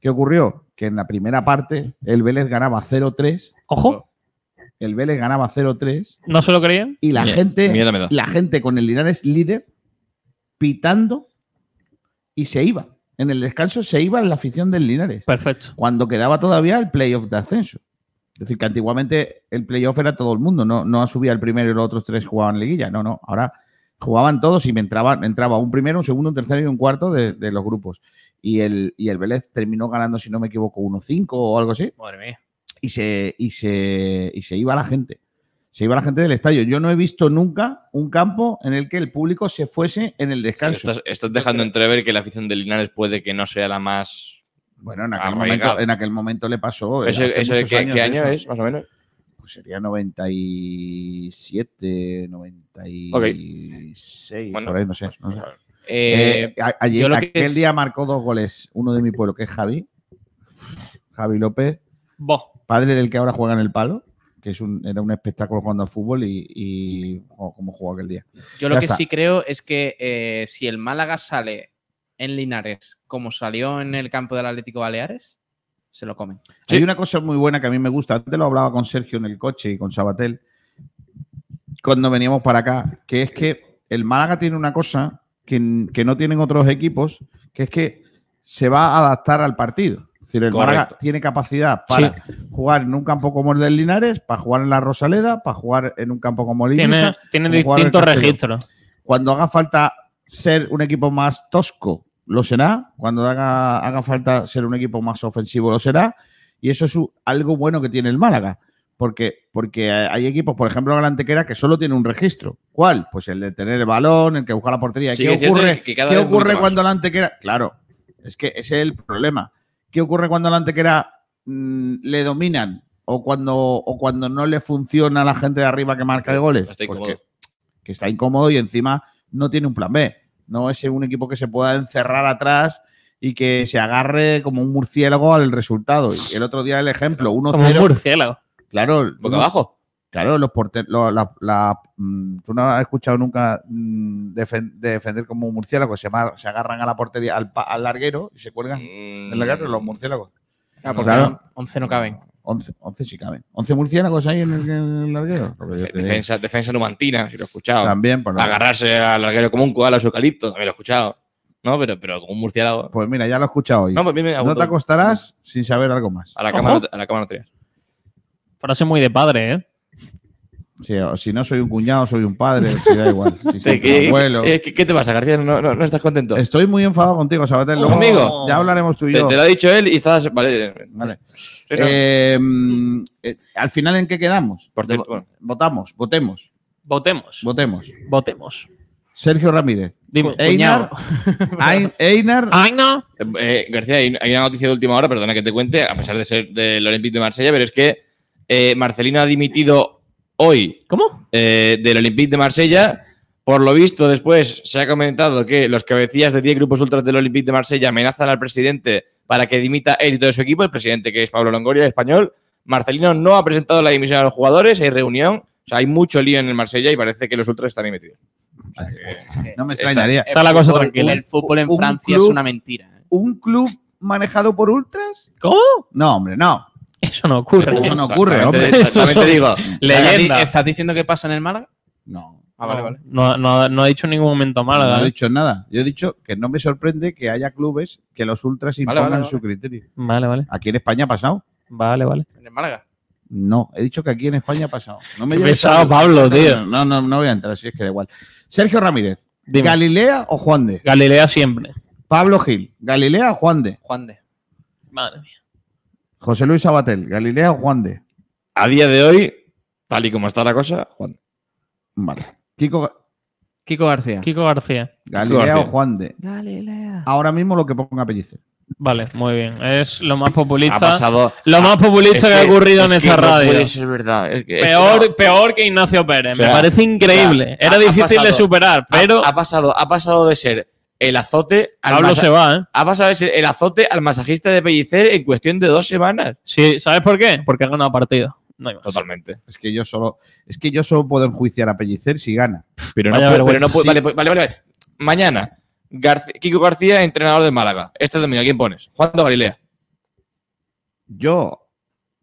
S1: ¿Qué ocurrió? Que en la primera parte el Vélez ganaba 0-3.
S6: Ojo.
S1: El Vélez ganaba 0-3
S6: ¿No se lo creían?
S1: y la
S6: Mie-
S1: gente
S6: miedo me da.
S1: la gente con el Linares líder pitando y se iba. En el descanso se iba la afición del Linares.
S6: Perfecto.
S1: Cuando quedaba todavía el playoff de ascenso. Es decir, que antiguamente el playoff era todo el mundo, no, no subía el primero y los otros tres jugaban liguilla. No, no. Ahora jugaban todos y me entraba, entraba un primero, un segundo, un tercero y un cuarto de, de los grupos. Y el, y el Vélez terminó ganando, si no me equivoco, 1-5 o algo así
S8: Madre mía.
S1: y se, y se, y se iba la gente. Se iba la gente del estadio. Yo no he visto nunca un campo en el que el público se fuese en el descanso.
S7: Estás, estás dejando entrever que la afición de Linares puede que no sea la más.
S1: Bueno, en aquel, momento, en aquel momento le pasó.
S7: Eso-
S1: hace
S7: eso,
S1: muchos
S7: ¿qué-
S1: años
S7: qué año
S1: eso.
S7: es, más o menos?
S1: Pues sería 97, 96,
S7: Bueno,
S1: por ahí, no sé. no sé.
S8: Eh,
S1: Eh, a- ayer-
S8: yo lo que
S1: aquel
S8: es-
S1: día marcó dos goles. Uno de mi pueblo, que es Javi. Javi López. Padre del que ahora juega en el palo, que es un, era un espectáculo jugando al fútbol y, y jo, cómo jugó aquel día.
S8: Yo lo
S1: Ya
S8: que
S1: está.
S8: sí creo es que eh, si el Málaga sale en Linares como salió en el campo del Atlético Baleares, se lo comen.
S1: Hay una cosa muy buena que a mí me gusta. Antes lo hablaba con Sergio en el coche y con Sabatel cuando veníamos para acá, que es que el Málaga tiene una cosa que, n- que no tienen otros equipos, que es que se va a adaptar al partido. Es decir, el Málaga
S10: Correcto.
S1: tiene capacidad para jugar en un campo como el del Linares, para jugar en la Rosaleda, para jugar en un campo como el
S6: Tiene,
S1: Ibiza,
S6: tiene
S1: como jugar en el
S6: distintos
S1: Castellón
S6: registros.
S1: cuando haga falta ser un equipo más tosco, lo será. Cuando haga, haga falta ser un equipo más ofensivo, lo será. Y eso es u- algo bueno que tiene el Málaga. Porque, porque hay equipos, por ejemplo, la Antequera, que solo tiene un registro. ¿Cuál? Pues el de tener el balón, el que busca la portería.
S7: Sí,
S1: ¿Qué
S7: es cierto
S1: ocurre,
S7: que cada
S1: ¿qué
S7: vez
S1: ocurre
S7: mucho más.
S1: cuando la Antequera...? Claro, es que ese es el problema. ¿Qué ocurre cuando la Antequera mm, le dominan? O cuando, o cuando no le funciona a la gente de arriba que marca goles. Pues que- que está incómodo y encima no tiene un plan B. No es un equipo que se pueda encerrar atrás y que se agarre como un murciélago al resultado. Y el otro día el ejemplo, 1-0.
S6: Como un murciélago.
S1: Claro.
S6: Boca abajo.
S1: Claro, los porteros. La, la, mm, tú no has escuchado nunca mm, defen, defender como un murciélago. Se, llama, se agarran a la portería, al, al larguero y se cuelgan mm. del larguero los murciélagos.
S8: Ah, porque claro. 11 no caben.
S1: 11, 11 sí caben. 11 murciélagos ahí en el, en el larguero.
S7: Mm, Defensa, defensa numantina, si lo he escuchado.
S1: También,
S7: por Agarrarse al larguero como un koala a su eucalipto, también lo he escuchado. No, pero, pero como un murciélago.
S1: Pues mira, ya lo he escuchado hoy.
S7: No, pues bien,
S1: no te acostarás sin saber algo más.
S7: A la, cama, a la cama no te vas.
S6: Frase muy de padre, ¿eh?
S1: Sí, o si no soy un cuñado, soy un padre, si da igual. Si soy
S7: ¿Qué, abuelo. ¿qué, qué, qué te pasa, García? No, no, no, estás contento?
S1: Estoy muy enfadado contigo, Sabatel. Luego
S7: ¿Conmigo?
S1: Ya hablaremos tú y
S7: te,
S1: yo.
S7: Te, lo ha dicho él y estás. Vale,
S1: vale. Sí, no. eh, eh, Al final, ¿en qué quedamos?
S7: Por cierto, bueno.
S1: Votamos, votemos.
S6: Votemos.
S1: Votemos.
S6: Votemos.
S1: Sergio Ramírez.
S6: Dime,
S1: Einar. Einar.
S6: Ah, Einar.
S7: Eh, García, hay, hay una noticia de última hora, perdona que te cuente, a pesar de ser del Olympique de Marsella, pero es que eh, Marcelino ha dimitido hoy.
S6: ¿Cómo?
S7: Eh, del Olympique de Marsella. Por lo visto, después se ha comentado que los cabecillas de 10 grupos ultras del Olympique de Marsella amenazan al presidente para que dimita él y todo su equipo, el presidente que es Pablo Longoria, español. Marcelino no ha presentado la dimisión a los jugadores, hay reunión, o sea, hay mucho lío en el Marsella y parece que los ultras están ahí metidos. O sea,
S1: que, no me extrañaría.
S8: Está, la cosa tranquila. El fútbol en Francia club, es una mentira.
S1: ¿Un club manejado por ultras?
S6: ¿Cómo?
S1: No, hombre, no.
S6: Eso no ocurre.
S1: Eso no ocurre, hombre.
S7: También te digo.
S8: Leyenda. ¿Estás diciendo que pasa en el Málaga?
S1: No.
S8: Ah, vale, vale.
S6: No, no, no ha dicho en ningún momento Málaga.
S1: No, no he dicho nada. Yo he dicho que no me sorprende que haya clubes que los ultras impongan
S8: vale, vale,
S1: su criterio.
S6: Vale, vale.
S1: Aquí en España ha pasado.
S6: Vale, vale.
S8: ¿En el Málaga?
S1: No, he dicho que aquí en España ha pasado. No me
S6: pesado, Pablo, tío.
S1: No, no, no voy a entrar, si es que da igual. Sergio Ramírez, Dime. ¿Galilea o Juan de?
S6: Galilea siempre.
S1: Pablo Gil, ¿Galilea o Juan de?
S8: Juan de.
S6: Madre mía.
S1: José Luis Abatel, Galilea o Juan de.
S7: A día de hoy, tal y como está la cosa, Juan.
S1: Vale. Kiko,
S8: Kiko García.
S6: Kiko García.
S1: Galilea
S6: Kiko García.
S1: o Juan de.
S8: Galilea.
S1: Ahora mismo lo que ponga Pellicer.
S6: Vale, muy bien. Es lo más populista.
S7: Pasado,
S6: lo más populista que, que, ha ocurrido
S7: es
S6: en
S7: que
S6: esta
S7: no
S6: radio.
S7: Puede ser verdad. es que- es que
S6: peor,
S7: no.
S6: peor que Ignacio Pérez.
S7: O sea,
S6: Me parece increíble.
S7: o sea,
S6: Era
S7: ha- ha
S6: difícil de
S7: pasado-
S6: superar, pero
S7: Ha, ha pasado, ha pasado de ser el azote al
S6: Pablo
S7: masa-
S6: se va, ¿eh?
S7: Ha pasado de ser el azote al masajista de Pellicer en cuestión de dos semanas.
S6: Sí, ¿sabes por qué? Porque ha ganado partido. No hay más.
S7: Totalmente.
S1: Es que yo solo, es que yo solo puedo enjuiciar a Pellicer si gana.
S7: Pero no,
S6: Vaya
S7: puede, pero
S6: vergüenza.
S7: no puede-
S6: Sí.
S7: vale, pues- vale, vale, vale. Mañana, Garci- Kiko García, entrenador del Málaga. Este domingo, ¿a quién pones? Juan de Galilea.
S1: Yo,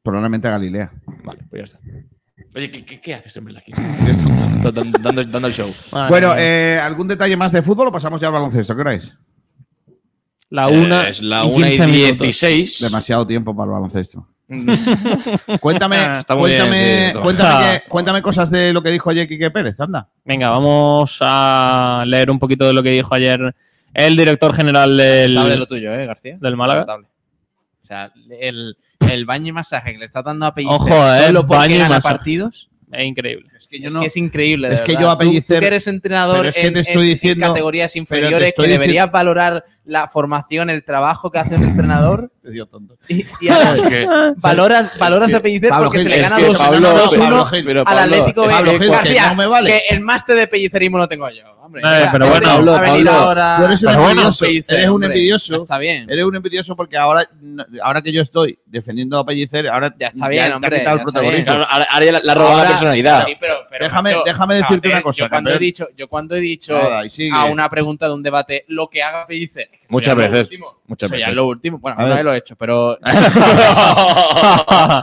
S1: probablemente a Galilea.
S7: Vale, pues ya está. Oye, ¿qué, qué, qué haces en verdad aquí? dando, dando- dando el show.
S6: Madre
S1: Bueno,
S6: mía.
S1: eh, ¿algún detalle más de fútbol o pasamos ya al baloncesto? ¿Qué queréis?
S6: la una
S7: Eh, es la
S6: y
S7: 1 y
S6: 15 minutos.
S7: 16.
S1: Demasiado tiempo para el baloncesto. Cuéntame,
S7: Está muy bien,
S1: cuéntame,
S7: sí, toma.
S1: cuéntame, que- cuéntame cosas de lo que dijo ayer Quique Pérez, anda.
S6: Venga, vamos a leer un poquito de lo que dijo ayer el director general
S8: Lamentable lo
S6: del,
S8: tuyo, ¿eh, García?
S6: del Málaga.
S8: Lamentable. O sea, el, el baño y masaje que le está dando a Pellicer
S6: Ojo, eh,
S8: solo porque
S6: baño y
S8: gana
S6: masaje.
S8: partidos
S6: Es
S1: Es
S6: increíble.
S1: que
S8: es que es increíble. de
S1: es que
S8: verdad.
S1: yo a
S8: Tú- Tú,
S1: Pellicer-
S8: que eres entrenador
S1: pero es que
S8: en,
S1: te estoy
S8: en- en
S1: diciendo-
S8: categorías
S1: te
S8: inferiores que
S1: estoy dici-
S8: deberías valorar la formación, el trabajo que hace un entrenador y, y ahora
S7: Es que-
S8: valoras, valoras a Pellicer
S1: Pablo
S8: porque
S1: Gil,
S8: se le
S1: es
S8: gana
S1: que
S8: dos
S1: Pablo-
S8: gana dos,
S1: Pablo
S8: uno
S1: Gil,
S7: pero
S8: al
S7: Pablo-
S8: Atlético
S1: Pablo
S8: B.
S1: Gil, que
S8: García,
S1: no me vale.
S8: que el máster de pellicerismo lo tengo yo. Hombre,
S6: Eh, pero bueno,
S8: Pablo,
S6: Pablo,
S1: Pablo, tú eres un envidioso, eres un envidioso.
S8: Está bien.
S1: Eres un envidioso porque ahora, ahora que yo estoy defendiendo a Pellicer, ahora
S8: Ya está bien,
S1: te ha
S8: hombre,
S1: quitado el
S8: ya está
S1: protagonismo.
S8: bien.
S7: Claro, ahora, ahora ya la, la ha robado la
S8: Ahora-
S7: personalidad.
S8: Sí, pero- pero,
S1: Déjame-
S8: macho,
S1: déjame
S8: o sea,
S1: decirte
S8: eh,
S1: una cosa,
S8: Yo cuando, he
S1: campeón.
S8: dicho, yo cuando he dicho
S1: Nada, y sigue.
S8: a una pregunta de un debate lo que haga Pellicer. es que eso
S7: Muchas
S8: ya es lo
S7: veces,
S8: último.
S7: muchas
S8: Eso ya
S7: veces.
S8: es lo último. Bueno,
S1: A
S8: una
S1: ver.
S8: vez lo he hecho, pero.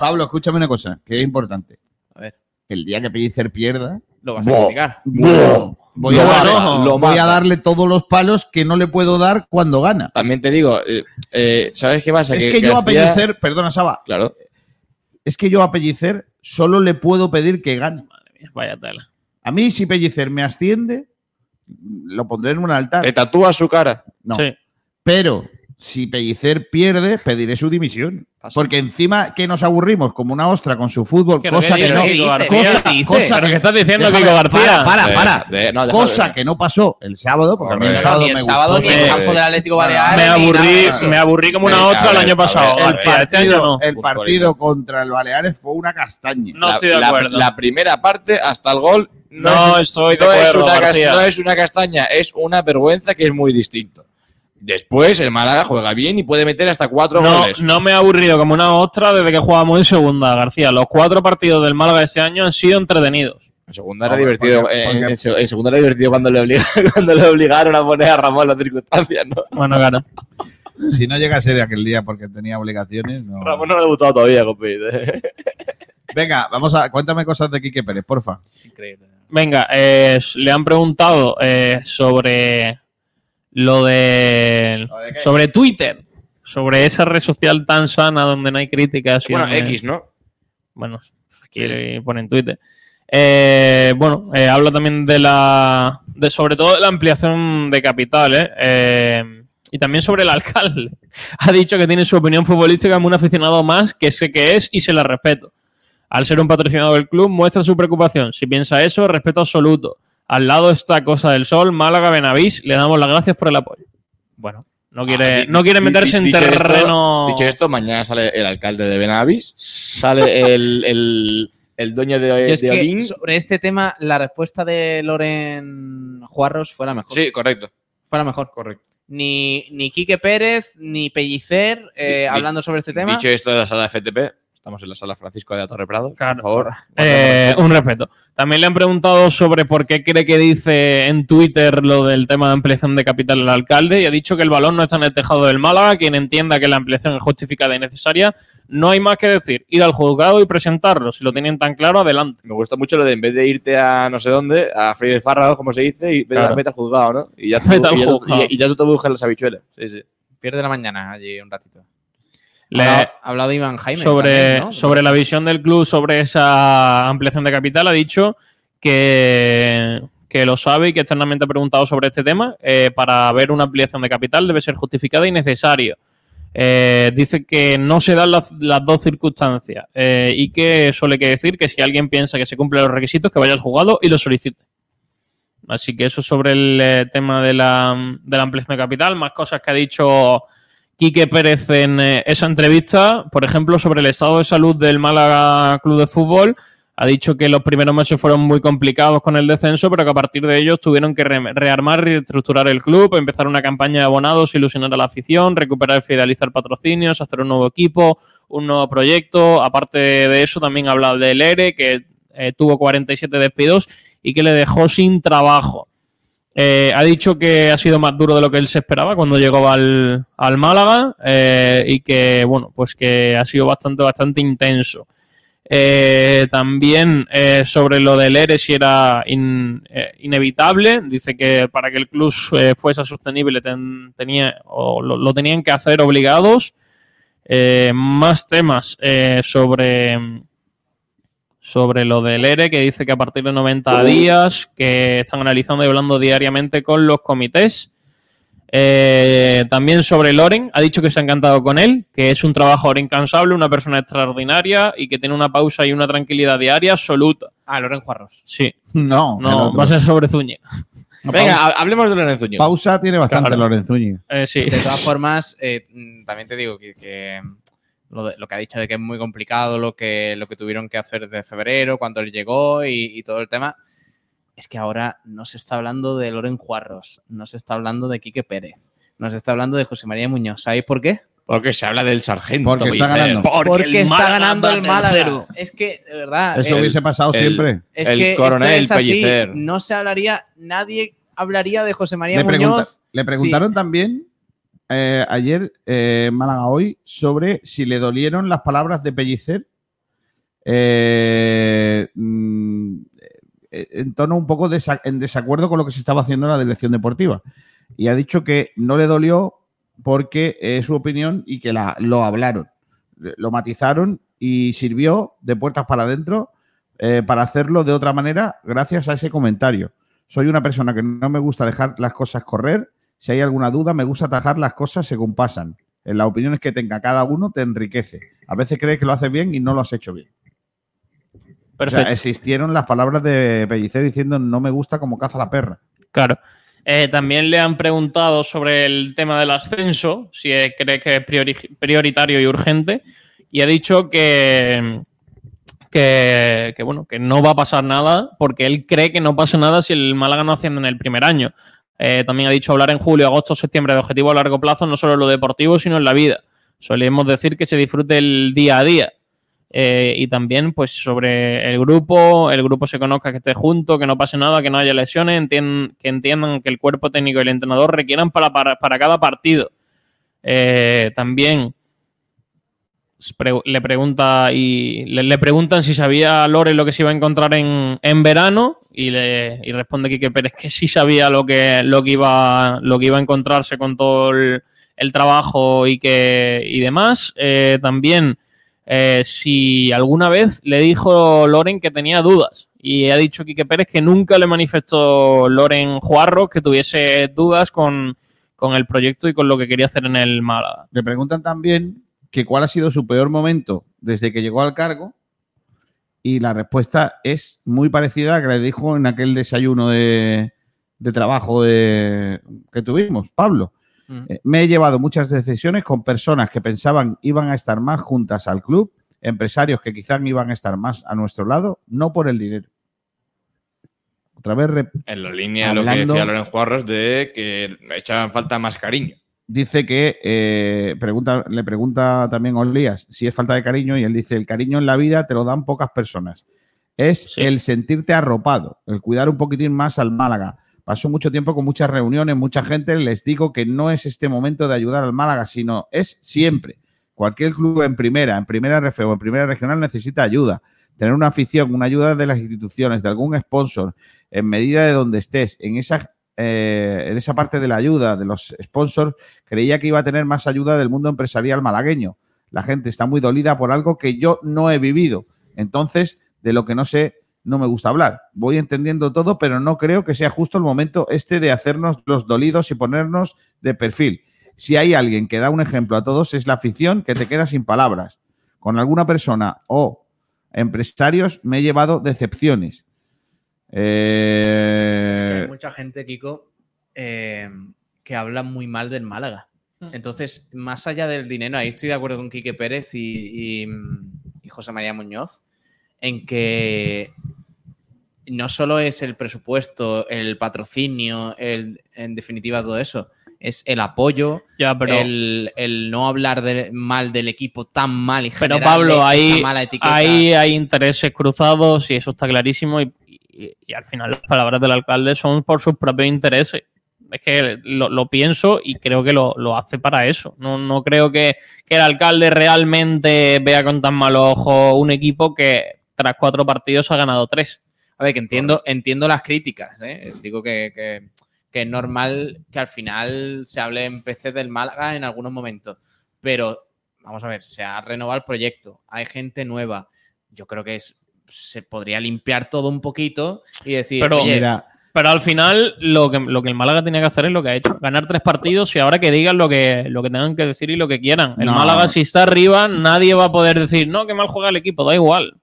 S1: Pablo, escúchame una cosa, que es importante.
S8: A ver.
S1: El día que Pellicer pierda,
S8: Lo vas a
S7: Buah.
S8: criticar.
S1: voy,
S7: Lo
S1: a,
S7: mata,
S1: darle-
S7: lo
S1: voy a
S7: mata.
S1: darle todos los palos que no le puedo dar cuando gana.
S7: También te digo, eh, eh, ¿sabes qué pasa?
S1: es que, yo a
S7: García-
S1: Pellicer, perdona Saba,
S7: Claro.
S1: es que yo a Pellicer solo le puedo pedir que gane.
S6: Vaya tela.
S1: A mí, si Pellicer me asciende, lo pondré en un altar.
S7: Te tatúa su cara.
S1: No.
S6: Sí.
S1: Pero si Pellicer pierde, pediré su dimisión.
S8: Pasa.
S1: Porque encima que nos aburrimos como una ostra con su fútbol,
S6: Que no
S1: cosa
S6: voy a
S1: que
S6: decir
S1: no,
S6: que digo,
S8: García,
S1: cosa,
S6: ¿qué dices?
S1: cosa-
S6: ¿Pero qué estás diciendo,
S1: Déjame-
S6: Kiko García?
S1: Para, para,
S7: De-
S1: para.
S7: de- no, déjalo.
S1: Ah,
S7: eh.
S1: cosa que no pasó el sábado, porque a mí el
S7: Correcto.
S1: sábado
S8: ni
S1: me
S8: el
S1: gustó.
S8: sábado ni el
S7: sí.
S8: campo del Atlético Baleares.
S6: Me
S8: ni nada de
S6: aburrí,
S8: eso.
S6: me aburrí como
S7: Eh,
S6: una
S7: a
S6: otra el
S7: ver,
S6: año pasado.
S7: a ver,
S1: el
S6: García. Este año
S1: partido,
S6: no.
S1: el partido contra el Baleares fue una castaña.
S6: No
S7: La-
S6: estoy de
S7: la-
S6: acuerdo.
S7: La, primera parte hasta el gol
S6: No estoy de
S7: no es
S6: acuerdo,
S7: una cas-
S6: García.
S7: no es una castaña, es una vergüenza que es muy distinto. Después el Málaga juega bien y puede meter hasta cuatro
S6: no,
S7: goles.
S6: no me ha aburrido como una ostra desde que jugábamos en segunda, García. Los cuatro partidos del Málaga ese año han sido entretenidos.
S7: En segunda era divertido. eh, en- en se- en segunda era divertido cuando le, obliga- cuando le obligaron a poner a Ramón las circunstancias, ¿no?
S6: Bueno, claro.
S10: Si no llegase de aquel día porque tenía obligaciones, no.
S7: Ramón no le ha gustado todavía, compi.
S10: Venga, vamos a. Cuéntame cosas de Quique Pérez, porfa.
S6: Venga, eh, s- le han preguntado eh, sobre lo de, sobre Twitter, sobre esa red social tan sana donde no eh. hay críticas. y
S7: Bueno,
S6: donde-
S7: X, ¿no?
S6: Bueno, aquí le ponen Twitter. Eh, bueno, eh, habla también de la, de sobre todo de la ampliación de capital, ¿eh? Eh, y también sobre el alcalde. Ha dicho que tiene su opinión futbolística como un aficionado más que sé que es y se la respeto. Al ser un patrocinado del club, muestra su preocupación. Si piensa eso, respeto absoluto. Al lado está Cosa del Sol, Málaga, Benavís. Le damos las gracias por el apoyo. Bueno, no quiere,
S7: Ah, Di-
S6: no quiere
S7: di-
S6: meterse
S7: di-
S6: en
S7: dicho esto-
S6: terreno.
S7: dicho esto, mañana sale el alcalde de Benavis, sale el, el, el dueño de,
S8: Yo es
S7: de
S8: que
S7: Odín.
S8: sobre este tema, la respuesta de Loren Juarros fue la mejor.
S7: Sí, correcto.
S8: Fue la mejor.
S7: Correcto.
S8: Ni, ni Quique Pérez, ni Pellicer, eh,
S7: di-
S8: hablando sobre este tema.
S7: Dicho esto de la sala FTP, estamos en la sala Francisco de la Torre Prado. Por
S6: Claro.
S7: favor.
S6: Eh, un respeto. También le han preguntado sobre por qué cree que dice en Twitter lo del tema de ampliación de capital al alcalde y ha dicho que el balón no está en el tejado del Málaga. Quien entienda que la ampliación es justificada y necesaria, no hay más que decir. Ir al juzgado y presentarlo. Si lo tienen tan claro, adelante.
S7: Me gusta mucho lo de en vez de irte a no sé dónde, a freír espárragos, como se dice, y vete,
S6: Claro.
S7: vete al juzgado, ¿no? Y ya, tú,
S6: Vete al
S7: y ya tú-
S6: juzgado.
S7: y- y ya tú te buscas las habichuelas. Sí, sí.
S8: Pierde la mañana allí un ratito.
S6: Le-
S8: Ha hablado- ha hablado Iván Jaime.
S6: sobre,
S8: también, ¿no?
S6: sobre la visión del club sobre esa ampliación de capital, ha dicho que, que lo sabe y que externamente ha preguntado sobre este tema. Eh, para ver una ampliación de capital debe ser justificada y necesaria. Eh, dice que no se dan las, las dos circunstancias eh, y que suele que decir que si alguien piensa que se cumplen los requisitos, que vaya al juzgado y lo solicite. Así que eso sobre el eh, tema de la, de la ampliación de capital, más cosas que ha dicho Quique Pérez en eh, esa entrevista, por ejemplo, sobre el estado de salud del Málaga Club de Fútbol, ha dicho que los primeros meses fueron muy complicados con el descenso, pero que a partir de ellos tuvieron que re- rearmar y reestructurar el club, empezar una campaña de abonados, ilusionar a la afición, recuperar y fidelizar patrocinios, hacer un nuevo equipo, un nuevo proyecto. Aparte de eso, también habla del ERE, que eh, tuvo 47 despidos y que le dejó sin trabajo. Eh, ha dicho que ha sido más duro de lo que él se esperaba cuando llegó al, al Málaga eh, y que, bueno, pues que ha sido bastante, bastante intenso. Eh, también eh, sobre lo del ERE, si era in- eh, inevitable, dice que para que el club eh, fuese sostenible ten- tenía, o lo, lo tenían que hacer obligados. Eh, más temas eh, sobre, sobre lo del ERE, que dice que a partir de 90 días, que están analizando y hablando diariamente con los comités. Eh, también sobre Loren, ha dicho que se ha encantado con él, que es un trabajador incansable, una persona extraordinaria y que tiene una pausa y una tranquilidad diaria absoluta.
S8: Ah, Loren Juarros.
S6: Sí,
S10: No, el
S6: no,
S10: otro.
S6: va a ser sobre Zúñiga.
S7: Venga, ha- hablemos de Lorenzo Ñigo.
S10: Pausa tiene bastante
S6: Claro.
S10: Lorenzuñi.
S6: Eh, sí.
S8: De todas formas, eh, mm, también te digo que, que, mm, lo, de- lo que ha dicho de que es muy complicado lo que, lo que tuvieron que hacer de febrero, cuando él llegó y, y todo el tema, es que ahora no se está hablando de Loren Juarros, no se está hablando de Quique Pérez, no se está hablando de José María Muñoz. ¿Sabéis por qué?
S7: Porque se habla del sargento.
S10: Porque está
S7: Pellicer.
S10: ganando.
S6: Porque,
S8: está
S6: Málaga
S8: ganando
S6: va
S8: el Málaga.
S6: tercero.
S8: Es que, de verdad,
S10: Eso
S8: eh,
S10: hubiese pasado
S7: el-
S10: siempre.
S8: es
S7: el
S8: que esto
S7: coronel
S8: es así,
S7: Pellicer.
S8: no se hablaría, nadie hablaría de José María
S10: Le, pregunta-
S8: Muñoz.
S10: le preguntaron también eh, ayer, eh, en Málaga Hoy, sobre si le dolieron las palabras de Pellicer eh, mm, eh, en tono un poco desa- en desacuerdo con lo que se estaba haciendo en la dirección deportiva. Y ha dicho que no le dolió porque es su opinión y que la, lo hablaron, lo matizaron y sirvió de puertas para adentro eh, para hacerlo de otra manera gracias a ese comentario. Soy una persona que no me gusta dejar las cosas correr. Si hay alguna duda, me gusta atajar las cosas según pasan. En las opiniones que tenga cada uno te enriquece. A veces crees que lo haces bien y no lo has hecho bien. O sea,
S6: Perfecto.
S10: existieron las palabras de Pellicer diciendo no me gusta como caza la perra.
S6: Claro. Eh, también le han preguntado sobre el tema del ascenso, si es- cree que es priori- prioritario y urgente, y ha dicho que, que, que, bueno, que no va a pasar nada, porque él cree que no pasa nada si el Málaga no asciende en el primer año. Eh, también ha dicho hablar en julio, agosto, septiembre de objetivos a largo plazo, no solo en lo deportivo, sino en la vida. Solemos decir que se disfrute el día a día. Eh, y también, pues, sobre el grupo, el grupo se conozca, que esté junto, que no pase nada, que no haya lesiones, entien que entiendan que el cuerpo técnico y el entrenador requieran para, para, para cada partido. Eh, también le pregunta y le, le, preguntan si sabía Lore lo que se iba a encontrar en, en verano y le y responde Quique Pérez que sí sabía lo que lo que iba lo que iba a encontrarse con todo el, el trabajo y que y demás eh, también eh, si alguna vez le dijo Loren que tenía dudas y ha dicho Quique Pérez que nunca le manifestó Loren Juarro que tuviese dudas con, con el proyecto y con lo que quería hacer en el Málaga.
S1: Le preguntan también que cuál ha sido su peor momento desde que llegó al cargo y la respuesta es muy parecida a la que le dijo en aquel desayuno de, de trabajo
S10: eh,
S1: de, que tuvimos, Pablo. Uh -huh. eh, me he llevado muchas decisiones con personas que pensaban iban a estar más juntas al club, empresarios que quizás iban a estar más a nuestro lado, no por el dinero. Otra vez.
S7: En la línea de lo que decía Lorenzo Juarros de que echaban falta más cariño
S1: dice que eh, pregunta, le pregunta también Olías si es falta de cariño y él dice, el cariño en la vida te lo dan pocas personas. Es sí. el sentirte arropado, el cuidar un poquitín más al Málaga. Pasó mucho tiempo con muchas reuniones, mucha gente, les digo que no es este momento de ayudar al Málaga, sino es siempre. Cualquier club en primera, en primera RF o en primera regional necesita ayuda. Tener una afición, una ayuda de las instituciones, de algún sponsor, en medida de donde estés, en esas eh, en esa parte de la ayuda de los sponsors, creía que iba a tener más ayuda del mundo empresarial malagueño. La gente está muy dolida por algo que yo no he vivido. Entonces, de lo que no sé, no me gusta hablar. Voy entendiendo todo, pero no creo que sea justo el momento este de hacernos los dolidos y ponernos de perfil. Si hay alguien que da un ejemplo a todos, es la afición que te queda sin palabras. Con alguna persona o empresarios me he llevado decepciones.
S8: Eh... Es que hay mucha gente, Kiko, eh, que habla muy mal del Málaga. Entonces, más allá del dinero, ahí estoy de acuerdo con Quique Pérez y, y, y, José María Muñoz, en que no solo es el presupuesto, el patrocinio, el, en definitiva todo eso, es el apoyo,
S6: ya, pero,
S8: el, el, no hablar de, mal del equipo tan mal y
S6: Pero Pablo, ahí, mala ahí hay intereses cruzados y eso está clarísimo y, y, y, al final las palabras del alcalde son por sus propios intereses. Es que lo, lo pienso y creo que lo, lo, hace para eso. No, no creo que, que, el alcalde realmente vea con tan mal ojo un equipo que tras cuatro partidos ha ganado tres.
S8: A ver, que entiendo, entiendo las críticas. ¿eh? Digo que, que, que, es normal que al final se hable en pestes del Málaga en algunos momentos. Pero, vamos a ver, se ha renovado el proyecto, hay gente nueva. Yo creo que es se podría limpiar todo un poquito y decir,
S6: pero, Oye, mira, pero al final lo que, lo que el Málaga tenía que hacer es lo que ha hecho, ganar tres partidos y ahora que digan lo que, lo que tengan que decir y lo que quieran. El no. Málaga si está arriba nadie va a poder decir, no, que mal juega el equipo, da igual.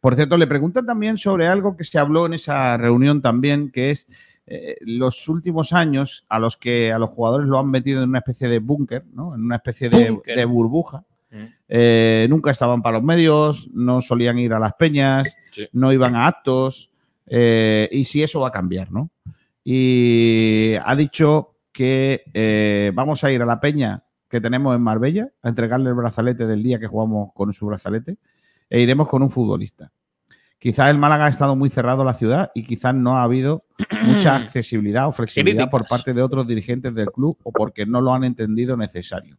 S1: Por cierto, le preguntan también sobre algo que se habló en esa reunión también, que es eh, los últimos años a los que a los jugadores lo han metido en una especie de búnker, ¿no? en una especie de, de burbuja. Eh, nunca estaban para los medios, no solían ir a las peñas, sí. no iban a actos, eh, y si eso va a cambiar, ¿no? Y ha dicho que eh, vamos a ir a la peña que tenemos en Marbella a entregarle el brazalete del día que jugamos con su brazalete e iremos con un futbolista. Quizás el Málaga ha estado muy cerrado a la ciudad y quizás no ha habido mucha accesibilidad o flexibilidad por parte de otros dirigentes del club o porque no lo han entendido necesario.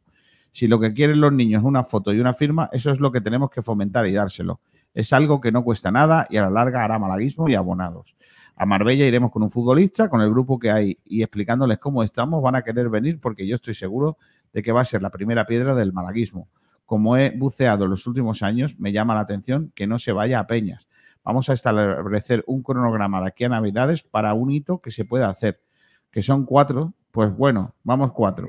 S1: Si lo que quieren los niños es una foto y una firma, eso es lo que tenemos que fomentar y dárselo. Es algo que no cuesta nada y a la larga hará malaguismo y abonados. A Marbella iremos con un futbolista, con el grupo que hay y explicándoles cómo estamos, van a querer venir porque yo estoy seguro de que va a ser la primera piedra del malaguismo. Como he buceado los últimos años, me llama la atención que no se vaya a Peñas. Vamos a establecer un cronograma de aquí a Navidades para un hito que se pueda hacer. Que son cuatro, pues bueno, vamos cuatro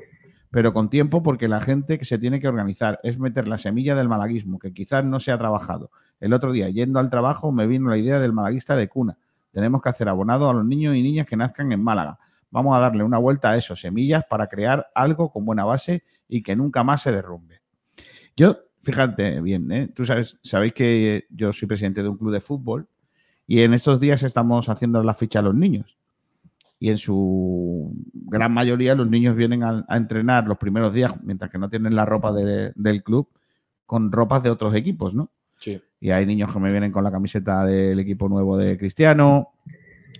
S1: pero con tiempo porque la gente que se tiene que organizar es meter la semilla del malaguismo, que quizás no se ha trabajado. El otro día, yendo al trabajo, me vino la idea del malaguista de cuna. Tenemos que hacer abonado a los niños y niñas que nazcan en Málaga. Vamos a darle una vuelta a eso, semillas, para crear algo con buena base y que nunca más se derrumbe. Yo, fíjate bien, ¿eh? tú sabes, sabéis que yo soy presidente de un club de fútbol y en estos días estamos haciendo la ficha a los niños. y en su gran mayoría los niños vienen a, a entrenar los primeros días, mientras que no tienen la ropa de, del club, con ropas de otros equipos, ¿no?
S7: Sí.
S1: Y hay niños que me vienen con la camiseta del equipo nuevo de Cristiano,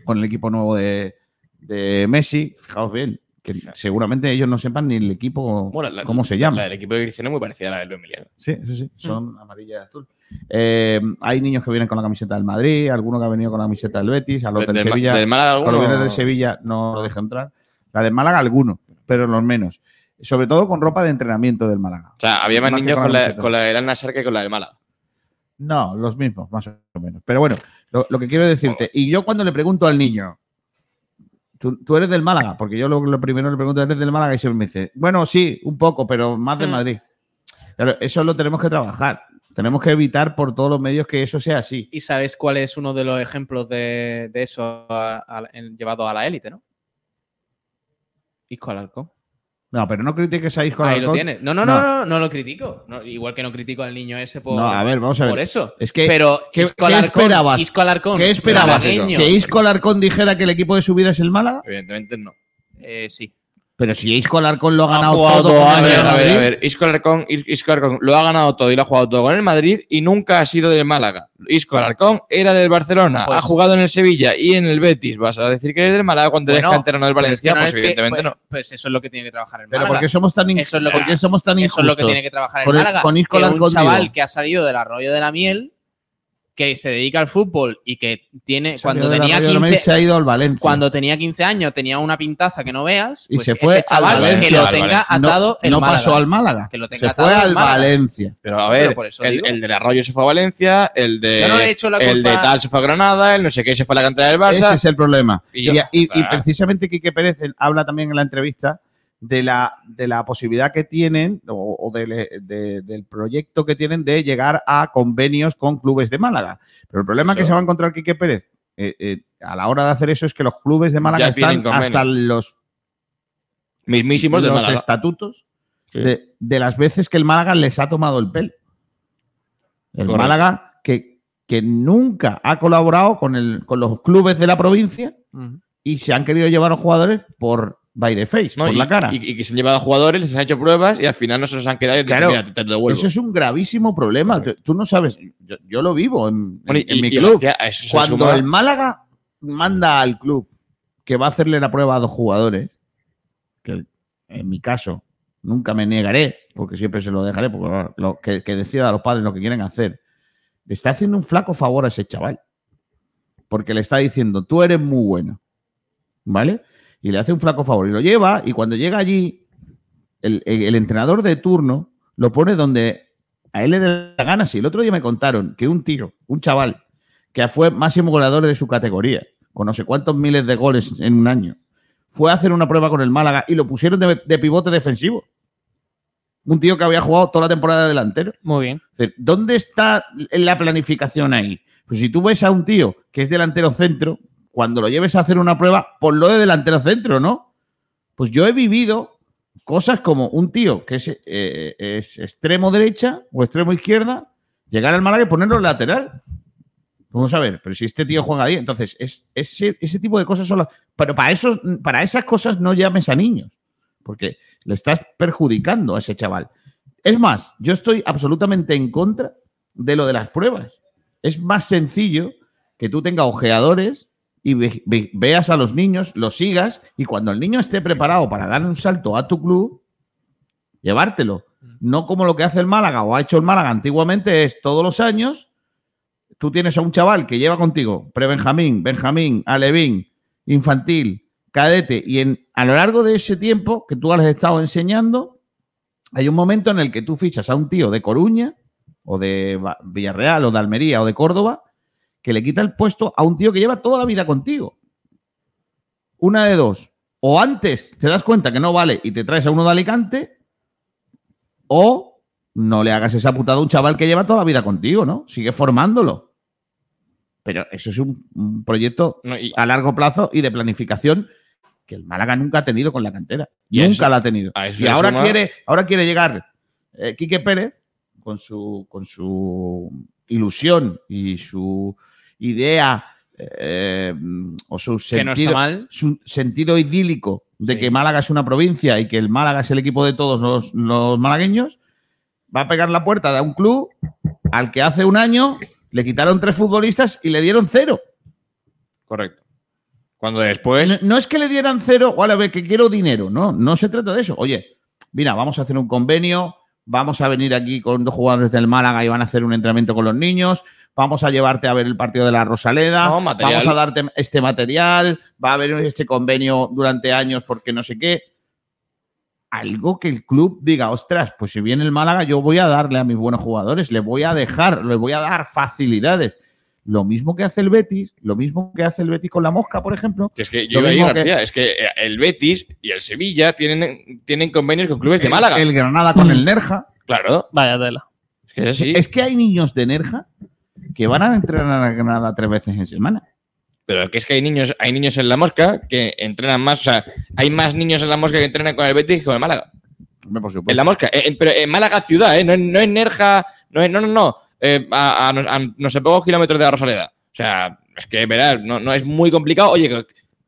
S1: con el equipo nuevo de, de Messi, fijaos bien, que seguramente ellos no sepan ni el equipo, bueno, la, cómo se llama.
S7: La del equipo de Cristiano es muy parecida a la del Emiliano.
S1: Sí, sí, sí, son mm. amarilla y azul. Eh, hay niños que vienen con la camiseta del Madrid, alguno que ha venido con la camiseta del Betis, a los del, del Sevilla,
S7: del Málaga alguno.
S1: Los del Sevilla no lo deja entrar. La del Málaga alguno, pero los menos. Sobre todo con ropa de entrenamiento del Málaga.
S7: O sea, había más, más niños con, con, la, con la, del Al que con la del Málaga.
S1: No, los mismos, más o menos. Pero bueno, lo, lo que quiero decirte, y yo cuando le pregunto al niño, Tú, tú, eres del Málaga, porque yo lo, lo, primero le pregunto, ¿eres del Málaga? Y siempre me dice, bueno, sí, un poco, pero más de Madrid. Claro, eso lo tenemos que trabajar. Tenemos que evitar por todos los medios que eso sea así.
S8: ¿Y sabes cuál es uno de los ejemplos de, de eso a, a, en, llevado a la élite, no? Isco Alarcón.
S1: No, pero no critiques a Isco
S8: Alarcón. Ahí lo tienes. No, no, no, no, no, no lo critico. No, igual que no critico al niño ese por,
S1: no, a ver, vamos a ver.
S8: por eso.
S1: Es que,
S8: pero
S1: ¿qué, Isco Alarcón, ¿qué esperabas?
S8: Isco Alarcón,
S1: ¿Qué esperabas? ¿Que Isco Alarcón dijera que el equipo de su vida es el Málaga?
S7: Evidentemente no.
S8: Eh, sí.
S1: Pero si Isco Alarcón lo ha ganado ha todo. Con
S7: a, ver, a ver, a ver. Isco Alarcón, Isco Alarcón lo ha ganado todo y lo ha jugado todo con el Madrid y nunca ha sido del Málaga. Isco Alarcón era del Barcelona, pues, ha jugado en el Sevilla y en el Betis. Vas a decir que eres del Málaga cuando eres bueno, canterano del Valencia, pues, evidentemente
S8: que,
S7: no.
S8: Pues, pues eso es lo que tiene que trabajar el
S1: Málaga.
S8: Pero
S1: porque somos tan
S8: eso es lo que,
S1: porque somos tan
S8: Eso es lo que tiene que trabajar el, el Málaga.
S1: Con Isco
S8: que
S1: Alarcón
S8: un chaval digo. que ha salido del arroyo de la miel que se dedica al fútbol y que tiene cuando tenía 15
S1: se ha ido al Valencia.
S8: cuando tenía 15 años tenía una pintaza que no veas
S1: y pues se fue
S8: al Valencia, que lo tenga atado
S1: no, no pasó al Málaga
S8: que lo
S1: tenga se fue al Valencia
S7: pero a ver pero por eso el, el, del Arroyo se fue a Valencia el de
S8: Yo no he hecho la
S7: el de tal se fue a Granada el no sé qué se fue a la cantera del Barça
S1: ese es el problema y, y, y, y precisamente Quique Pérez habla también en la entrevista de la, de la posibilidad que tienen o, o de, de, del proyecto que tienen de llegar a convenios con clubes de Málaga. Pero el problema sí. que se va a encontrar Quique Pérez eh, eh, a la hora de hacer eso es que los clubes de Málaga ya están hasta los
S7: mismísimos de
S1: los
S7: Málaga.
S1: estatutos sí. de, de, las veces que el Málaga les ha tomado el pelo. El Correcto. Málaga que, que nunca ha colaborado con, el, con los clubes de la provincia uh -huh. y se han querido llevar a los jugadores por by the face, no, por
S7: y,
S1: la cara.
S7: Y, y, que se han llevado a jugadores, les han hecho pruebas y al final no se los han quedado y
S1: claro,
S7: dicen, te, lo
S1: Eso es un gravísimo problema. Claro. Tú no sabes, yo, yo lo vivo en,
S7: bueno,
S1: en, en
S7: y,
S1: mi club.
S7: Gracia,
S1: Cuando el Málaga manda al club que va a hacerle la prueba a dos jugadores, que en mi caso nunca me negaré, porque siempre se lo dejaré, porque lo, que, que decida a los padres lo que quieren hacer, le está haciendo un flaco favor a ese chaval. Porque le está diciendo, tú eres muy bueno. ¿Vale? y le hace un flaco favor y lo lleva y cuando llega allí, el, el, entrenador de turno lo pone donde a él le dé la gana. Si sí, el otro día me contaron que un tío, un chaval, que fue máximo goleador de su categoría, con no sé cuántos miles de goles en un año, fue a hacer una prueba con el Málaga y lo pusieron de, de pivote defensivo. Un tío que había jugado toda la temporada de delantero.
S8: Muy bien.
S1: Es decir, ¿Dónde está la planificación ahí? Pues si tú ves a un tío que es delantero centro, cuando lo lleves a hacer una prueba, ponlo de delantero centro, ¿no? Pues yo he vivido cosas como un tío que es, eh, es extremo derecha o extremo izquierda, llegar al Málaga y ponerlo lateral. Vamos a ver, pero si este tío juega ahí, entonces es, es, ese, tipo de cosas son las... Pero para, eso, para esas cosas no llames a niños, porque le estás perjudicando a ese chaval. Es más, yo estoy absolutamente en contra de lo de las pruebas. Es más sencillo que tú tengas ojeadores y ve, ve, veas a los niños, los sigas y cuando el niño esté preparado para dar un salto a tu club, llevártelo. No como lo que hace el Málaga o ha hecho el Málaga antiguamente es todos los años, tú tienes a un chaval que lleva contigo pre-Benjamín, Benjamín, Alevín, infantil, cadete y en, a lo largo de ese tiempo que tú has estado enseñando, hay un momento en el que tú fichas a un tío de Coruña o de Villarreal o de Almería o de Córdoba que le quita el puesto a un tío que lleva toda la vida contigo. Una de dos. O antes te das cuenta que no vale y te traes a uno de Alicante, o no le hagas esa putada a un chaval que lleva toda la vida contigo, ¿no? Sigue formándolo. Pero eso es un, un proyecto no, y, a largo plazo y de planificación que el Málaga nunca ha tenido con la cantera. Y nunca eso, la ha tenido. Y ahora suma... quiere, ahora quiere llegar eh, Quique Pérez con su, con su ilusión y su idea eh, o su sentido, no su sentido idílico de sí. que Málaga es una provincia y que el Málaga es el equipo de todos los, los malagueños, va a pegar la puerta de un club al que hace un año le quitaron tres futbolistas y le dieron cero.
S7: Correcto. Cuando después.
S1: No, no es que le dieran cero, o a ver, que quiero dinero, no, no se trata de eso. Oye, mira, vamos a hacer un convenio, vamos a venir aquí con dos jugadores del Málaga y van a hacer un entrenamiento con los niños, vamos a llevarte a ver el partido de la Rosaleda, no, ah, vamos a darte este material, va a haber este convenio durante años porque no sé qué. Algo que el club diga, ostras, pues si viene el Málaga, yo voy a darle a mis buenos jugadores, les voy a dejar, les voy a dar facilidades lo mismo que hace el Betis, lo mismo que hace el Betis con la mosca, por ejemplo.
S7: Que es que yo iba García, que... es que eh, el Betis y el Sevilla tienen, tienen convenios con clubes
S1: el,
S7: de Málaga.
S1: El Granada con
S6: Mm.
S1: el Nerja.
S7: Claro.
S6: Vaya tela.
S1: Es que, es, es que, hay niños de Nerja que van a entrenar a Granada tres veces en semana.
S7: Pero que es que hay niños, hay niños en la mosca que entrenan más, o sea, hay más niños en la mosca que entrenan con el Betis que con el Málaga.
S1: Hombre, por
S7: en la mosca, en, pero en Málaga ciudad, ¿eh? no, en, no en Nerja, no, en, no, no, no. Eh, a, a, a, no sé pocos kilómetros de la Rosaleda. O sea, es que verás, no, no es muy complicado. Oye,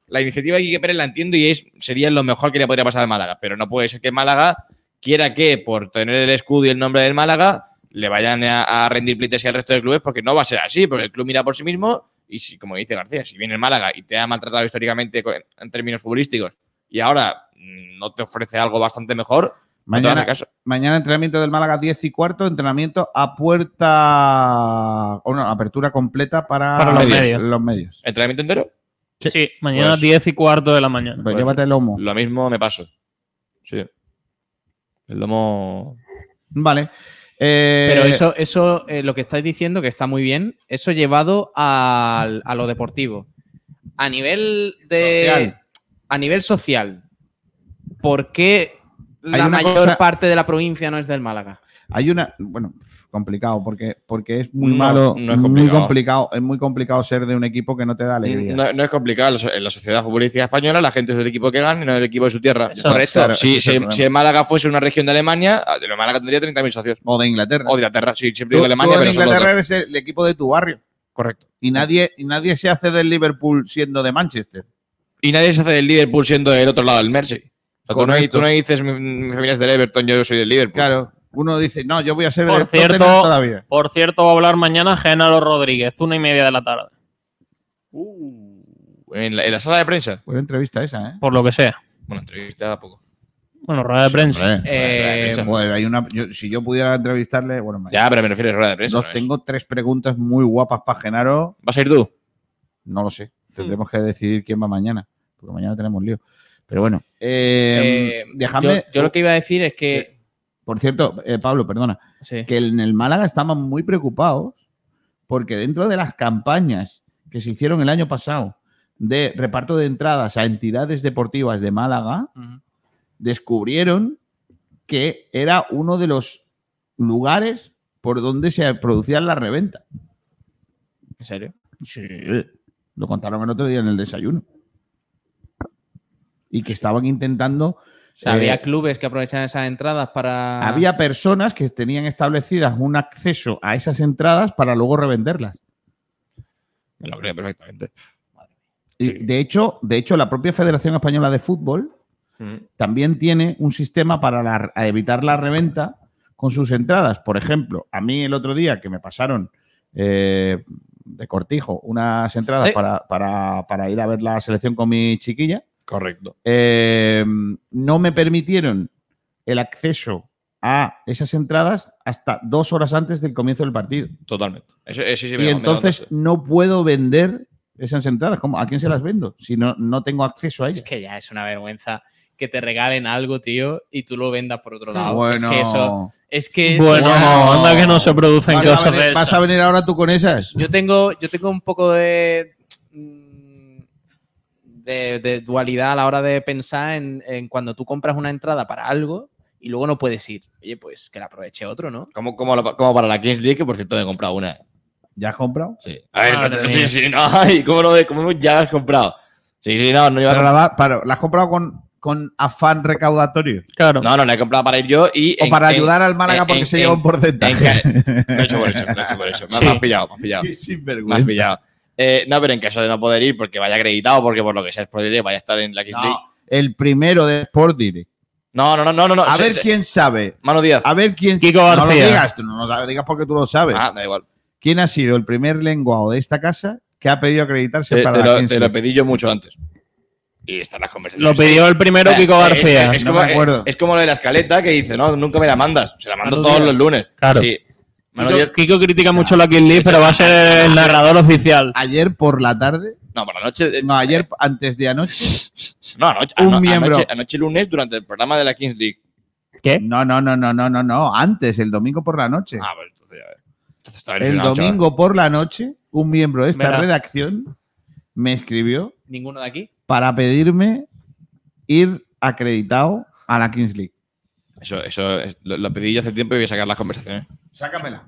S7: la iniciativa de Quique Pérez la entiendo y es, sería lo mejor que le podría pasar a Málaga, pero no puede ser que Málaga quiera que, por tener el escudo y el nombre del Málaga, le vayan a, a rendir plites al resto de clubes, porque no va a ser así, porque el club mira por sí mismo y, si, como dice García, si viene el Málaga y te ha maltratado históricamente en términos futbolísticos y ahora mm, no te ofrece algo bastante mejor,
S1: Mañana, no mañana, entrenamiento del Málaga 10 y cuarto, entrenamiento a puerta. O no, apertura completa para,
S6: para los, medios. medios.
S1: los medios.
S7: ¿Entrenamiento entero?
S6: Sí, sí mañana pues, 10 y cuarto de la mañana.
S1: Pues llévate el lomo.
S7: Lo mismo me paso. Sí. El lomo.
S1: Vale.
S8: Eh, Pero eso, eso eh, lo que estáis diciendo, que está muy bien, eso llevado a, a lo deportivo. A nivel de. Social. A nivel social. ¿Por qué la mayor cosa, parte de la provincia no es del Málaga.
S1: Hay una, bueno, complicado, porque, porque es muy no, malo, no es complicado. muy complicado, es muy complicado ser de un equipo que no te da alegría.
S7: No, no es complicado, en la sociedad futbolística española la gente es del equipo que gana y no del equipo de su tierra.
S8: Eso, Por esto, claro,
S7: si, eso si, es si, el Málaga fuese una región de Alemania, el Málaga tendría 30.000 socios.
S1: O de Inglaterra.
S7: O de Inglaterra, sí, siempre digo de Alemania,
S1: tú
S7: pero
S1: en Inglaterra eres el equipo de tu barrio.
S7: Correcto.
S1: Y nadie, y nadie se hace del Liverpool siendo de Manchester.
S7: Y nadie se hace del Liverpool siendo del otro lado del Mersey. O sea, tú, no, tú, no, dices mi, mi, familia es del Everton, yo soy del Liverpool.
S1: Claro, uno dice, no, yo voy a ser
S6: por del cierto, toda la vida. Por cierto, va a hablar mañana Genaro Rodríguez, una y media de la tarde.
S7: Uh, ¿en, la, ¿en, la, sala de prensa.
S1: Buena entrevista esa, ¿eh?
S6: Por lo que sea.
S7: Bueno, entrevista a poco.
S6: Bueno, rueda de prensa.
S1: Rueda, eh, rueda de prensa. Hay una, yo, si yo pudiera entrevistarle, bueno,
S7: ya, pero me refiero a rueda de prensa.
S1: Dos,
S7: no
S1: tengo tres preguntas muy guapas para Genaro.
S7: ¿Vas a ir tú?
S1: No lo sé. Hmm. Tendremos que decidir quién va mañana, porque mañana tenemos lío. Pero bueno, eh, eh, dejadme,
S8: yo, yo, lo que iba a decir es que. Sí.
S1: Por cierto, eh, Pablo, perdona. Sí. Que en el Málaga estaban muy preocupados porque dentro de las campañas que se hicieron el año pasado de reparto de entradas a entidades deportivas de Málaga, uh -huh. descubrieron que era uno de los lugares por donde se producían las reventas.
S8: ¿En serio?
S1: Sí. Lo contaron el otro día en el desayuno y que estaban intentando.
S8: O sea, eh, había clubes que aprovechaban esas entradas para.
S1: Había personas que tenían establecidas un acceso a esas entradas para luego revenderlas.
S7: Me lo creo perfectamente.
S1: Y sí. de, hecho, de hecho, la propia Federación Española de Fútbol mm. también tiene un sistema para la, a evitar la reventa con sus entradas. Por ejemplo, a mí el otro día que me pasaron eh, de cortijo unas entradas ¿Sí? para, para, para ir a ver la selección con mi chiquilla.
S7: Correcto.
S1: Eh, no me permitieron el acceso a esas entradas hasta dos horas antes del comienzo del partido.
S7: Totalmente. Eso, eso sí
S1: y me entonces me no puedo vender esas entradas. ¿Cómo? ¿A quién se las vendo si no, no tengo acceso a ellas?
S8: Es que ya es una vergüenza que te regalen algo, tío, y tú lo vendas por otro lado.
S1: Bueno.
S8: Es que eso. Es que eso,
S6: bueno, bueno, anda que no se producen vas cosas
S1: a venir,
S6: de
S1: ¿Vas a venir ahora tú con esas?
S8: Yo tengo, yo tengo un poco de. mm, De, de, dualidad a la hora de pensar en, en, cuando tú compras una entrada para algo y luego no puedes ir. Oye, pues que la aproveche otro, ¿no?
S7: Como, como, la, como para la Kings League, que por cierto he comprado una.
S1: ¿Ya has comprado?
S7: Sí. A ver, ah, no, sí, sí, no. Ay, ¿cómo, lo, ¿Cómo ya has comprado? Sí, sí, no, no iba
S1: Pero a... la, para, ¿la has comprado con, con afán recaudatorio.
S7: Claro. No, no, la he comprado para ir yo y.
S1: O en, para ayudar en, al Málaga en, porque se lleva un porcentaje.
S7: lo he hecho por eso, lo he hecho por eso. Me, sí. me has pillado, me has pillado.
S1: Qué sinvergüenza.
S7: Me has pillado. Eh, no, pero en caso de no poder ir, porque vaya acreditado, porque por lo que sea Sport Direct vaya a estar en la Kings League.
S1: No, el primero de Sport Direct.
S7: No, no, no, no, no. no.
S1: A
S7: Se-
S1: ver
S7: se-
S1: quién sabe.
S7: Mano Díaz.
S1: A ver quién
S6: Kiko
S1: No lo
S6: García.
S1: digas, tú no lo sabes, digas porque tú lo sabes.
S7: Ah, da igual.
S1: ¿Quién ha sido el primer lenguado de esta casa que ha pedido acreditarse
S7: Te,
S1: para
S7: Eh, te
S1: la
S7: lo,
S1: Kings
S7: te lo
S1: League?
S7: pedí yo mucho antes. Y están las conversaciones.
S6: Lo pidió el primero
S7: Eh,
S6: Kiko
S7: es-
S6: García.
S7: Es, es
S1: No
S7: como, eh,
S1: me acuerdo.
S7: es como lo de la escaleta que dice, no, nunca me la mandas. Se la mando
S6: Mano
S7: todos
S6: Díaz.
S7: los lunes.
S6: Claro.
S7: Sí. Mano Díaz-
S6: Kiko, Kiko critica mucho la King League, pero va a ser el narrador oficial.
S1: Ayer por la tarde,
S7: No, por la noche. eh,
S1: no, ayer antes de anoche.
S7: No, anoche,
S1: Un
S7: ano-
S1: miembro.
S7: Anoche, anoche lunes durante el programa de la Kings League.
S6: ¿Qué?
S1: No, no, no, no, no, no, no, antes, el domingo por la noche.
S7: Ah, pues entonces, a ver. Entonces estaba
S1: el
S7: lesionado, chaval.
S1: domingo por la noche, un miembro de esta
S6: Verá.
S1: redacción me escribió
S8: Ninguno de aquí.
S1: para pedirme ir acreditado a la Kings League.
S7: Eso, eso es- lo, lo pedí yo hace tiempo y voy a sacar las conversaciones.
S1: Sácamela.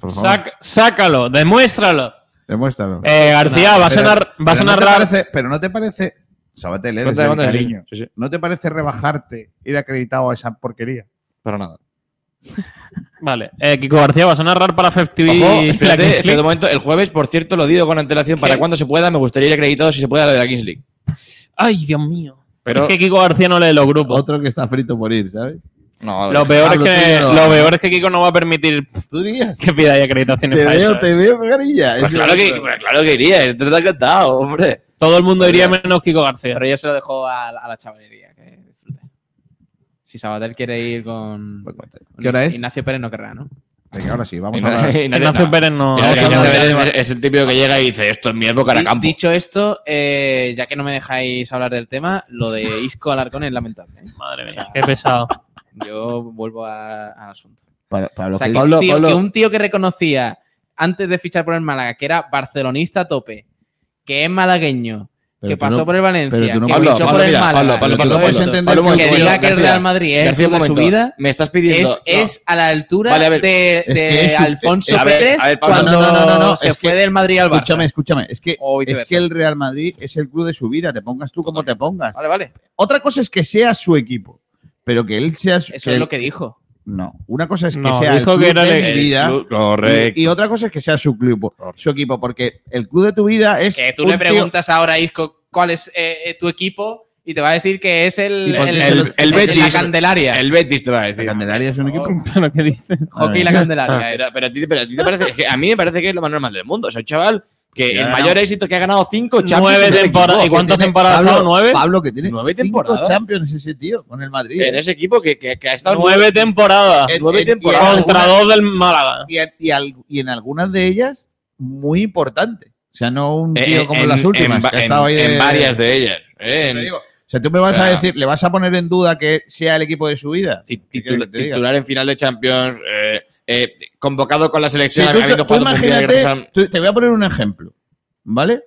S1: Por favor,
S6: Sac- sácalo, demuéstralo.
S1: demuéstralo.
S6: Eh, García, vas a,
S1: Pero-
S6: nar- vas a
S1: pero no te
S6: narrar.
S1: parece- pero no te parece. Sábatele,
S7: Cuéntame,
S1: desde el
S7: cuéntame, sí,
S1: cariño.
S7: sí, sí.
S1: ¿No te parece rebajarte ir acreditado a esa porquería?
S7: Pero nada.
S6: Vale, eh, Kiko García, vas a narrar para FFTV.
S7: Ojo,
S6: la
S7: espérate,
S6: Kings
S7: espérate
S6: League?
S7: un momento. El jueves, por cierto, lo digo con antelación. Para
S6: ¿Qué?
S7: cuando se pueda, me gustaría ir acreditado si se puede a lo de la Kings League.
S6: Ay, Dios mío.
S7: Pero-
S6: es que Kiko García no lee los grupos.
S1: Otro que está frito por ir, ¿sabes?
S7: No, a ver.
S6: Lo peor,
S1: Pablo,
S6: es que,
S1: tú no.
S6: lo peor es que Kiko no va a permitir
S1: ¿Tú dirías?
S6: que pidáis acreditaciones
S1: Te
S6: para eso,
S1: veo,
S6: ¿eh?
S1: te veo, carilla.
S7: Pues
S1: Ese
S7: claro, que,
S1: otro.
S7: pues claro que iría, te ha encantado, hombre.
S6: Todo el mundo iría menos Kiko García.
S8: Pero yo se lo dejo a, la- a la chavalería que disfrute. Si Sabater quiere ir con.
S1: ¿Qué hora es?
S8: Ignacio Pérez no querrá, ¿no?
S1: Venga, ahora sí,
S7: Eh,
S1: vamos a hablar.
S7: Ignacio-
S6: Ignacio
S7: no.
S6: Pérez no.
S1: Vamos
S7: Mira,
S1: a
S7: Ignacio
S1: hablar-
S7: Pérez es- es el típico que llega y dice: Esto es mi época de
S8: Di-
S7: campo.
S8: Dicho esto, eh, ya que no me dejáis hablar del tema, lo de Isco Alarcón es lamentable. ¿eh?
S6: Madre mía, qué pesado.
S8: Yo vuelvo a- al asunto.
S1: Pa- Pablo,
S8: O sea, que,
S1: Gil-
S8: un tío, que un tío que reconocía antes de fichar por el Málaga que era barcelonista a tope, que es malagueño,
S1: Pero
S8: que
S1: tú
S8: pasó
S1: no-
S8: por el Valencia,
S1: pero tú no-
S8: que
S1: Pablo,
S8: fichó
S7: Pablo,
S8: por el
S7: mira,
S8: Málaga,
S7: Pablo, Pablo,
S8: que
S1: Pablo,
S8: todo
S1: Pablo,
S8: esto,
S1: entender
S7: Pablo, un
S8: que
S7: momento,
S8: diga
S7: García,
S8: que el Real Madrid es el
S7: García, un
S8: club de su
S7: momento.
S8: vida,
S7: Me estás
S8: es,
S7: pidiendo. no.
S8: es a la altura
S7: Vale, a ver.
S8: de,
S1: Es que
S8: de
S1: es un-
S8: Alfonso
S7: eh, a ver,
S8: Pérez
S7: a ver, Pablo,
S8: cuando
S1: no, no, no, no, no,
S8: se
S1: es
S8: fue
S1: que-
S8: del Madrid al Barça.
S1: Escúchame, escúchame. Es que,
S8: O viceversa.
S1: es que el Real Madrid es el club de su vida. Te pongas tú como te pongas.
S8: Vale, vale.
S1: Otra cosa es que sea su equipo. Pero que él sea su.
S8: Eso
S1: que
S8: es
S1: él-
S8: lo que dijo.
S1: No. Una cosa es que
S6: No,
S1: sea el
S6: dijo
S1: club
S6: que era
S1: de
S6: el-
S1: mi
S7: El
S1: vida.
S7: club-
S1: Y,
S7: Correcto.
S1: y otra cosa es que sea su club, su equipo, porque el club de tu vida es.
S8: Que tú
S1: un
S8: le
S1: tío-
S8: preguntas ahora a Isco cuál es eh, eh, tu equipo y te va a decir que es el,
S1: Y porque
S8: el,
S1: el-
S7: el Betis-
S8: la Candelaria.
S7: El Betis te va a
S1: La
S7: decir.
S1: Candelaria es un equipo.
S6: Pero ¿qué dice?
S8: Hockey y
S1: Ah.
S8: la Candelaria.
S7: Pero, pero a ti, pero a ti te parece. es que a mí me parece que es lo más normal del mundo. O sea, un chaval que
S1: Ya,
S7: el
S1: no.
S7: mayor éxito que ha ganado cinco Champions.
S6: Nueve
S7: en el
S6: temporadas. ¿Y
S7: equipo.
S6: cuántas
S1: Tiene-
S6: temporadas ha
S1: Pablo-
S6: estado? ¿Nueve? Eh,
S1: Pablo, que tiene
S7: Nueve
S1: cinco
S7: temporadas.
S1: Champions ese tío con el Madrid.
S7: En ese equipo que, que, que ha estado.
S6: Nueve temporadas.
S1: En-
S7: nueve
S1: en-
S7: temporadas.
S6: Contra dos del Málaga.
S1: y, en- y al- y en algunas de ellas muy importante. O sea, no un
S7: Eh,
S1: tío como
S7: en-
S1: las últimas,
S7: En,
S1: que ha estado ahí
S7: en
S1: de-
S7: varias de ellas. eh,
S1: Te
S7: en-
S1: digo, O sea, tú me vas
S7: o sea,
S1: a decir, ¿le vas a poner en duda que sea el equipo de su vida?
S7: ti-
S1: ¿Qué quieres
S7: titu-
S1: que te diga?
S7: titular en final de Champions. eh, eh, convocado con la
S1: Sí,
S7: selección.
S1: tú-
S7: habiendo
S1: tú,
S7: jugado mundial
S1: imagínate,
S7: gracias a-
S1: tú- te voy a poner un ejemplo, ¿vale?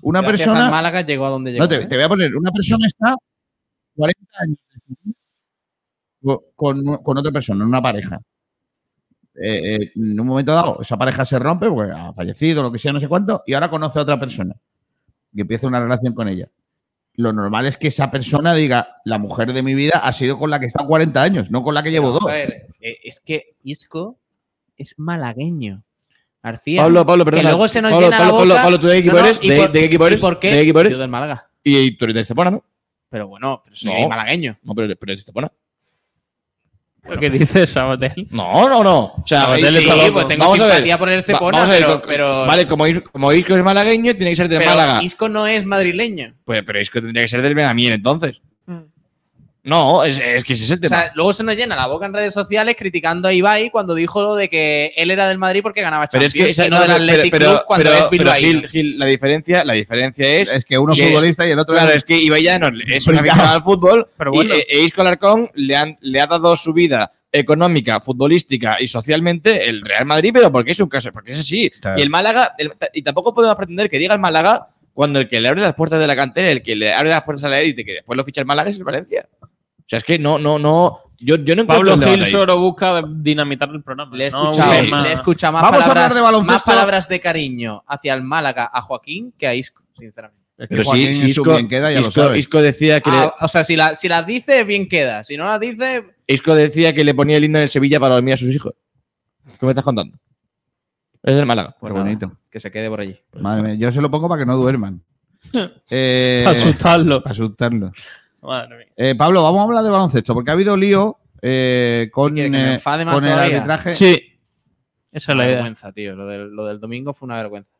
S1: Una
S8: Gracias al
S1: persona,
S8: Málaga llegó a donde llegó.
S1: no, te,
S8: ¿eh?
S1: te voy a poner, una persona está 40 años de su vida con, con- con otra persona, una pareja. Eh, eh, en un momento dado, esa pareja se rompe porque ha fallecido, lo que sea, no sé cuánto, y ahora conoce a otra persona y empieza una relación con ella. Lo normal es que esa persona diga, la mujer de mi vida ha sido con la que está 40 años, no con la que llevo dos.
S8: A ver, eh, es que Isco es malagueño. García.
S7: Pablo, Pablo, perdón.
S8: que luego se nos
S7: Pablo,
S8: llena
S7: Pablo,
S8: la
S7: Pablo,
S8: boca.
S7: Pablo, ¿tú de qué equipo
S8: No, no,
S7: eres?
S8: ¿y
S7: ¿De,
S8: por-
S7: de qué equipo eres?
S8: ¿Y por qué?
S7: ¿De qué equipo
S8: Yo
S7: eres?
S8: del Málaga.
S7: Y, y tú eres de Estepona, ¿no?
S8: Pero bueno, pero soy
S7: No.
S8: malagueño.
S7: No, pero, pero eres de Estepona.
S6: Lo que dice Sabatel.
S7: No, no, no. O sea,
S8: eh,
S6: Sabatel
S7: sí,
S6: está
S7: sí,
S6: loco.
S7: pues tengo
S8: Vamos
S7: vamos a ver.
S8: simpatía por el
S7: Va-
S8: Cepona,
S7: vamos a ver,
S8: pero,
S7: co-
S8: pero,
S7: Vale, como, Is- como Isco es malagueño, tiene que ser de
S8: pero
S7: Málaga.
S8: Isco no es madrileño.
S7: Pues, pero Isco tendría que ser del Benamiel, entonces.
S8: Mm.
S7: No, es, es que ese es el
S8: O
S7: tema.
S8: sea, luego se nos llena la boca en redes sociales criticando a Ibai cuando dijo lo de que él era del Madrid porque ganaba
S7: pero
S8: Champions
S7: es que esa-
S8: y no del
S7: pero-
S8: Athletic
S7: pero-
S8: Club cuando
S7: pero-
S8: es
S7: pero,
S8: bilbaíno.
S7: Gil, Gil, la diferencia, la diferencia es,
S1: Es que uno es
S7: que-
S1: futbolista pues, y el otro
S7: claro,
S1: es
S7: es que Ibai ya no es un aficionado al fútbol
S6: Pero bueno.
S7: y, e, e Isco Alarcón le, han- le ha dado su vida económica, futbolística y socialmente el Real Madrid, pero porque es un caso, porque es así.
S1: Claro.
S7: Y el Málaga, el- y tampoco podemos pretender que diga el Málaga cuando el que le abre las puertas de la cantera, el que le abre las puertas a la élite, que después lo ficha el Málaga es el Valencia. O sea, es que no, no, no, yo, yo no encuentro
S6: Pablo
S7: el debate
S6: Gil
S7: ahí.
S6: solo busca dinamitar el programa.
S8: Le he
S6: no
S8: escuchado,
S6: busca
S7: sí,
S6: más.
S8: le he escuchado más,
S1: Vamos a
S8: palabras,
S1: hablar de baloncesto.
S8: más palabras de cariño hacia el Málaga a Joaquín que a Isco, sinceramente.
S1: Es
S7: Pero
S1: Joaquín
S7: sí, sí,
S1: en su
S7: Isco,
S1: bien queda, ya lo
S7: Isco-
S1: sabes.
S7: Isco decía que le-
S8: Ah, o sea, si, la- si las dice, bien queda. Si no las dice,
S7: Isco decía que le ponía el himno del Sevilla para dormir a sus hijos. ¿Qué me estás contando? Es del Málaga.
S8: Pues Qué bonito. Que se quede por allí. Por
S1: Madre mía, yo se lo pongo para que no duerman.
S6: eh, asustarlo.
S1: Para asustarlo. Madre mía. Eh, Pablo, vamos a hablar de baloncesto, porque ha habido lío eh, con,
S8: ¿Qué quieres, que me enfade más
S1: con el
S8: todavía?
S1: arbitraje.
S6: Sí. Esa es
S8: Una
S6: la idea.
S8: vergüenza, tío. Lo del, lo del domingo fue una vergüenza.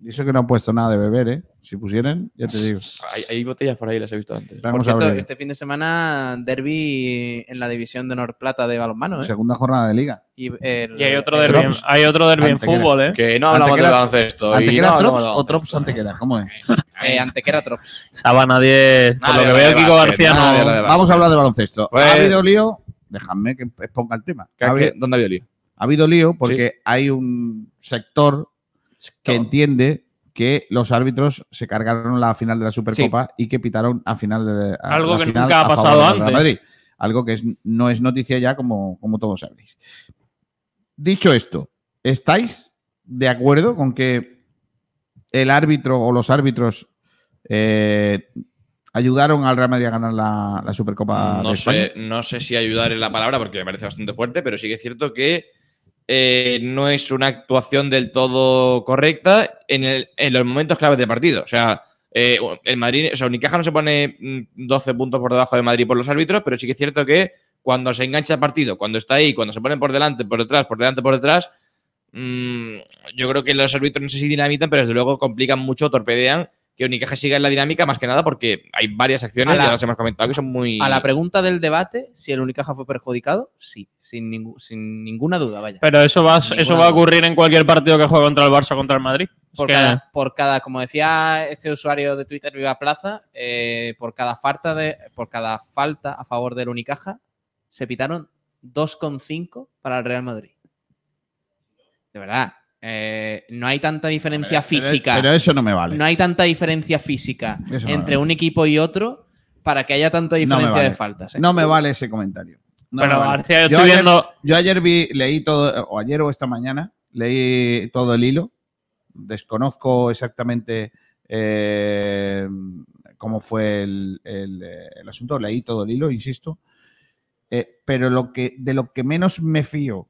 S1: Y eso que no han puesto nada de beber, ¿eh? Si pusieran, ya te digo.
S7: Hay, hay botellas por ahí, las he visto antes.
S1: Vamos
S8: Por
S1: a
S8: cierto,
S1: ver.
S8: este fin de semana, derby en la división de honor plata de balonmano, ¿eh?
S1: Segunda jornada de liga.
S8: Y, el-
S6: Y hay otro
S8: el-
S6: derbi en,
S1: Drops.
S6: hay otro derbi en
S1: Antequera.
S6: fútbol, ¿eh?
S7: Que no
S1: hablamos de
S7: hablamos de
S1: Antequera-
S7: baloncesto. y
S1: ¿Antequera
S7: no hablamos
S1: Trops
S7: de
S1: o Trops Antequera? ¿Cómo es?
S8: eh, Antequera Trops.
S6: Saba nadie. Por
S7: Nadie
S6: lo que
S7: habla
S6: veo,
S7: de
S6: Kiko
S7: básquet,
S6: García
S7: nadie habla
S6: no.
S7: de básquet.
S1: Vamos a hablar de baloncesto.
S7: Pues-
S1: Ha habido lío. Dejadme que exponga el tema.
S7: baloncesto.
S1: Ha habido,
S7: ¿Qué- ¿Dónde había lío?
S1: ha habido lío porque hay un sector que entiende que los árbitros se cargaron la final de la Supercopa y que pitaron a final de a
S6: Algo
S1: la
S6: que
S1: final
S6: nunca ha
S1: a favor
S6: pasado
S1: del Real
S6: antes.
S1: Madrid. Algo que es- no es noticia ya, como, como todos sabéis. Dicho esto, ¿estáis de acuerdo con que el árbitro o los árbitros eh, ayudaron al Real Madrid a ganar la, la Supercopa de
S7: No
S1: España?
S7: sé, no sé si ayudar es la palabra porque me parece bastante fuerte, pero sí que es cierto que eh, no es una actuación del todo correcta en, el- en los momentos claves del partido. O sea, eh, el Madrid, o sea, Unicaja no se pone mm, 12 puntos por debajo de Madrid por los árbitros, pero sí que es cierto que cuando se engancha el partido, cuando está ahí, cuando se ponen por delante, por detrás, por delante, por detrás, mm, yo creo que los árbitros no sé si dinamitan, pero desde luego complican mucho, torpedean. Que Unicaja siga en la dinámica más que nada porque hay varias acciones,
S8: A la-
S7: ya las hemos comentado, que son muy.
S8: A la pregunta del debate, si el Unicaja fue perjudicado, sí, sin, ningú- sin ninguna duda, vaya.
S6: Pero eso va,
S8: Ninguna
S6: eso va a
S8: duda.
S6: ocurrir en cualquier partido que juegue contra el Barça o contra el Madrid. Es
S8: por,
S6: que-
S8: cada, por cada, como decía este usuario de Twitter Viva Plaza, eh, por cada falta de, por cada falta a favor del Unicaja, se pitaron 2,5 para el Real Madrid. De verdad, eh, no hay tanta diferencia física.
S1: Pero eso no me vale.
S8: no hay tanta diferencia física
S1: Eso no
S8: entre
S1: me
S8: un equipo y otro para que haya tanta
S1: me
S8: diferencia
S1: vale.
S8: de faltas. ¿eh?
S1: No me vale ese comentario. No me
S6: pero
S1: vale.
S6: García, yo
S1: Yo
S6: estoy
S1: ayer-
S6: viendo.
S1: Yo ayer vi, leí todo, o ayer o esta mañana, leí todo el hilo. Desconozco exactamente eh, cómo fue el, el, eh, el asunto. Leí todo el hilo, insisto. Eh, pero lo que, de lo que menos me fío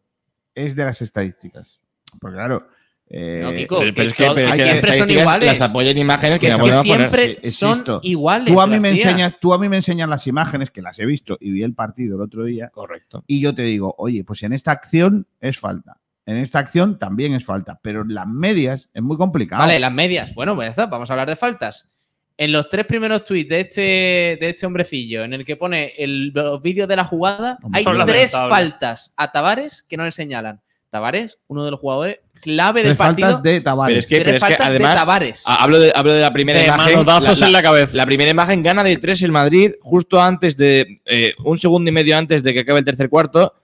S1: es de las estadísticas. Porque claro, eh,
S8: No, Kiko,
S7: Pero, pero es que,
S8: todo-
S7: pero es
S8: que
S7: que las
S8: siempre son
S7: estadísticas
S8: iguales.
S7: Las apoyan imágenes que,
S8: que es
S7: la
S8: que
S7: podemos poner.
S8: siempre
S1: sí,
S8: son
S1: insisto.
S8: iguales.
S1: tú a mí me
S8: García.
S1: enseñas, tú a mí me enseñas las imágenes que las he visto y vi el partido el otro día.
S7: Correcto.
S1: y yo te digo, oye, pues en esta acción es falta. En esta acción también es falta, pero en las medias es muy complicado.
S8: Vale, las medias. Bueno, pues ya está, vamos a hablar de faltas. En los tres primeros tweets de este, de este hombrecillo, en el que pone el- los vídeos de la jugada,
S1: Hombre,
S8: hay
S1: son
S8: tres
S6: lamentables.
S8: faltas a Tavares que no le señalan. Tavares, uno de los jugadores clave del
S1: Tres
S8: partido.
S1: faltas de
S7: Pero
S1: Tavares.
S7: es que, pero
S8: tres
S7: es que
S8: faltas de
S7: además,
S8: Tavares.
S7: ah, hablo de, hablo de la primera
S6: de
S7: imagen.
S6: manotazos
S7: la,
S6: en la cabeza.
S7: la primera imagen gana de tres el Madrid, justo antes de. eh, un segundo y medio antes de que acabe el tercer cuarto.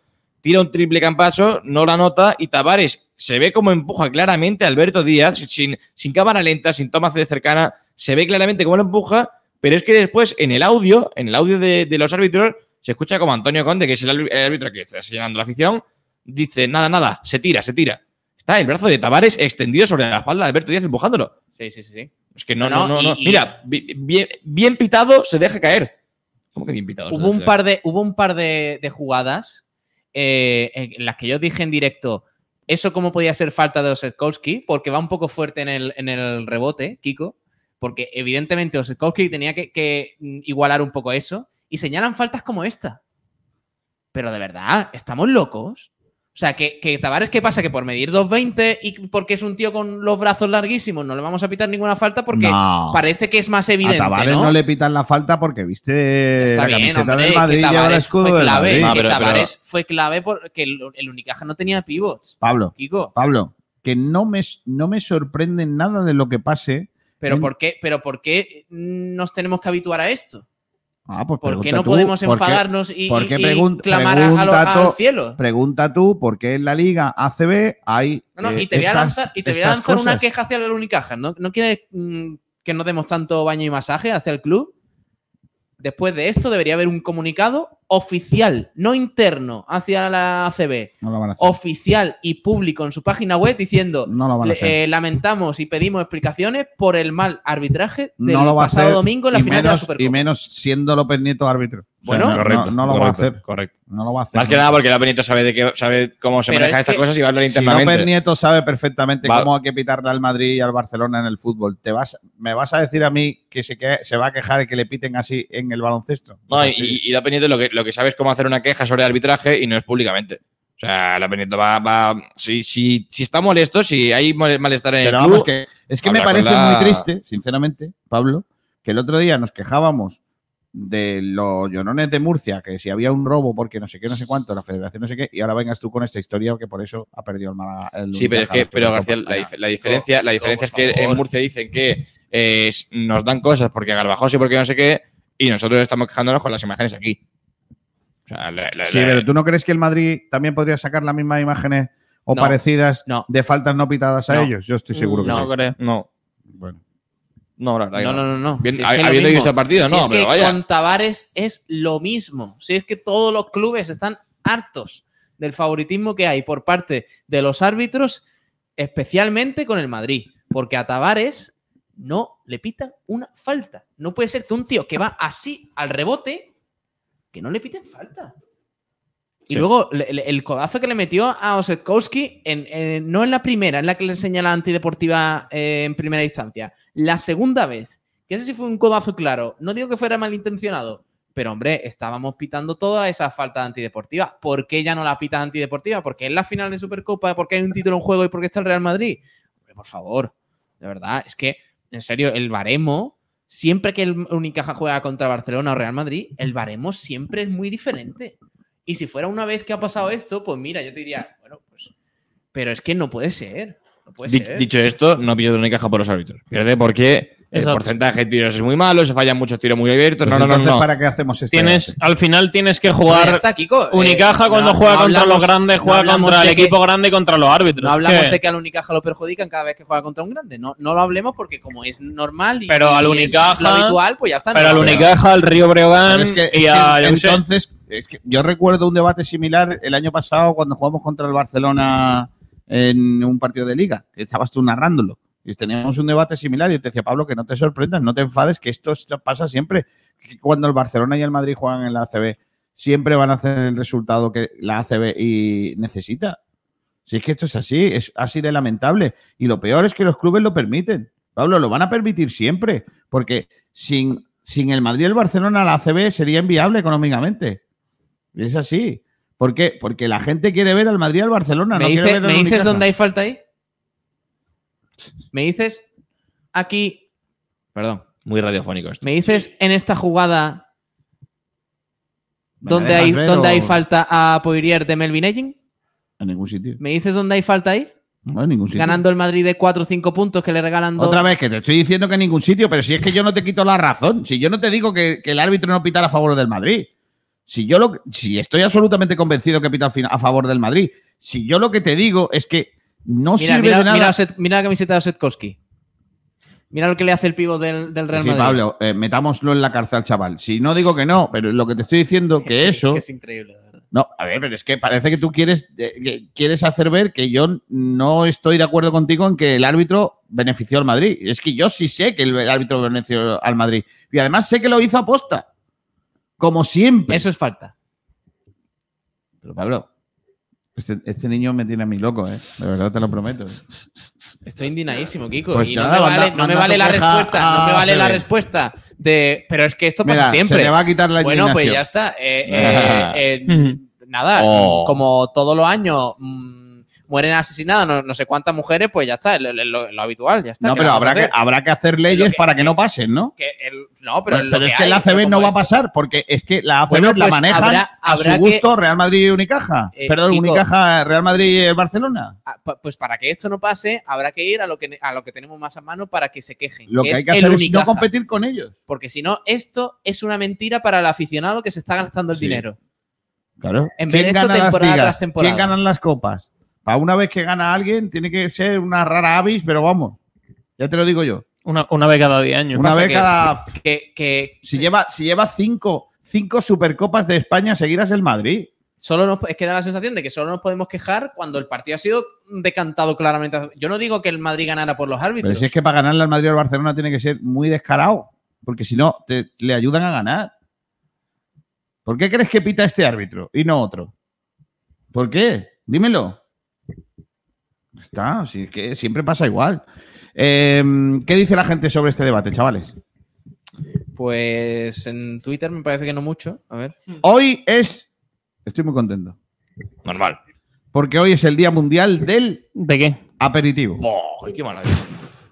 S7: Tira un triple campaso, no la nota y Tavares se ve como empuja claramente a Alberto Díaz, sin, sin cámara lenta, sin toma de cercana. Se ve claramente cómo lo empuja, pero es que después en el audio, en el audio de, de los árbitros, se escucha como Antonio Conde, que es el, árbitro- el árbitro que está señalando la afición, dice: nada, nada, se tira, se tira. Está el brazo de Tavares extendido sobre la espalda de Alberto Díaz empujándolo.
S8: Sí, sí, sí, sí.
S7: Es que no,
S8: No,
S7: no,
S8: no,
S7: no.
S8: y-
S7: no.
S8: y-
S7: Mira, bi- bien, bien pitado se deja caer. ¿Cómo que bien pitado? se
S8: Hubo un
S7: deja caer?
S8: par de, hubo un par de, de jugadas eh, en las que yo dije en directo. Eso cómo podía ser falta de Osetkowski, porque va un poco fuerte en el, en el rebote, Kiko, porque evidentemente Osetkowski tenía que, que, mm, igualar un poco eso, y señalan faltas como esta. Pero de verdad, ¿estamos locos? O sea, que, que Tavares, ¿qué pasa? Que por medir 2.20 y porque es un tío con los brazos larguísimos, no le vamos a pitar ninguna falta porque
S1: No.
S8: parece que es más
S1: a
S8: evidente,
S1: Tavares
S8: ¿no?
S1: no le pitan la falta porque viste
S8: Está
S1: Eh, la
S8: bien,
S1: camiseta
S8: hombre,
S1: del
S8: que
S1: Madrid lleva el
S8: Tavares
S1: escudo
S8: fue
S1: del
S8: clave,
S1: Madrid.
S7: Ah,
S8: que
S7: pero- pero-
S8: Tavares fue clave porque el, el Unicaja no tenía pivots,
S1: Pablo,
S8: Kiko.
S1: Pablo, que no me, no me sorprende nada de lo que pase.
S8: Pero
S1: Bien.
S8: ¿por, qué, pero ¿por qué nos tenemos que habituar a esto?
S1: Ah, pues
S8: ¿Por qué
S1: pregunta
S8: no
S1: tú,
S8: podemos
S1: ¿por qué-
S8: enfadarnos y,
S1: por qué
S8: y- y
S1: pregun-
S8: clamar a- a lo-
S1: pregunta
S8: al
S1: to-
S8: cielo?
S1: Pregunta tú, por qué en la liga ACB hay.
S8: No, no,
S1: eh,
S8: y te voy a
S1: estas-
S8: lanzar, y te voy a
S1: estas
S8: lanzar una
S1: cosas?
S8: queja hacia el Unicaja. ¿No, no quieres mm, que nos demos tanto baño y masaje hacia el club? Después de esto debería haber un comunicado oficial, no interno, hacia la ACB,
S1: No lo van a hacer.
S8: oficial y público en su página web diciendo
S1: No lo van a hacer.
S8: eh, lamentamos y pedimos explicaciones por el mal arbitraje del
S1: no lo va a
S8: pasado
S1: hacer.
S8: domingo en la
S1: y
S8: final
S1: menos,
S8: de la
S1: y
S8: Supercopa.
S1: menos siendo López Nieto árbitro. O sea,
S8: Bueno,
S1: no- no,
S7: correcto,
S1: no lo va a
S7: correcto,
S1: hacer.
S7: Correcto.
S1: No lo va a hacer.
S7: Más que nada porque la Benito sabe, de qué, sabe cómo se
S8: Pero
S7: manejan
S8: es
S7: estas
S8: que-
S7: cosas y va a hablar
S1: Si López
S7: internamente.
S1: Nieto sabe perfectamente
S7: Va-
S1: cómo hay que pitarle al Madrid y al Barcelona en el fútbol, ¿te vas, ¿me vas a decir a mí que se, que se va a quejar de que le piten así en el baloncesto?
S7: No,
S1: Pues
S7: y,
S1: así.
S7: y- y López Nieto lo que, lo que sabe es cómo hacer una queja sobre el arbitraje y no es públicamente. O sea, López Nieto va. va si, si, si está molesto, si hay mole- malestar en
S1: Pero
S7: el club,
S1: vamos, que, es que me
S7: habla con
S1: parece
S7: la-
S1: muy triste, sinceramente, Pablo, que el otro día nos quejábamos de los llorones de Murcia, que si había un robo porque no sé qué, no sé cuánto, la federación no sé qué, y ahora vengas tú con esta historia que por eso ha perdido el Málaga. el
S7: Sí, pero es
S1: Unicaja,
S7: que, pero
S1: la
S7: García,
S1: Supercopa.
S7: la, dif- la diferencia, la
S8: no,
S7: diferencia es
S8: por
S7: que en
S8: favor.
S7: Murcia dicen que eh, s- nos dan cosas porque Garbajosa y porque no sé qué, y nosotros estamos quejándonos con las imágenes aquí. O sea, la- la-
S1: Sí,
S7: la-
S1: pero ¿tú no crees que el Madrid también podría sacar las mismas imágenes o
S8: No,
S1: parecidas
S8: no.
S1: de faltas no pitadas a
S8: No.
S1: ellos? Yo estoy seguro que
S8: No.
S1: sí.
S6: No creo.
S7: no,
S1: Bueno.
S7: no, la verdad que
S8: No, no,
S7: no.
S8: no, no.
S7: Bien,
S8: es que es lo
S7: habiendo
S8: mismo.
S7: visto el partido,
S8: Si
S7: no,
S8: es que
S7: pero vaya.
S8: con Tavares es lo mismo. Si es que todos los clubes están hartos del favoritismo que hay por parte de los árbitros, especialmente con el Madrid. Porque a Tavares no le pitan una falta. No puede ser que un tío que va así al rebote, que no le piten falta. Y
S7: Sí.
S8: luego le- le- el codazo que le metió a Osetkowski, en, en- no en la primera, en la que le enseña la antideportiva eh, en primera instancia, la segunda vez, que ese sí fue un codazo claro, no digo que fuera malintencionado, pero hombre, estábamos pitando toda esa falta antideportiva. ¿Por qué ya no la pitas antideportiva? Porque es la final de Supercopa, porque hay un título en juego y porque está el Real Madrid. Hombre, por favor, de verdad, es que, en serio, el baremo, siempre que el Unicaja juega contra Barcelona o Real Madrid, el baremo siempre es muy diferente. Y si fuera una vez que ha pasado esto, pues mira, yo te diría, bueno, pues. Pero es que no puede ser. No puede
S7: Di-
S8: ser.
S7: Dicho esto, no pierde una caja por los árbitros. Pierde porque el
S6: Exacto.
S7: porcentaje de tiros es muy malo, se fallan muchos tiros muy abiertos.
S1: Pues
S7: No, no, no,
S1: entonces,
S7: no.
S1: ¿para qué hacemos este esto?
S6: Tienes, al final tienes que
S8: Bueno, ya
S6: jugar.
S8: está, Kiko. Eh,
S6: Unicaja
S8: no-
S6: cuando
S8: no
S6: juega contra
S8: hablamos-
S6: los grandes,
S8: no
S6: juega
S8: hablamos
S6: contra el
S8: de que-
S6: equipo grande y contra los árbitros.
S8: No hablamos
S6: ¿Qué?
S8: de que al Unicaja lo perjudican cada vez que juega contra un grande. No, no lo hablemos porque como es normal y,
S6: Pero al
S8: y es
S6: Unicaja-
S8: lo habitual, pues ya está.
S6: Pero
S8: no
S6: al
S8: lo hablemos.
S6: Unicaja, al Río Breogán
S1: Pero es que- es
S6: y
S1: que
S6: a. yo qué sé.
S1: entonces, es que yo recuerdo un debate similar el año pasado cuando jugamos contra el Barcelona en un partido de liga, que estabas tú narrándolo. Y teníamos un debate similar y yo te decía, Pablo, que no te sorprendas, no te enfades, que esto es- pasa siempre. Que cuando el Barcelona y el Madrid juegan en la ACB, siempre van a hacer el resultado que la ACB y necesita. Si es que esto es así, es así de lamentable. Y lo peor es que los clubes lo permiten. Pablo, lo van a permitir siempre, porque sin, sin el Madrid y el Barcelona, la ACB sería inviable económicamente. Y Es así. ¿Por qué? Porque la gente quiere ver al Madrid y al Barcelona.
S8: ¿Me,
S1: no quiere
S8: dice-
S1: ver al
S8: me dices
S1: Unicaja.
S8: dónde hay falta ahí? ¿Me dices aquí? Perdón.
S7: Muy radiofónico esto.
S8: ¿Me dices en esta jugada
S1: ¿Me la
S8: dónde
S1: dejas
S8: hay,
S1: ver
S8: dónde
S1: o-
S8: hay falta a Poirier de Melvin Egging?
S1: En ningún sitio.
S8: ¿Me dices dónde hay falta ahí?
S1: No, en ningún sitio.
S8: Ganando el Madrid de 4 o 5 puntos que le regalan dos.
S1: Otra vez que te estoy diciendo que en ningún sitio, pero si es que yo no te quito la razón. Si yo no te digo que, que el árbitro no pitara a favor del Madrid. Si yo lo, si estoy absolutamente convencido que pita al fin- a favor del Madrid. Si yo lo que te digo es que no
S8: Mira,
S1: sirve
S8: mira,
S1: de nada.
S8: mira a Set- mira la camiseta de Osetkowski. Mira lo que le hace el pivo del, del Real
S1: Sí,
S8: Madrid.
S1: Pablo, eh, metámoslo en la cárcel, chaval. Si no digo que no, pero lo que te estoy diciendo que
S8: Es
S1: eso.
S8: que es increíble, de verdad.
S1: No, a ver, pero es que parece que tú quieres, eh, que quieres hacer ver que yo no estoy de acuerdo contigo en que el árbitro benefició al Madrid. Es que yo sí sé que el árbitro benefició al Madrid. Y además sé que lo hizo aposta. Como siempre.
S8: Eso es falta.
S1: Pero Pablo, este, este niño me tiene a mí loco, ¿eh? De verdad te lo prometo. ¿eh?
S8: Estoy indignadísimo, Kiko.
S1: Pues
S8: y
S1: nada,
S8: no me
S1: manda-
S8: vale, no me
S1: manda
S8: vale
S1: tu
S8: la
S1: queja
S8: respuesta. No me
S1: a
S8: vale la
S1: CB.
S8: respuesta. De, pero es que esto pasa
S1: Mira,
S8: siempre.
S1: Se le va a quitar la
S8: bueno, pues
S1: indignación. Mm.
S8: ya está. Eh, eh, eh, nada,
S7: Oh.
S8: como todos los años mm, mueren asesinadas no, no sé cuántas mujeres, pues ya está, lo, lo- lo habitual, ya está.
S1: No,
S8: ¿qué
S1: pero
S8: vamos a
S1: habrá que,
S8: hacer?
S1: habrá que hacer leyes
S8: que-
S1: para que no pasen, ¿no?
S8: Que el- no, pero,
S1: Bueno,
S8: lo
S1: Pues, pero es que
S8: hay,
S1: la
S8: pero
S1: ACB no
S8: como
S1: va a
S8: es-
S1: pasar, porque es que la ACB
S8: Bueno,
S1: la
S8: pues
S1: manejan
S8: habrá-
S1: a
S8: habrá
S1: su
S8: que-
S1: gusto Real Madrid y Unicaja.
S8: Eh,
S1: Perdón,
S8: Kiko.
S1: Unicaja, Real Madrid y Barcelona.
S8: Ah, pa- Pues para que esto no pase, habrá que ir a lo que, a lo que tenemos más a mano para que se quejen.
S1: Lo que
S8: es
S1: hay que
S8: el
S1: hacer es Pues no
S8: Unicaja.
S1: competir con ellos.
S8: Porque si no, esto es una mentira para el aficionado que se está gastando el
S1: Sí.
S8: dinero.
S1: Claro.
S8: En vez de esto, temporada tras temporada.
S1: ¿Quién ganan las copas? Para una vez que gana alguien, tiene que ser una rara avis, pero vamos. Ya te lo digo yo.
S6: Una, una vez cada 10 años.
S1: Una
S8: pasa
S1: vez
S8: que-
S1: cada.
S8: Que, que
S1: Si lleva, si lleva cinco, cinco Supercopas de España seguidas el Madrid.
S8: Solo nos, es que da la sensación de que solo nos podemos quejar cuando el partido ha sido decantado claramente. Yo no digo que el Madrid ganara por los árbitros.
S1: Pero si es que para ganarle al Madrid o al Barcelona tiene que ser muy descarado, porque si no, te, le ayudan a ganar. ¿Por qué crees que pita este árbitro y no otro? ¿Por qué? Dímelo. Está, si es que siempre pasa igual. Eh, ¿Qué dice la gente sobre este debate, chavales?
S8: Pues en Twitter me parece que no mucho. A ver.
S1: Hoy es. Estoy muy contento.
S7: Normal.
S1: Porque hoy es el Día Mundial del.
S6: ¿De qué?
S1: Aperitivo.
S7: Oh, ¡Qué maravilla!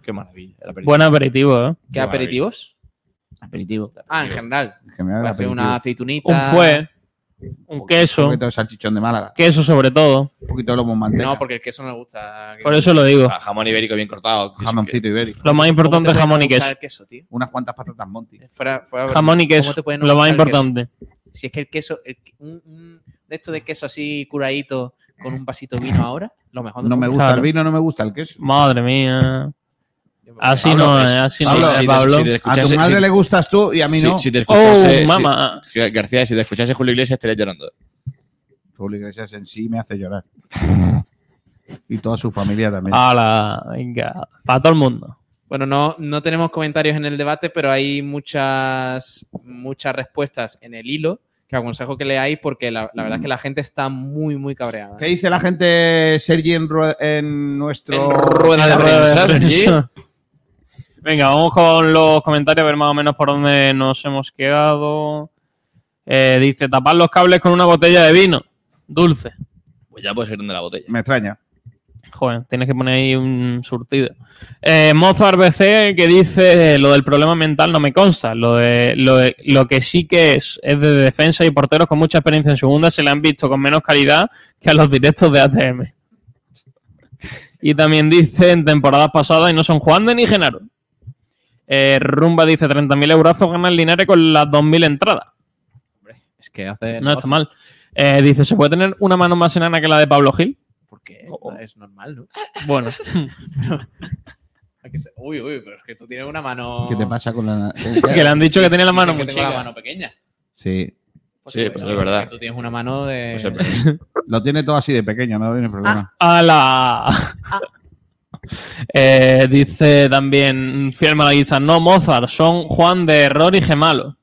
S7: ¡Qué maravilla! El aperitivo.
S6: Buen aperitivo, ¿eh?
S8: ¿Qué, ¿Qué aperitivos?
S1: Aperitivo.
S8: Ah, en general.
S1: En general,
S8: Va a ser
S1: aperitivo.
S8: una aceitunita.
S6: Un fue. Un queso.
S1: Un poquito de salchichón de Málaga.
S6: Queso sobre todo.
S1: Un poquito de lomo en manteca.
S8: No, porque el queso no me gusta.
S6: Por eso lo digo.
S7: Ah, Jamón ibérico bien cortado.
S1: Jamoncito ibérico.
S6: Lo más
S8: ¿Cómo te
S6: importante es
S8: puede
S6: jamón
S8: no
S6: y
S8: gustar
S6: queso.
S8: el queso, tío?
S1: Unas cuantas patatas Monty.
S8: Fuera- fuera-
S6: Jamón y
S8: ¿cómo
S6: queso.
S8: te puede no
S6: Lo más
S8: gustar el queso?
S6: importante.
S8: Si es que el queso, el- un, un de esto de queso así curadito con un vasito de vino ahora, lo mejor del
S1: No me
S8: mundo.
S1: gusta
S6: Claro.
S1: el vino, no me gusta el queso.
S6: Madre mía. Así
S7: Pablo,
S6: no
S7: pues,
S6: es, así
S1: Pablo,
S6: no es,
S1: si-
S6: Pablo.
S7: te
S1: A tu
S7: escuchase-
S1: madre
S7: si-
S1: le gustas tú y a mí
S7: si-
S1: no.
S7: si te
S6: oh,
S7: escuchase- si-
S6: mamá.
S7: Ga- García, si te escuchase Julio Iglesias estarías llorando.
S1: Julio Iglesias en sí me hace llorar. Y toda su familia también.
S6: Ah. Ala, venga. Para todo el mundo.
S8: Bueno, no, no tenemos comentarios en el debate, pero hay muchas, muchas respuestas en el hilo que aconsejo que leáis porque la, la verdad es que la gente está muy, muy cabreada.
S1: ¿Qué dice la gente, Sergi, en, rue- en nuestro.
S7: En rueda de prensa, Sergi.
S6: Venga, vamos con los comentarios a ver más o menos por dónde nos hemos quedado. Eh, dice, tapar los cables con una botella de vino. Dulce.
S7: Pues ya puedes ir donde la botella.
S1: Me extraña.
S6: Joder, tienes que poner ahí un surtido. Eh, Mozart BC que dice eh, lo del problema mental no me consta. Lo, de, lo, de- lo que sí que es es de defensa y porteros con mucha experiencia en segunda se le han visto con menos calidad que a los directos de ATM. Y también dice en temporadas pasadas y no son Juan de ni Genaro. Eh, Rumba dice 30.000 euros gana el Linares con las 2.000 entradas.
S8: Es que hace...
S6: No está mal. Eh, dice, ¿se puede tener una mano más enana que la de Pablo Gil?
S8: Porque
S6: Oh,
S8: es normal, ¿no?
S6: Bueno.
S8: Hay que ser- Uy, uy, pero es que tú tienes una mano...
S1: ¿Qué te pasa con la.?
S6: Que le han dicho que tenía la
S8: Dicen
S6: mano
S8: que
S6: muy
S8: tengo
S6: chica.
S8: la mano pequeña.
S1: Sí.
S8: Por
S7: Sí,
S8: supuesto,
S7: pues es verdad.
S8: que Tú tienes una mano de...
S7: Pues es
S1: Lo tiene todo así de pequeño, no tiene problema.
S8: Ah.
S6: A la. Eh, dice también Fiel Malaguista, no Mozart, son Juan de Error y Gemalo.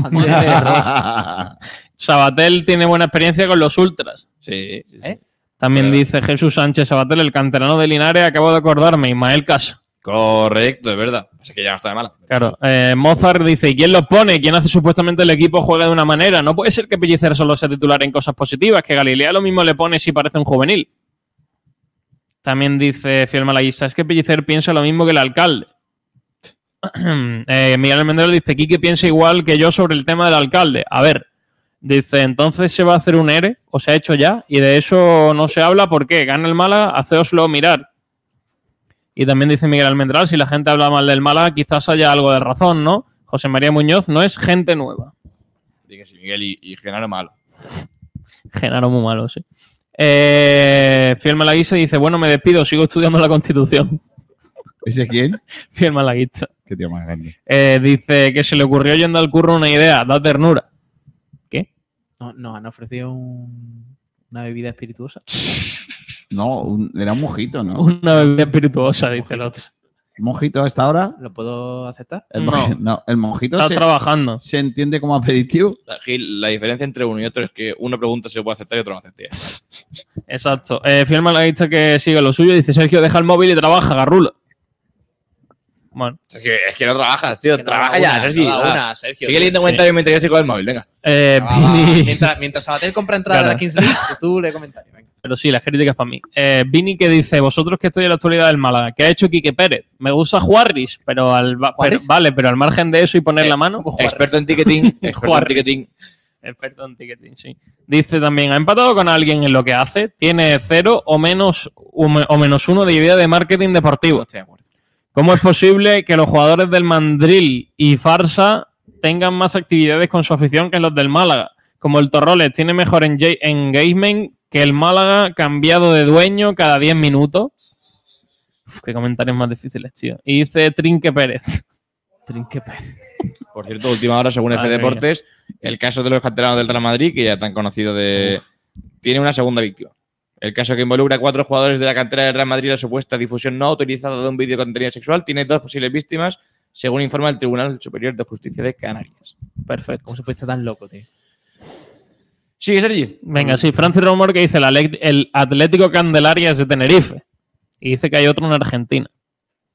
S6: Juan de Error. Sabatel tiene buena experiencia con los ultras.
S7: Sí, sí, sí.
S8: ¿Eh?
S6: También
S7: Claro.
S6: dice Jesús Sánchez Sabatel, el canterano de Linares, acabo de acordarme, Ismael Casa.
S7: Correcto, es verdad. Así que ya no está de mala.
S6: Claro, eh, Mozart dice, ¿y quién los pone? ¿Quién hace supuestamente el equipo juega de una manera? No puede ser que Pellicer solo sea titular en cosas positivas, que Galilea lo mismo le pone si parece un juvenil. También dice Fiel Malaguista, es que Pellicer piensa lo mismo que el alcalde. Eh, Miguel Almendral dice, Quique piensa igual que yo sobre el tema del alcalde. A ver, dice, entonces se va a hacer un ERE, o se ha hecho ya, y de eso no se habla, ¿por qué? Gana el Málaga, haceoslo mirar. Y también dice Miguel Almendral, si la gente habla mal del Málaga, quizás haya algo de razón, ¿no? José María Muñoz no es gente nueva.
S7: Dí que sí, Miguel y, y Genaro malo.
S6: Genaro muy malo, sí. Eh, Fiel Malaguista dice, bueno, me despido, sigo estudiando la Constitución.
S1: ¿Ese quién?
S6: Fiel Malaguista.
S1: Qué tío más grande.
S6: Eh, dice que se le ocurrió yendo al curro una idea, da ternura.
S8: No, nos han ofrecido un- una bebida espirituosa.
S1: No, un- era un mojito, ¿no? Un
S6: Una bebida espirituosa, dice el otro.
S1: mojito a esta hora.
S8: ¿Lo puedo aceptar?
S1: El
S6: No.
S1: mojito, no. el mojito
S6: Estás
S1: se,
S6: trabajando.
S1: se entiende como aperitivo.
S7: La, Gil, la diferencia entre uno y otro es que uno pregunta si lo puede aceptar y otro no acepta.
S6: Exacto. Eh, Fiel Malaguista que sigue lo suyo, dice, Sergio, deja el móvil y trabaja, garrulo. Bueno.
S7: Es que, es que no trabajas, tío. Trabaja ya,
S8: Sergio.
S7: Sergi. va.
S8: Una, Sergio.
S7: Sigue leyendo comentarios mientras yo estoy con el móvil, venga.
S6: Eh,
S8: Ah, va, va.
S6: Vini-
S8: Mientras, mientras Sabatel compra entrada de
S6: Claro.
S8: la Kings League, tú le comentas. Venga.
S6: Pero sí, las críticas para mí. Eh, Vini que dice, vosotros que estoy en la actualidad del Málaga, ¿qué ha hecho Quique Pérez? Me gusta Juarris, pero al va-
S8: ¿Juarris?
S6: pero- vale, pero al margen de eso y poner
S7: Eh,
S6: la mano.
S7: Experto en ticketing. Experto en
S6: Juarri.
S7: ticketing.
S6: Experto en ticketing, sí. Dice también, ¿ha empatado con alguien en lo que hace? Tiene cero o menos, o me- o menos uno de idea de marketing
S8: No
S6: deportivo.
S8: estoy de acuerdo.
S6: ¿Cómo es posible que los jugadores del Mandril y Farsa tengan más actividades con su afición que los del Málaga? Como el Torroles tiene mejor enja- engagement que el Málaga cambiado de dueño cada 10 minutos. Uf, qué comentarios más difíciles, tío. Y dice Trinque Pérez.
S8: Trinqueper.
S7: Por cierto, última hora, según F
S6: Madre
S7: Deportes, el caso de los canteranos del Real Madrid, que ya tan conocido de. tiene una segunda víctima. El caso que involucra a cuatro jugadores de la cantera del Real Madrid, la supuesta difusión no autorizada de un vídeo con contenido sexual, tiene dos posibles víctimas, según informa el Tribunal Superior de Justicia de Canarias.
S6: Perfecto.
S8: ¿Cómo se puede estar tan loco, tío?
S7: Sigue, Sergi.
S6: Venga, sí, Francis Romor que dice el, Ale- el Atlético Candelaria es de Tenerife. Y dice que hay otro en Argentina.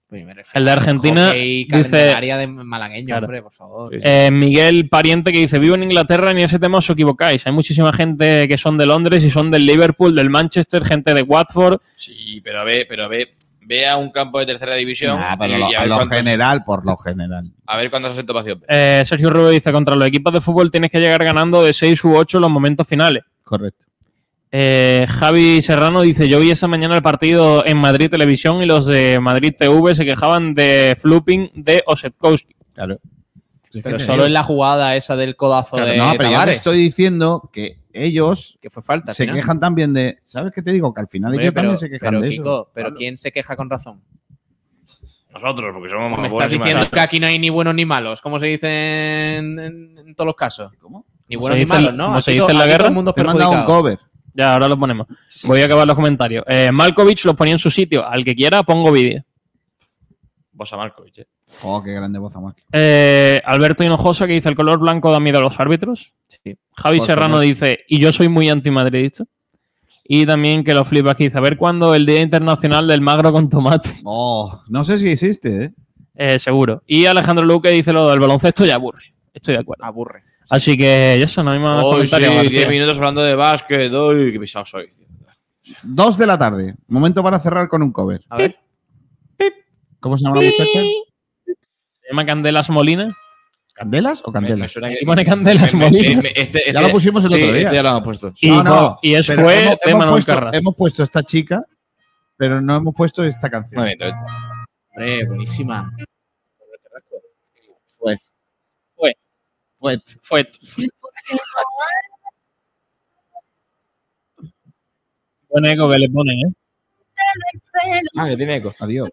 S8: Pues me refiero
S6: El de
S8: al
S6: Argentina
S8: hockey
S6: dice
S8: calendario de malagueño,
S6: Claro.
S8: hombre, por favor.
S6: eh, Miguel Pariente que dice, vivo en Inglaterra ni ese tema os equivocáis. Hay muchísima gente que son de Londres y son del Liverpool, del Manchester, gente de Watford.
S7: Sí, pero ve, pero ve, ve a un campo de tercera división.
S10: Nah, pero
S7: y-
S10: lo-
S7: y a,
S10: a
S7: ver
S10: lo
S7: cuántos,
S10: general, por lo general.
S7: a ver cuántos acentos vacíos.
S6: Eh, Sergio Rubio dice, contra los equipos de fútbol tienes que llegar ganando de 6 u 8 los momentos finales.
S10: Correcto.
S6: Eh, Javi Serrano dice, yo vi esa mañana el partido en Madrid Televisión y los de Madrid TV se quejaban de flooping de Osetkowski.
S10: Claro. Sí,
S8: Pero
S10: que te
S8: solo
S10: digo.
S8: en la jugada esa del codazo
S10: Claro,
S8: de
S10: no, pero yo te
S8: Tavares,
S10: estoy diciendo que ellos
S8: que fue falta. al
S10: se
S8: final.
S10: quejan también de. ¿Sabes qué te digo? Que al final
S8: Hombre,
S10: ellos
S8: pero,
S10: también se quejan
S8: pero,
S10: de eso.
S8: Kiko, pero ¿quién se queja con razón?
S7: Nosotros, porque somos
S10: Ah,
S8: Me estás diciendo que aquí no hay ni buenos ni malos, como se dice en, en- en todos los casos.
S10: ¿Cómo?
S8: Ni
S6: Como
S8: buenos
S6: se
S8: ni
S6: dice en-
S8: malos, ¿no?
S6: como se
S8: Aquí
S6: dice
S8: to-
S6: en la
S8: aquí todo
S6: guerra,
S8: el mundo es
S10: Te he mandado un
S8: perjudicado.
S10: cover.
S6: Ya, ahora los ponemos. Voy a acabar los comentarios. Eh, Malkovich los ponía en su sitio. Al que quiera, pongo vídeo.
S7: Vos a Markovic. eh.
S10: Oh, qué grande voz, Amar.
S6: Eh, Alberto Hinojosa que dice: el color blanco da miedo a los árbitros.
S8: Sí.
S6: Javi
S10: Por
S6: Serrano
S10: supuesto.
S6: dice: y yo soy muy antimadridista. Y también que los flipas que dice: a ver cuándo el Día Internacional del Magro con Tomate.
S10: Oh, no sé si existe, ¿eh?
S6: Eh, seguro. Y Alejandro Luque dice: lo del baloncesto ya aburre. Estoy de acuerdo.
S8: Aburre.
S6: Así que ya eso, no hay más
S7: Hoy
S6: comentarios,
S7: sí,
S6: García.
S7: 10 minutos hablando de básquet. Uy, qué pisado soy.
S10: Dos de la tarde. Momento para cerrar con un cover.
S8: A ver.
S10: ¿Cómo se llama la muchacha?
S6: Se llama Candelas Molina.
S10: ¿Candelas o
S7: Me- me
S10: Candelas?
S7: suena que-
S6: Aquí pone Candelas
S7: me- me-
S6: Molina.
S7: me- este-
S10: Ya
S7: este-
S10: lo pusimos el
S7: sí,
S10: otro día.
S7: este ya lo hemos puesto.
S6: Y,
S10: No, no,
S6: y es
S10: pero
S6: fue
S10: hemos,
S6: de
S10: hemos
S6: Manuel
S10: puesto,
S6: Carras.
S10: hemos puesto esta chica, pero no hemos puesto esta canción.
S7: Muy bien, entonces.
S8: Hombre, buenísima.
S10: Fue.
S6: Fue.
S10: Fue.
S6: Fue. Buen eco que le ponen, ¿eh?
S7: Ah, que tiene eco.
S10: Adiós.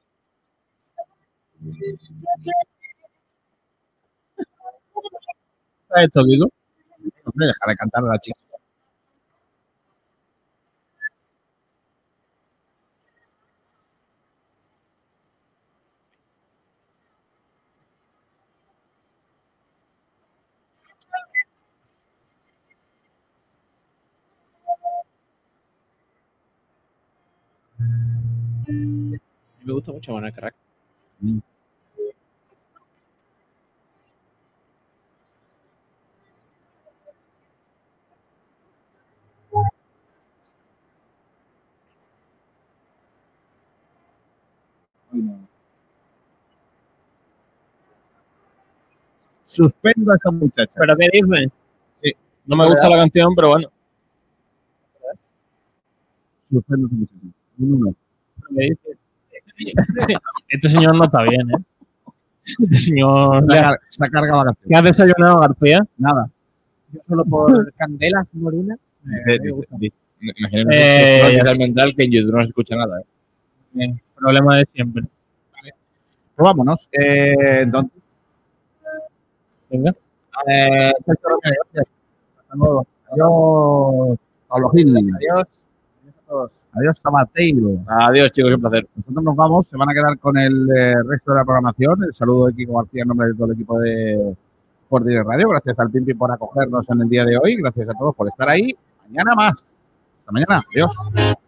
S6: ¿Sabes Esto, Kiko?
S10: Hombre, deja de cantar a la chica.
S8: Me gusta mucho Manuel Carrasco.
S10: Suspendo a esta muchacha.
S6: ¿Pero qué dices?
S10: Sí.
S6: No me gusta la canción, pero bueno.
S10: Suspendo a esta muchacha. No, no, no.
S6: ¿qué dices? Este- Este señor no está bien, ¿eh? Este señor.
S10: Se ha car- Se ha cargado la canción.
S6: ¿Qué has desayunado, García?
S10: Nada.
S11: Yo solo por Candelas Molina.
S10: Dice-
S7: Eh,
S10: dice- dice-
S7: Imagino
S6: Eh,
S7: que es
S6: ya
S7: un
S6: sé.
S7: mental que en YouTube no se escucha nada. ¿eh?
S6: Problema de siempre.
S10: Pues vámonos. Eh, entonces,
S6: Venga.
S11: Eh, Sergio Roque, gracias. Hasta luego. Adiós.
S10: Pablo Gil.
S11: Adiós. Adiós a todos.
S10: Adiós, Tamateo.
S7: Adiós, chicos, un placer.
S10: Nosotros nos vamos, se van a quedar con el eh, resto de la programación. El saludo de Kiko García en nombre de todo el equipo de Sport Direct Radio. Gracias al Pimpi por acogernos en el día de hoy. Gracias a todos por estar ahí. Mañana más. Hasta mañana. Adiós.